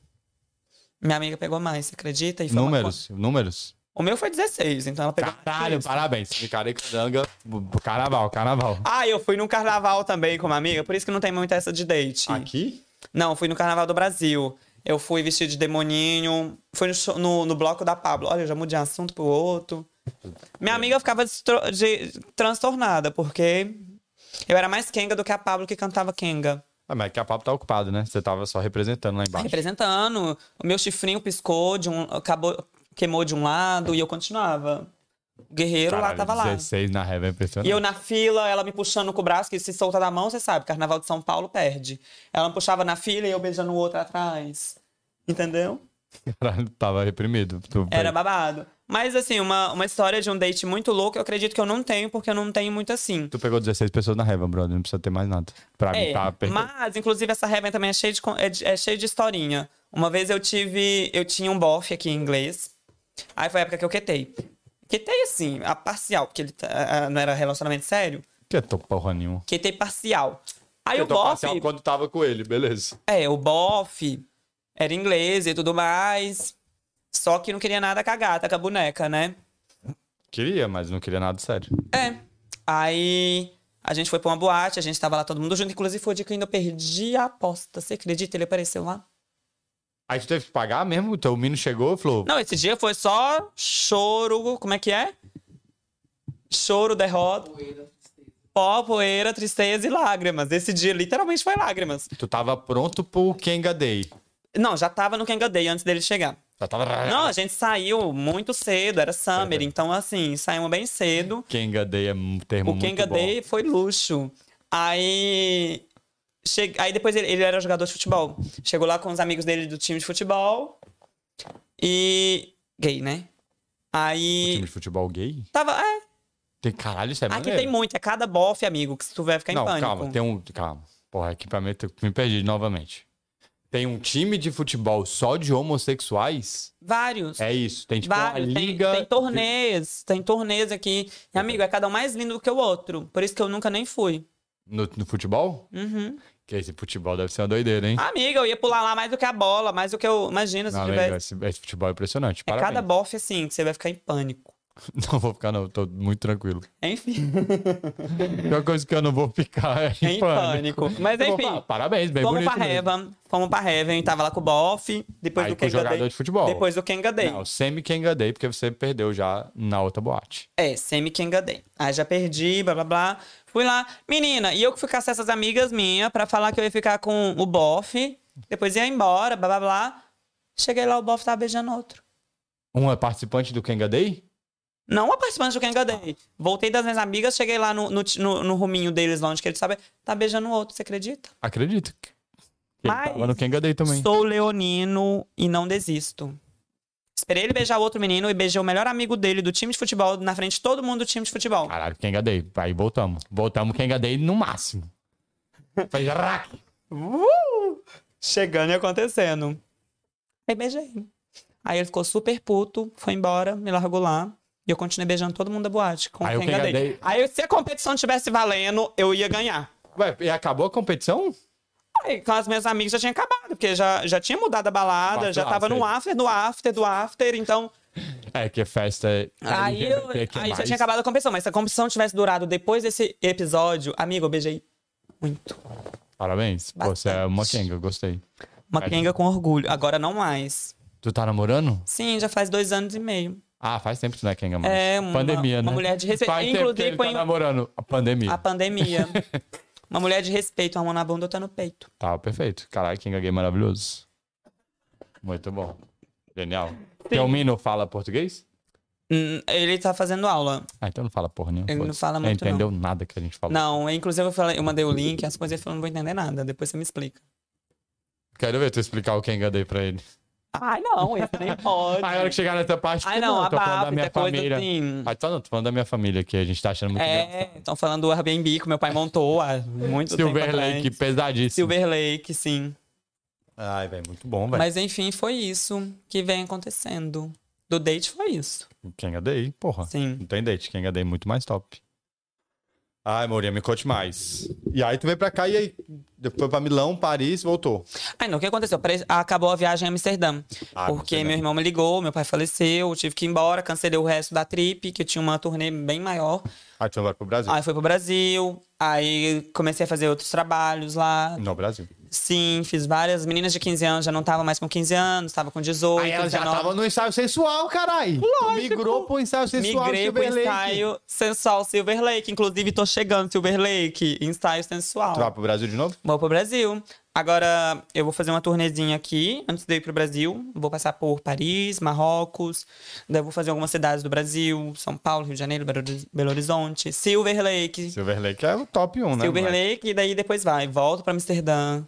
B: Minha amiga pegou mais, você acredita? E foi uma
A: Números, números.
B: co- O meu foi 16, então ela pegou.
A: Caralho,
B: 15.
A: parabéns. Ficarei candanga. Carnaval, carnaval.
B: Ah, eu fui num carnaval também com uma amiga, por isso que não tem muito essa de date.
A: Aqui?
B: Não, eu fui no carnaval do Brasil. Eu fui vestido de demoninho. Fui no, show- no, no bloco da Pablo. Olha, eu já mudei de assunto pro outro. Minha amiga ficava destro- de- transtornada, porque eu era mais Kenga do que a Pablo que cantava Kenga.
A: Ah, mas que a papo tá ocupado, né? Você tava só representando lá embaixo.
B: Representando, o meu chifrinho piscou, de um, acabou, queimou de um lado e eu continuava. O guerreiro lá
A: Caralho,
B: tava lá.
A: 16 na reva é
B: E
A: impressionante.
B: eu na fila, ela me puxando com o braço, que se solta da mão, você sabe, Carnaval de São Paulo perde. Ela me puxava na fila e eu beijando o outro atrás. Entendeu?
A: Caralho, tava reprimido. Tu-
B: Era babado. Mas assim, uma, uma história de um date muito louco, eu acredito que eu não tenho, porque eu não tenho muito assim.
A: Tu pegou 16 pessoas na reva, brother. Não precisa ter mais nada. Pra mim,
B: É,
A: tá perfeito.
B: mas, inclusive, essa Heaven também é cheia de, con- é, de- é cheia de historinha. Uma vez eu tive. Eu tinha um bofe aqui em inglês. Aí foi a época que eu quetei. Quetei, assim, a parcial, porque ele tá- a- a- não era relacionamento sério.
A: Que eu tô porra nenhuma.
B: Quetei parcial. Aí o bofe.
A: um quando tava com ele, beleza.
B: É, o bofe era inglês e tudo mais. Só que não queria nada com a gata, com a boneca, né?
A: Queria, mas não queria nada sério.
B: É. Aí a gente foi pra uma boate, a gente tava lá todo mundo junto. Inclusive foi o dia que eu ainda perdi a aposta. Você acredita? Ele apareceu lá.
A: Aí tu teve que pagar mesmo? Teu menino chegou e falou:
B: Não, esse dia foi só choro. Como é que é? Choro, derrota. Pó, poeira, tristeza e lágrimas. Esse dia literalmente foi lágrimas.
A: Tu tava pronto pro Kenga Day.
B: Não, já tava no Kenga Day antes dele chegar.
A: Já tava.
B: Não, a gente saiu muito cedo, era summer,
A: Uhum.
B: então assim, saímos bem cedo.
A: Kenga Day é um termo
B: O
A: muito
B: Kenga
A: bom.
B: Day foi luxo. Aí. Che... Aí depois ele, ele era jogador de futebol. Chegou lá com os amigos dele do time de futebol. E. gay, né?
A: Time
B: Aí.
A: de futebol gay?
B: Tava. É,
A: Tem caralho, isso é
B: aqui
A: maneiro.
B: tem muito, é cada bofe, amigo, que se tu vai ficar em
A: Não,
B: pânico.
A: calma, tem um. Calma. Porra, aqui pra mim, tu- me perdi novamente. Tem um time de futebol só de homossexuais?
B: Vários.
A: É isso. Tem tipo
B: vários.
A: uma
B: Tem,
A: liga.
B: tem torneios, tem torneios aqui. E, amigo, é cada um mais lindo do que o outro. Por isso que eu nunca nem fui.
A: No, no futebol?
B: Uhum.
A: Que esse futebol deve ser uma doideira, hein?
B: Amiga, eu ia pular lá mais do que a bola, mais do que eu. Imagina Ah, se
A: não, amigo,
B: tivesse.
A: esse, esse futebol é impressionante.
B: É
A: Parabéns.
B: cada bofe assim, que você vai ficar em pânico.
A: Não vou ficar, não. Tô muito tranquilo.
B: Enfim,
A: A única coisa que eu não vou ficar é em,
B: em pânico. Mas
A: Eu vou
B: enfim,
A: falar, parabéns, bem
B: fomos
A: bonito.
B: pra
A: mesmo.
B: Heaven, fomos pra Heaven, tava lá com o bofe, depois
A: Aí
B: do
A: com o
B: Kenga
A: jogador
B: Day.
A: de futebol.
B: Depois do Kenga Day.
A: Não, semi que engadei, porque você perdeu já na outra boate.
B: É, semi que engadei. Aí já perdi, blá blá blá. Fui lá. Menina, e eu que fui caçar essas amigas minhas pra falar que eu ia ficar com o bofe. Depois ia embora, blá blá blá. Cheguei lá, o bofe tava beijando outro.
A: Uma Um participante do Kenga Day?
B: Não a participante do Kenga Day. Voltei das minhas amigas, cheguei lá no, no, no, no ruminho deles, lá onde que eles sabem. Tá beijando outro, você acredita?
A: Acredito. que Ele
B: Mas-
A: tava no Kenga Day também.
B: Sou leonino e não desisto. Esperei ele beijar o outro menino e beijei o melhor amigo dele do time de futebol na frente de todo mundo do time de futebol.
A: Caralho, quem gadei. Aí voltamos. Voltamos quem gadei no máximo. Fez rac.
B: Uh! Chegando e acontecendo. Aí beijei. Aí ele ficou super puto, foi embora, me largou lá. E eu continuei beijando todo mundo da boate. Com
A: Aí o
B: quem engadei.
A: Kengadei-
B: Aí se a competição tivesse valendo, eu ia ganhar.
A: Ué, e acabou a competição?
B: Aí, com as minhas amigas já tinha acabado, porque já, já tinha mudado a balada,
A: After,
B: já tava no after, do after, do after, então.
A: É, que festa é.
B: Aí, eu,
A: LGBT
B: aí já
A: mais.
B: tinha acabado a competição, mas se a competição tivesse durado depois desse episódio, amigo, eu beijei muito.
A: Parabéns. Pô,
B: Bastante.
A: você é uma kenga, gostei.
B: Uma
A: Aí.
B: pinga com orgulho. Agora não mais.
A: Tu tá namorando?
B: Sim, já faz dois anos e meio.
A: Ah, faz tempo que tu não é kenga mais.
B: É, uma-
A: pandemia,
B: uma
A: né?
B: mulher de respeito.
A: Faz tempo que
B: Inclusive,
A: ele tá
B: põe- um
A: namorando. A pandemia.
B: A pandemia. Uma mulher de respeito, uma mão na bunda, outra no peito.
A: Tá, perfeito. Caralho, Kinga Gay é maravilhoso. Muito bom. Genial. Teu Mino fala português?
B: Hum, Ele tá fazendo aula.
A: Ah, então não fala porra nenhuma.
B: Ele não
A: foda-se.
B: fala
A: Ele
B: muito, não.
A: entendeu nada que a gente falou.
B: Não, é, inclusive eu, falei, eu mandei o link, as coisas ele falou, não vou entender nada, depois você me explica.
A: Quero ver tu explicar o Kenga Day pra ele.
B: Ai, não, isso nem pode.
A: Ah, a hora que chegar nessa parte,
B: Ai,
A: tu
B: não,
A: eu tô falando da
B: abafa,
A: minha
B: é coisa
A: família.
B: assim.
A: Ah, tá não, tô falando da minha família aqui, a gente tá achando muito
B: É, estão falando do Airbnb que meu pai montou há muito
A: Silver
B: tempo atrás.
A: Lake, pesadíssimo.
B: Silver Lake, sim.
A: Ai, velho, muito bom, velho.
B: Mas enfim, foi isso que vem acontecendo. Do date foi isso.
A: Kenga Day, porra.
B: Sim.
A: Não tem date, Kenga Day é muito mais top. Ai, Mourinha, me conte mais. E aí tu veio pra cá e aí foi pra Milão, Paris, voltou.
B: Ai, não, o que aconteceu? Pare- Acabou a viagem em Amsterdã.
A: Ah,
B: porque
A: Amsterdã.
B: meu irmão me ligou, meu pai faleceu, eu tive que ir embora, cancelei o resto da trip, que eu tinha uma turnê bem maior.
A: Aí tu foi embora Ah, pro Brasil.
B: Aí fui pro Brasil, aí comecei a fazer outros trabalhos lá.
A: No Brasil.
B: Sim, fiz várias. Meninas de 15 anos já não estavam mais com 15 anos, estavam com 18,
A: Aí ela já
B: 19.
A: tava no ensaio sensual, caralho. Migrou pro ensaio sensual
B: Migrei pro
A: Silver Lake.
B: ensaio sensual Silver Lake. Inclusive, tô chegando, Silver Lake. Ensaio sensual.
A: Tu vai pro Brasil de novo?
B: Vou pro Brasil. Agora, eu vou fazer uma turnezinha aqui, antes de eu ir pro Brasil. Vou passar por Paris, Marrocos. Daí eu vou fazer algumas cidades do Brasil. São Paulo, Rio de Janeiro, Belo Horiz- Belo Horizonte. Silver Lake.
A: Silver Lake é o top 1, né?
B: Silver
A: moleque?
B: Lake. E daí depois vai. Volto pra Amsterdã.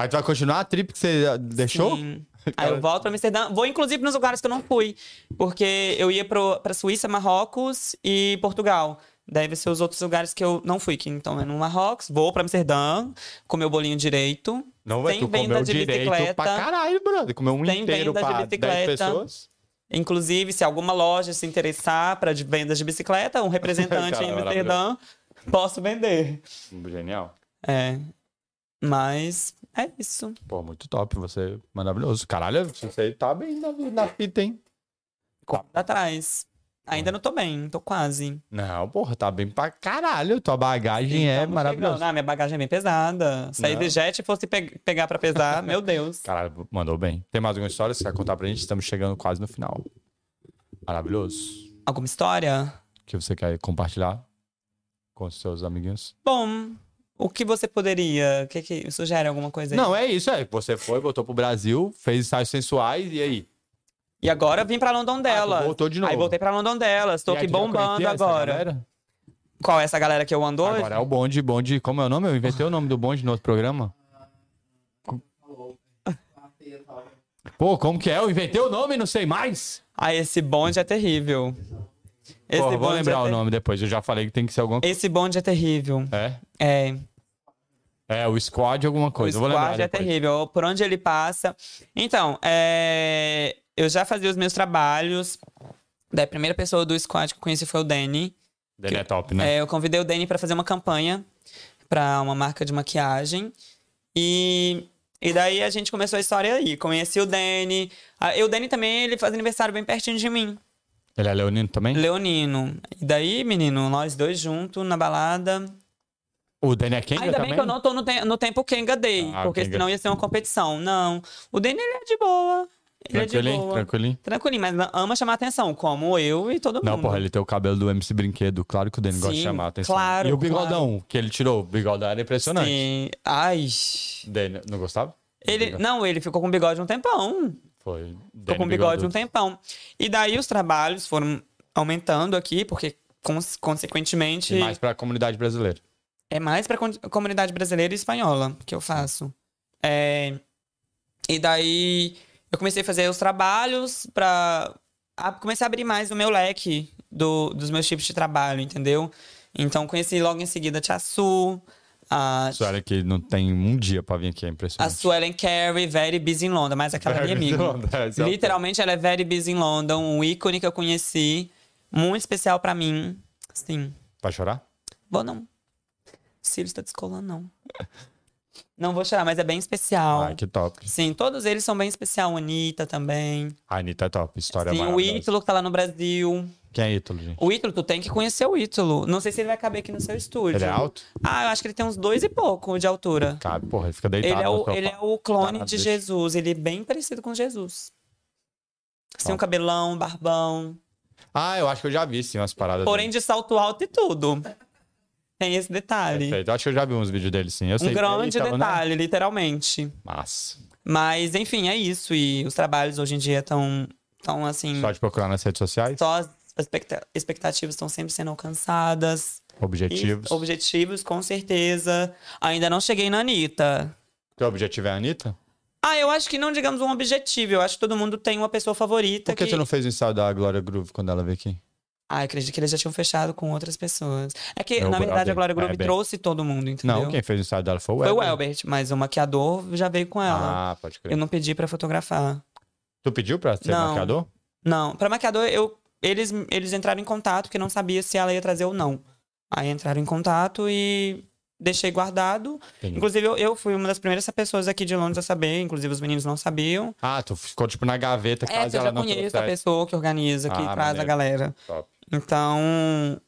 A: Aí tu vai continuar a trip que você deixou?
B: Sim. Aí eu
A: tipo
B: volto pra Amsterdã. Vou, inclusive, nos lugares que eu não fui. Porque eu ia pro, pra Suíça, Marrocos e Portugal. Daí vai ser os outros lugares que eu não fui. Que, então é no Marrocos, vou pra Amsterdã, comer o bolinho direito.
A: Não vai
B: tem
A: tu
B: venda
A: comeu
B: de
A: direito
B: bicicleta.
A: pra caralho, brother. Comeu um
B: Tem
A: inteiro
B: venda de
A: pra 10
B: bicicleta.
A: pessoas.
B: Inclusive, se alguma loja se interessar pra de- vendas de bicicleta, um representante em
A: Cara,
B: Amsterdã, posso vender.
A: Genial.
B: É. Mas é isso.
A: Pô, muito top. Você é maravilhoso. Caralho, você tá bem na, na fita, hein?
B: Pra trás. Ainda não tô bem, tô quase.
A: Não, porra, tá bem pra caralho. Tua bagagem é
B: Estamos
A: maravilhosa.
B: chegando. Ah, minha bagagem é bem pesada. Sair
A: Não.
B: de jet e fosse pe- pegar pra pesar, meu Deus.
A: Caralho, mandou bem. Tem mais alguma história que você quer contar pra gente? Estamos chegando quase no final. Maravilhoso.
B: Alguma história?
A: O que você quer compartilhar com os seus amiguinhos?
B: Bom, o que você poderia? O que que sugere alguma coisa aí?
A: Não, é isso, é. Você foi, voltou pro Brasil, fez ensaios sensuais, e aí?
B: E agora eu vim pra London
A: Ah,
B: delas.
A: tu voltou de novo.
B: Aí voltei pra London delas.
A: E
B: Tô
A: aí,
B: aqui
A: tu já
B: bombando
A: conhecia essa
B: agora.
A: né, galera?
B: Qual é essa galera que eu ando hoje?
A: Agora é o bonde, bonde. Como é o nome? Eu inventei o nome do bonde no outro programa. Pô, como que é? Eu inventei o nome, não sei mais.
B: Ah, esse bonde é terrível. Esse
A: Porra, vou
B: bonde
A: lembrar
B: é
A: o
B: ter-
A: nome depois. Eu já falei que tem que ser alguma coisa.
B: Esse bonde é terrível.
A: É?
B: É.
A: É, o squad alguma coisa. eu
B: o
A: vou lembrar
B: squad é
A: depois.
B: terrível. Por onde ele passa. Então, é, eu já fazia os meus trabalhos. Daí a primeira pessoa do squad que eu conheci foi o Danny.
A: Dele é top, né?
B: É, eu convidei o Danny pra fazer uma campanha pra uma marca de maquiagem. E, e daí a gente começou a história aí. Conheci o Danny. Ah, E o Danny também, ele faz aniversário bem pertinho de mim.
A: Ele é leonino também?
B: Leonino. E daí, menino, nós dois juntos na balada.
A: O Daniel Kenga
B: Ainda
A: também?
B: bem que eu não tô no, te- no tempo Kenga Day,
A: Ah,
B: porque
A: Kenga.
B: senão ia ser uma competição. Não. O Danny, ele é de boa. Ele é de
A: Tranquilinho,
B: boa.
A: tranquilinho.
B: Tranquilinho, mas ama chamar atenção, como eu e todo
A: Não,
B: mundo.
A: porra, ele tem o cabelo do MC Brinquedo. Claro que o Daniel gosta de
B: Hum. Sim,
A: chamar a atenção.
B: claro,
A: E o bigodão que ele tirou. O bigodão era
B: é
A: impressionante.
B: Sim. Ai.
A: Daniel, não gostava?
B: Ele,
A: Bigode.
B: não, ele ficou com bigode um tempão.
A: Foi.
B: Ficou
A: Daniel
B: com bigode
A: bigodudo.
B: um tempão. E daí os trabalhos foram aumentando aqui, porque cons- consequentemente
A: E mais pra comunidade brasileira.
B: é mais pra con- comunidade brasileira e espanhola que eu faço. É, E daí eu comecei a fazer os trabalhos pra. a- comecei a abrir mais o meu leque do- dos meus tipos de trabalho, entendeu? Então conheci logo em seguida a Tia Su, a,
A: Suelen que não tem um dia pra vir aqui, é
B: a
A: impressionante.
B: Suelen Carey, Very Busy in London, mas aquela
A: Very
B: Assim, tá minha
A: busy
B: amiga.
A: in London, esse é o
B: Literalmente ela é Very Busy in London, um ícone que eu conheci, muito especial pra mim. assim. Sim.
A: Vai chorar?
B: Vou não. Cílio está descolando, não. Não vou chorar, mas é bem especial.
A: Ai, que top.
B: Sim, todos eles são bem especial. Anitta também.
A: A Anitta é top, história
B: Sim, o
A: maravilhosa.
B: Ítalo que tá lá no Brasil.
A: Quem é Ítalo, gente?
B: O Ítalo, tu tem que conhecer o Ítalo. Não sei se ele vai caber aqui no seu estúdio.
A: Ele é alto?
B: Ah, eu acho que ele tem uns dois e pouco de altura.
A: Cara, porra, ele fica deitado
B: Ele é,
A: no
B: o,
A: sofá.
B: ele é o clone
A: Parado, deixa.
B: de Jesus. Ele é bem parecido com Jesus. Tem um
A: Top.
B: cabelão, barbão.
A: Ah, eu acho que eu já vi, sim, umas paradas
B: Porém, de salto alto e tudo. Tem esse detalhe.
A: Perfeito. Eu acho que eu já vi uns vídeos dele, sim. Eu sei
B: Um
A: que ele
B: grande
A: tava né? na-
B: detalhe, literalmente.
A: Massa.
B: Mas, enfim, é isso. E os trabalhos hoje em dia estão, tão, assim...
A: Só de procurar nas redes sociais,
B: Só as expecta- expectativas estão sempre sendo alcançadas. E
A: objetivos.
B: objetivos, com certeza. Ainda não cheguei na Anitta.
A: Teu objetivo é a Anitta?
B: Ah, eu acho que não digamos um objetivo. Eu acho que todo mundo tem uma pessoa favorita
A: Por que
B: que...
A: tu não fez o ensaio da Glória Groove quando ela veio aqui?
B: Ah, eu acredito que eles já tinham fechado com outras pessoas. É que,
A: Eu
B: na verdade,
A: brother,
B: a Glória Groove
A: é bem.
B: trouxe todo mundo, entendeu?
A: Não, quem fez o ensaio dela foi o
B: Foi
A: Elber.
B: o Elbert, mas o maquiador já veio com ela.
A: Ah, pode crer.
B: eu não pedi pra fotografar.
A: Tu pediu pra ser
B: Não.
A: maquiador?
B: Não, pra maquiador, eu, eles, eles entraram em contato, porque não sabia se ela ia trazer ou não. Aí entraram em contato e deixei guardado.
A: Entendi.
B: Inclusive, eu, eu fui uma das primeiras pessoas aqui de Londres a saber, inclusive os meninos não sabiam.
A: Ah, tu ficou tipo na gaveta,
B: É,
A: caso
B: eu
A: ela
B: já
A: não
B: conheço a
A: trouxesse.
B: pessoa que organiza, que
A: Ah,
B: traz a
A: maneiro.
B: galera.
A: Top.
B: Então,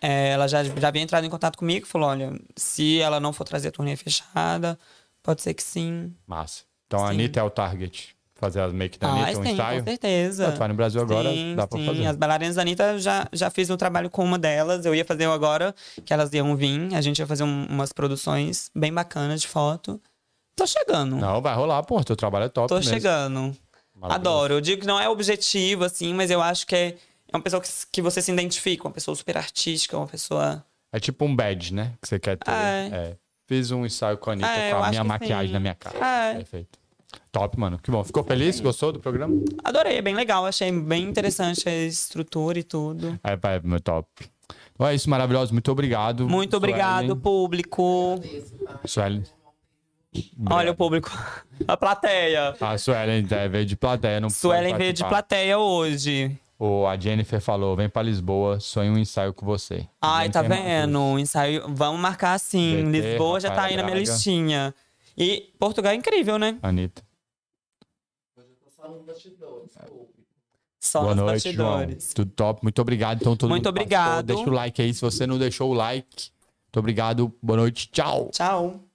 B: é, ela já, já havia entrado em contato comigo, falou, olha, se ela não for trazer a turnê fechada, pode ser que sim.
A: Massa. Então a
B: Sim.
A: Anitta é o target. Fazer as make da
B: Ah,
A: Anitta, um
B: sim,
A: ensaio.
B: com certeza.
A: Ah, Tu vai no Brasil agora,
B: sim,
A: dá pra
B: sim.
A: fazer.
B: As bailarinas da Anitta já, já fiz um trabalho com uma delas. Eu ia fazer um agora, que elas iam vir. A gente ia fazer um- umas produções bem bacanas de foto. Tô chegando.
A: Não, vai rolar, pô. Teu trabalho é top
B: Tô
A: mesmo.
B: chegando.
A: Maravilhoso.
B: Adoro. Eu digo que não é objetivo, assim, mas eu acho que é, é uma pessoa que, s- que você se identifica, uma pessoa super artística, uma pessoa.
A: É tipo um badge, né? Que você quer ter.
B: É.
A: É. Fiz um ensaio com a Anitta
B: É, eu
A: com a
B: acho
A: minha
B: que
A: maquiagem
B: sim.
A: na minha cara.
B: É.
A: Perfeito. Top, mano. Que bom. Ficou feliz? Gostou do programa?
B: Adorei, é bem legal. Achei bem interessante a estrutura e tudo.
A: É, vai, meu top. Então é isso, maravilhoso. Muito obrigado.
B: Muito obrigado, público.
A: Suelen. Suelen.
B: Olha o público. A plateia.
A: A Suelen é, veio de plateia. Não pôde
B: Suelen veio de
A: participar.
B: plateia hoje.
A: Ou a Jennifer falou: vem pra Lisboa, sonho um ensaio com você.
B: Ai,
A: Ninguém
B: tá
A: quer mais
B: vendo?
A: isso.
B: O ensaio. Vamos marcar sim.
A: VT,
B: Lisboa já tá aí
A: Rafaela
B: na minha
A: Braga.
B: listinha. E Portugal é incrível, né?
A: Anitta.
C: Hoje eu tô só nos bastidores, desculpe.
B: Só
A: Boa
B: nos
A: noite, João.
B: bastidores.
A: Tudo top. Muito obrigado. Então, todo
B: Muito
A: mundo que
B: obrigado.
A: Deixa o like aí se você não deixou o like. Muito obrigado. Boa noite. Tchau.
B: Tchau.